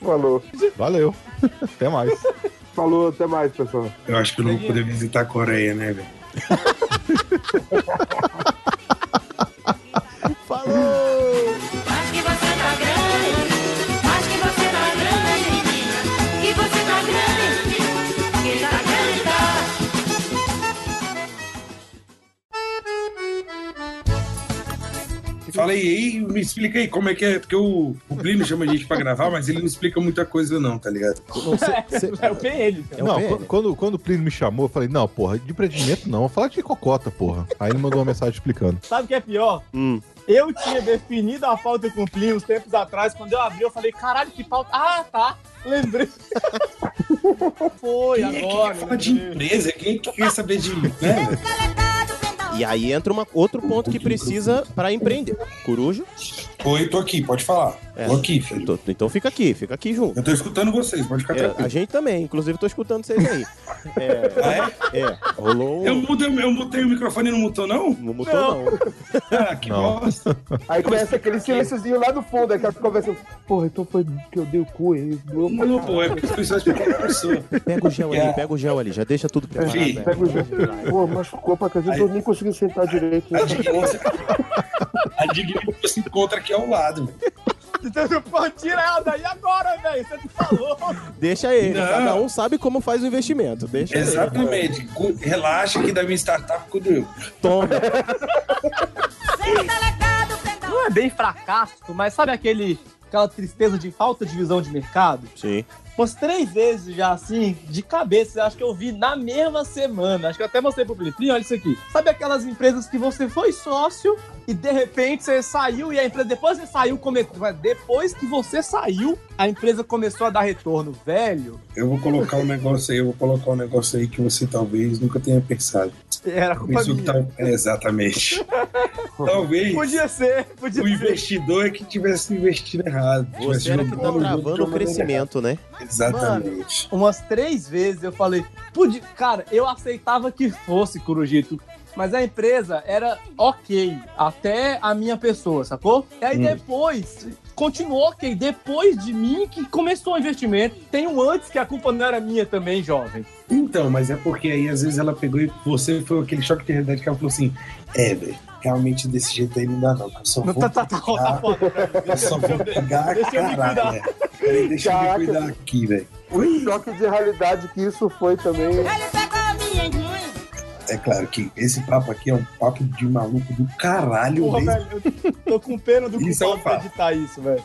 S1: Falou.
S4: Valeu. (laughs) Até mais.
S1: Falou, até mais, pessoal.
S8: Eu acho que eu não vou poder visitar a Coreia, né, velho?
S7: Acho que você tá grande, acho que você tá grande, que você tá grande, que tá grande tá.
S8: Fala aí, aí, me explica aí como é que é. Porque o, o Plínio chama a gente pra gravar, mas ele não explica muita coisa, não, tá ligado?
S3: É o PN. cara.
S4: não, quando- quando, quando o Plínio me chamou, eu falei, não, porra, de empreendimento não, fala de cocota, porra. Aí ele mandou uma mensagem explicando.
S3: Sabe o que é pior?
S8: Hum.
S3: Eu tinha definido a pauta com o Plínio uns tempos atrás. Quando eu abri, eu falei, caralho, que pauta. Ah, tá.
S8: (laughs)
S3: Lembrei. Foi
S8: é
S3: agora.
S8: Fala de empresa, quem que quer saber de. Né, velho?
S2: E aí entra uma, outro ponto que precisa pra empreender. Coruja?
S8: Oi, tô aqui, pode falar. Tô aqui, filho.
S2: Tô- então fica aqui, fica aqui junto.
S8: Eu tô escutando vocês, pode ficar
S2: É,
S8: tranquilo.
S2: a gente também, inclusive tô escutando vocês aí. É, é? rolou um...
S8: Eu, mudei, eu mutei o microfone e não mutou, não?
S2: Não mutou, não.
S8: Ah, que bosta.
S1: Aí começa aquele silênciozinho lá do fundo, é aquela conversa. assim. Porra, então foi que eu dei o cu aí. doeu pra
S8: Não, pô, é porque as pessoas ficam com a pessoa.
S2: Pega o gel
S8: É.
S2: ali, pega o gel ali, já deixa tudo preparado.
S8: Fih,
S2: né?
S1: Pega o (laughs) jogo. Pô, machucou pra cacete, eu nem consegui sentar direito. né?
S8: A dignidade, a dignidade se encontra aqui ao lado. velho.
S3: Então, não pode tirar ela daí agora, velho. Você falou.
S2: Deixa ele,
S8: Não.
S2: cada um sabe como faz o investimento. Deixa ele.
S8: Exatamente. Cu- Relaxa que da minha startup cuido eu.
S2: Toma.
S3: Não é bem fracasso, mas sabe aquele, aquela tristeza de falta de visão de mercado?
S2: Sim.
S3: Umas três vezes já, assim, de cabeça, eu acho que eu vi na mesma semana. Acho que eu até mostrei pro Felipe. Olha isso aqui. Sabe aquelas empresas que você foi sócio e de repente você saiu e a empresa, depois que você saiu, come... depois que você saiu, a empresa começou a dar retorno, velho.
S8: Eu vou colocar um negócio aí, eu vou colocar um negócio aí que você talvez nunca tenha pensado.
S3: Era culpa
S8: Isso
S3: minha.
S8: tal-
S3: (laughs)
S8: é, exatamente. talvez
S3: Podia ser, podia
S8: o
S3: ser.
S8: investidor é que tivesse investido errado. tivesse
S2: Você era que tá
S8: jogado jogo
S2: travando
S8: de uma
S2: o
S8: maneira
S2: crescimento, né?
S8: errada. Exatamente.
S3: umas três vezes eu falei, pude, cara, eu aceitava que fosse Curujito, mas a empresa era ok até a minha pessoa, sacou? E aí
S8: Hum.
S3: depois continuou ok, depois de mim que começou o investimento. Tem um antes que a culpa não era minha também,
S8: (laughs)
S3: jovem.
S8: Então, mas é porque aí às vezes ela pegou e você foi aquele choque de realidade que ela falou assim: é, velho, realmente desse jeito aí não dá não. que Eu só
S3: Não,
S8: vou
S3: tá, tá, tá, tá
S8: pegar-
S3: foda.
S8: Eu só vou pegar a
S3: Deixa eu me cuidar.
S8: caralho. né? Peraí, deixa eu me
S1: Caraca.
S8: cuidar aqui, velho.
S1: O choque de realidade que isso foi também.
S7: Ele pegou a minha em ruim.
S8: É claro que esse papo aqui é um papo de maluco do caralho
S3: Porra,
S8: mesmo.
S3: velho, eu tô com pena do
S8: Isso é um
S3: culpado pra
S8: fato.
S3: editar isso, velho.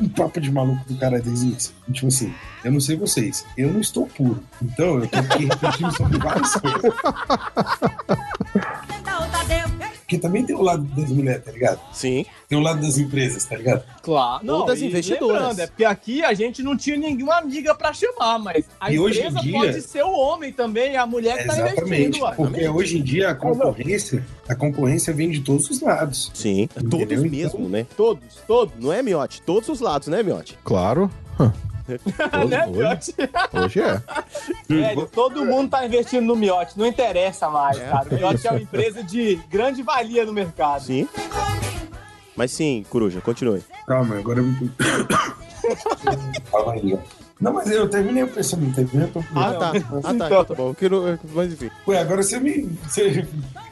S8: um papo de maluco do cara desde o início. Tipo assim, eu não sei vocês, eu não estou puro. Então eu tenho que refletir sobre várias coisas.
S7: Então,
S8: Porque também tem o lado das mulheres, tá ligado?
S2: Sim.
S8: Tem o lado das empresas, tá ligado?
S3: Claro.
S8: Ou das
S3: e
S8: investidoras.
S3: lembrando, é porque aqui a gente não tinha nenhuma amiga pra chamar, mas a
S8: E hoje em
S3: empresa
S8: dia-
S3: pode ser o homem também, e a mulher que tá
S8: Exatamente.
S3: investindo. ué.
S8: Porque hoje em dia a concorrência, a concorrência vem de todos os lados.
S2: Sim, todos mesmo, né?
S3: Todos, todos.
S2: Não é, Miote? Todos os lados, né, Miote?
S4: Claro. (laughs)
S3: (laughs) né,
S2: Hoje-
S3: Miote?
S4: Hoje é.
S3: (laughs) Velho, todo mundo tá investindo no Miote, não interessa mais, cara. O Miote é uma empresa de grande valia no mercado.
S2: Sim. Mas sim, Coruja, continue.
S8: Calma, agora eu
S3: (laughs)
S8: me... Fala aí, ó. Não, mas eu terminei o pensamento, terminei o pensamento.
S2: Ah, tá. Ah, tá, então tá bom. Que não- Mas enfim.
S8: Ué, agora você me. Você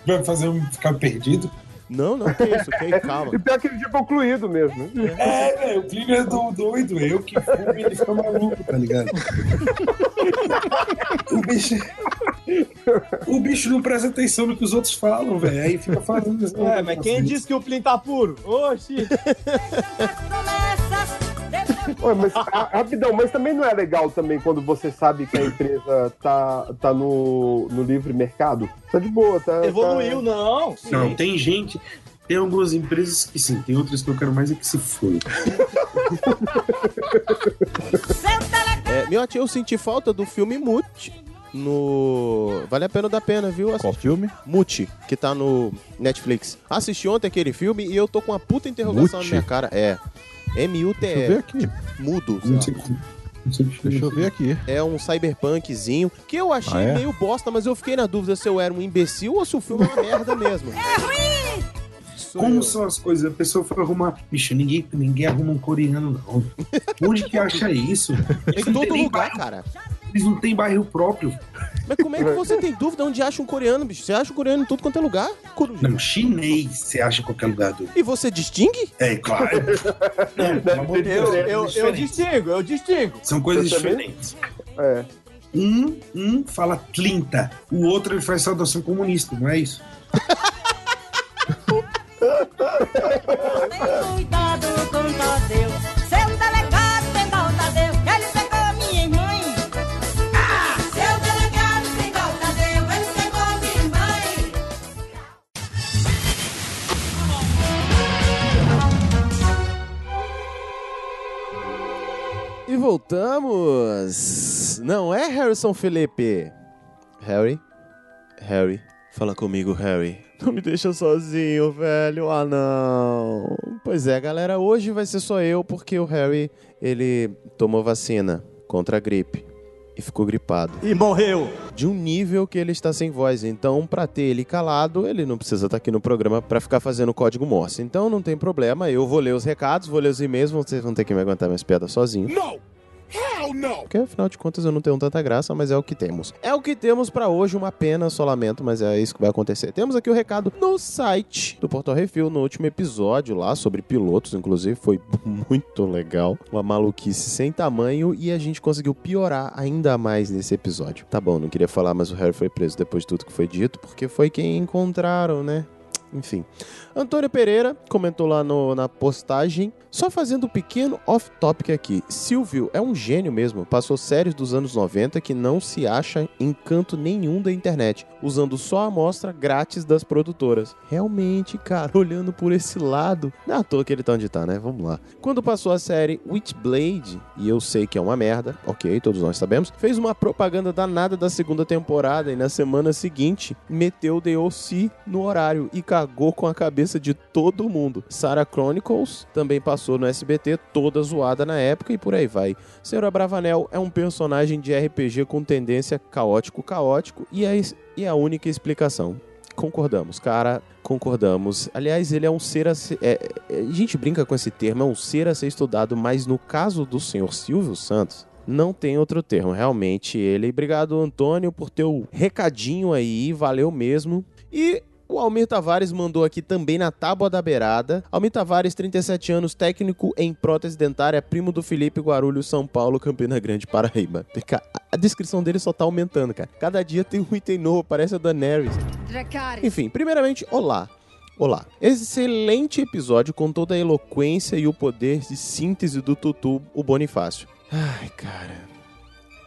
S8: vai fazer eu ficar perdido?
S2: Não, não, que isso, que calma.
S1: E pior que ele tinha concluído mesmo, né?
S8: É, velho, o Clínio é do doido, eu que fumo e ele fica maluco, tá ligado? O bicho. O bicho não presta atenção no que os outros falam, velho. Aí fica fazendo isso.
S3: É, mas quem disse que o Plim tá puro? (laughs) Oxi!
S7: tá
S1: Ué, mas, a- rapidão, mas também não é legal também quando você sabe que a empresa tá, tá no, no livre mercado? Tá de boa, tá.
S3: Evoluiu, não.
S8: Não, tem gente. Tem algumas empresas que sim, tem outras que eu quero mais é que se foda.
S2: É, Miote, eu senti falta do filme Mute no... Vale a pena da pena, viu? Qual
S4: filme?
S2: Mute, que tá no Netflix. Assisti ontem aquele filme e eu tô com uma puta interrogação
S4: Mute?
S2: na minha cara. É. M-U-T-E.
S4: Deixa eu ver aqui.
S2: Mudo. sei
S4: Não
S2: lá.
S4: sei Deixa eu ver aqui.
S2: É um cyberpunkzinho que eu achei
S4: Ah, é?
S2: meio bosta, mas eu fiquei na dúvida se eu era um imbecil ou se o filme é uma merda mesmo.
S8: Como são as coisas? A pessoa foi arrumar. Bicho, ninguém, ninguém arruma um coreano, não. Onde que acha isso?
S2: Em todo lugar, cara.
S8: Eles não têm bairro próprio.
S2: Mas como é que você tem dúvida onde acha um coreano, bicho? Você acha um coreano em tudo quanto é lugar? Coruja.
S8: Não, chinês você acha em qualquer lugar do.
S2: E você distingue?
S8: É, claro. Não, pelo
S1: tá,
S8: amor de
S3: Eu,
S8: Deus,
S3: eu, eu
S8: é diferente.
S3: distingo, eu distingo.
S8: São coisas
S3: Eu também-
S8: diferentes. Um, um fala 30, o outro ele faz saudação comunista, não é isso?
S7: Cuidado com Tadeu, seu delegado tem dó Tadeu, que ele pegou a minha irmã. Ah, seu delegado tem dó Tadeu, ele pegou a minha irmã.
S2: E voltamos! Não é Harrison Felipe? Harry? Harry? Fala comigo, Harry. Não me deixa sozinho, velho. Ah, não. Pois é, galera, hoje vai ser só eu porque o Harry, ele tomou vacina contra a gripe e ficou gripado.
S3: E morreu.
S2: De um nível que ele está sem voz. Então, pra ter ele calado, ele não precisa estar aqui no programa pra ficar fazendo código Morse. Então, não tem problema. Eu vou ler os recados, vou ler os e-mails, vocês vão ter que me aguentar minhas piadas sozinho.
S7: Não! Hell no!
S2: Porque afinal de contas eu não tenho tanta graça, mas é o que temos. É o que temos pra hoje, uma pena, só lamento, mas é isso que vai acontecer. Temos aqui o recado no site do Portal Refil, no último episódio lá, sobre pilotos, inclusive, foi (laughs) muito legal. Uma maluquice sem tamanho e a gente conseguiu piorar ainda mais nesse episódio. Tá bom, não queria falar, mas o Harry foi preso depois de tudo que foi dito, porque foi quem encontraram, né? Enfim. Antônio Pereira comentou lá no- na postagem, só fazendo um pequeno off-topic aqui. Silvio é um gênio mesmo, passou séries dos anos 90 que não se acha em canto nenhum da internet, usando só a amostra grátis das produtoras. Realmente, cara, (laughs) olhando por esse lado, não é à toa que ele tá onde tá, né? Vamos lá. Quando passou a série Witchblade, e eu sei que é uma merda, ok, todos nós sabemos, fez uma propaganda danada da segunda temporada e na semana seguinte meteu The OC no horário e cagou com a cabeça de todo mundo. Sarah Chronicles também passou no SBT, toda zoada na época e por aí vai. Senhora Bravanel é um personagem de RPG com tendência caótico-caótico e é, es- e é a única explicação. Concordamos, cara, concordamos. Aliás, ele é um ser a ser. é- é- a gente brinca com esse termo, é um ser a ser estudado, mas no caso do senhor Silvio Santos, não tem outro termo. Realmente, ele. Obrigado, Antônio, por teu recadinho aí, valeu mesmo. E. O Almir Tavares mandou aqui também na tábua da beirada. Almir Tavares, 37 anos, técnico em prótese dentária, primo do Felipe Guarulhos, São Paulo, Campina Grande, Paraíba. Fica- A descrição dele só tá aumentando, cara. Cada dia tem um item novo, parece a Daenerys.
S7: Dracarys.
S2: Enfim, primeiramente, olá. Olá. Excelente episódio com toda a eloquência e o poder de síntese do Tutu, o Bonifácio. Ai, cara.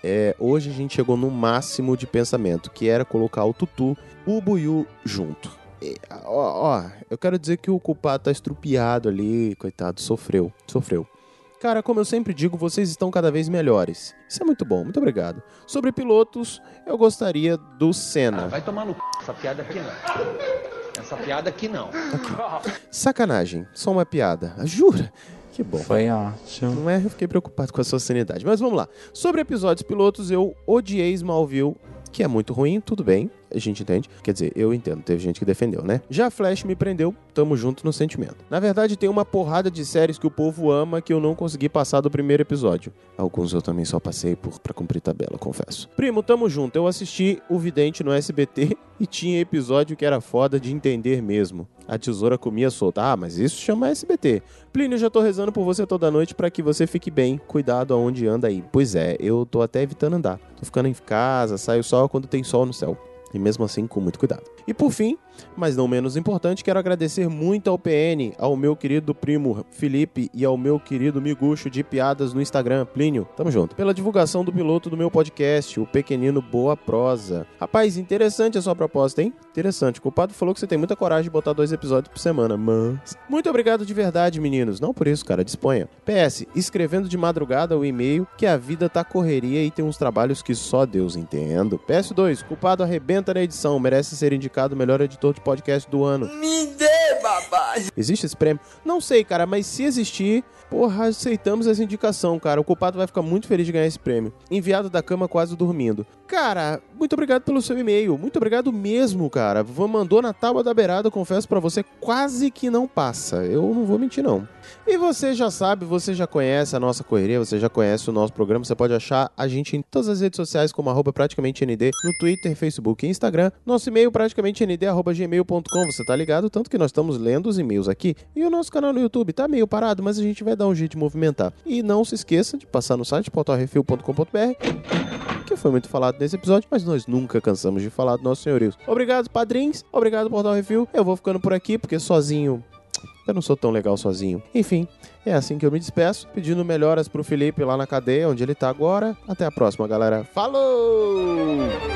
S2: É, hoje a gente chegou no máximo de pensamento, que era colocar o Tutu, o Buiu junto. E, ó, ó, eu quero dizer que o culpado tá estrupiado ali, coitado, sofreu, sofreu. Cara, como eu sempre digo, vocês estão cada vez melhores. Isso é muito bom, muito obrigado. Sobre pilotos, eu gostaria do Senna.
S14: Ah, Vai tomar no c... essa piada aqui não. Essa piada aqui não.
S2: Sacanagem, só uma piada. Ah, Jura? Que bom. Foi ótimo. Não é? Eu fiquei preocupado com a sua sanidade. Mas vamos lá. Sobre episódios pilotos, eu odiei Smallville, que é muito ruim, tudo bem. A gente entende. Quer dizer, eu entendo. Teve gente que defendeu, né? Já Flash me prendeu, tamo junto no sentimento. Na verdade, tem uma porrada de séries que o povo ama que eu não consegui passar do primeiro episódio. Alguns eu também só passei por para cumprir tabela, confesso. Primo, tamo junto. Eu assisti O Vidente no SBT (laughs) e tinha episódio que era foda de entender mesmo. A tesoura comia solta. Ah, mas isso chama SBT. Plínio, já tô rezando por você toda noite pra que você fique bem. Cuidado aonde anda aí. Pois é, eu tô até evitando andar. Tô ficando em casa, saio só quando tem sol no céu. E mesmo assim, com muito cuidado. E por fim, mas não menos importante, quero agradecer muito ao PN, ao meu querido primo Felipe e ao meu querido miguxo de piadas no Instagram, Plínio. Tamo junto. Pela divulgação do piloto do meu podcast, o pequenino Boa Prosa. Rapaz, interessante a sua proposta, hein? Interessante. O culpado falou que você tem muita coragem de botar dois episódios por semana, mas. Muito obrigado de verdade, meninos. Não por isso, cara, disponha. PS, escrevendo de madrugada o e-mail que a vida tá correria e tem uns trabalhos que só Deus entendo. PS2, culpado arrebenta na edição, merece ser indicado melhor editor de podcast do ano.
S7: Me dê, babá!
S2: Existe esse prêmio? Não sei, cara, mas se existir, porra, aceitamos essa indicação, cara. O culpado vai ficar muito feliz de ganhar esse prêmio. Enviado da cama quase dormindo. Cara, muito obrigado pelo seu e-mail. Muito obrigado mesmo, cara. Vã Mandou na tábua da beirada, eu confesso pra você, quase que não passa. Eu não vou mentir, não. E você já sabe, você já conhece a nossa correria, você já conhece o nosso programa. Você pode achar a gente em todas as redes sociais, como arroba praticamente ND, no Twitter, Facebook e Instagram. Nosso e-mail praticamente ND, arroba gmail.com. Você tá ligado? Tanto que nós estamos lendo os e-mails aqui. E o nosso canal no YouTube tá meio parado, mas a gente vai dar um jeito de movimentar. E não se esqueça de passar no site portalrefil.com.br que foi muito falado nesse episódio, mas nós nunca cansamos de falar do nosso senhorios. Obrigado, padrinhos. Obrigado, Portal Review. Eu vou ficando por aqui, porque sozinho. Eu não sou tão legal sozinho. Enfim, é assim que eu me despeço, pedindo melhoras pro Felipe lá na cadeia, onde ele tá agora. Até a próxima, galera. Falou!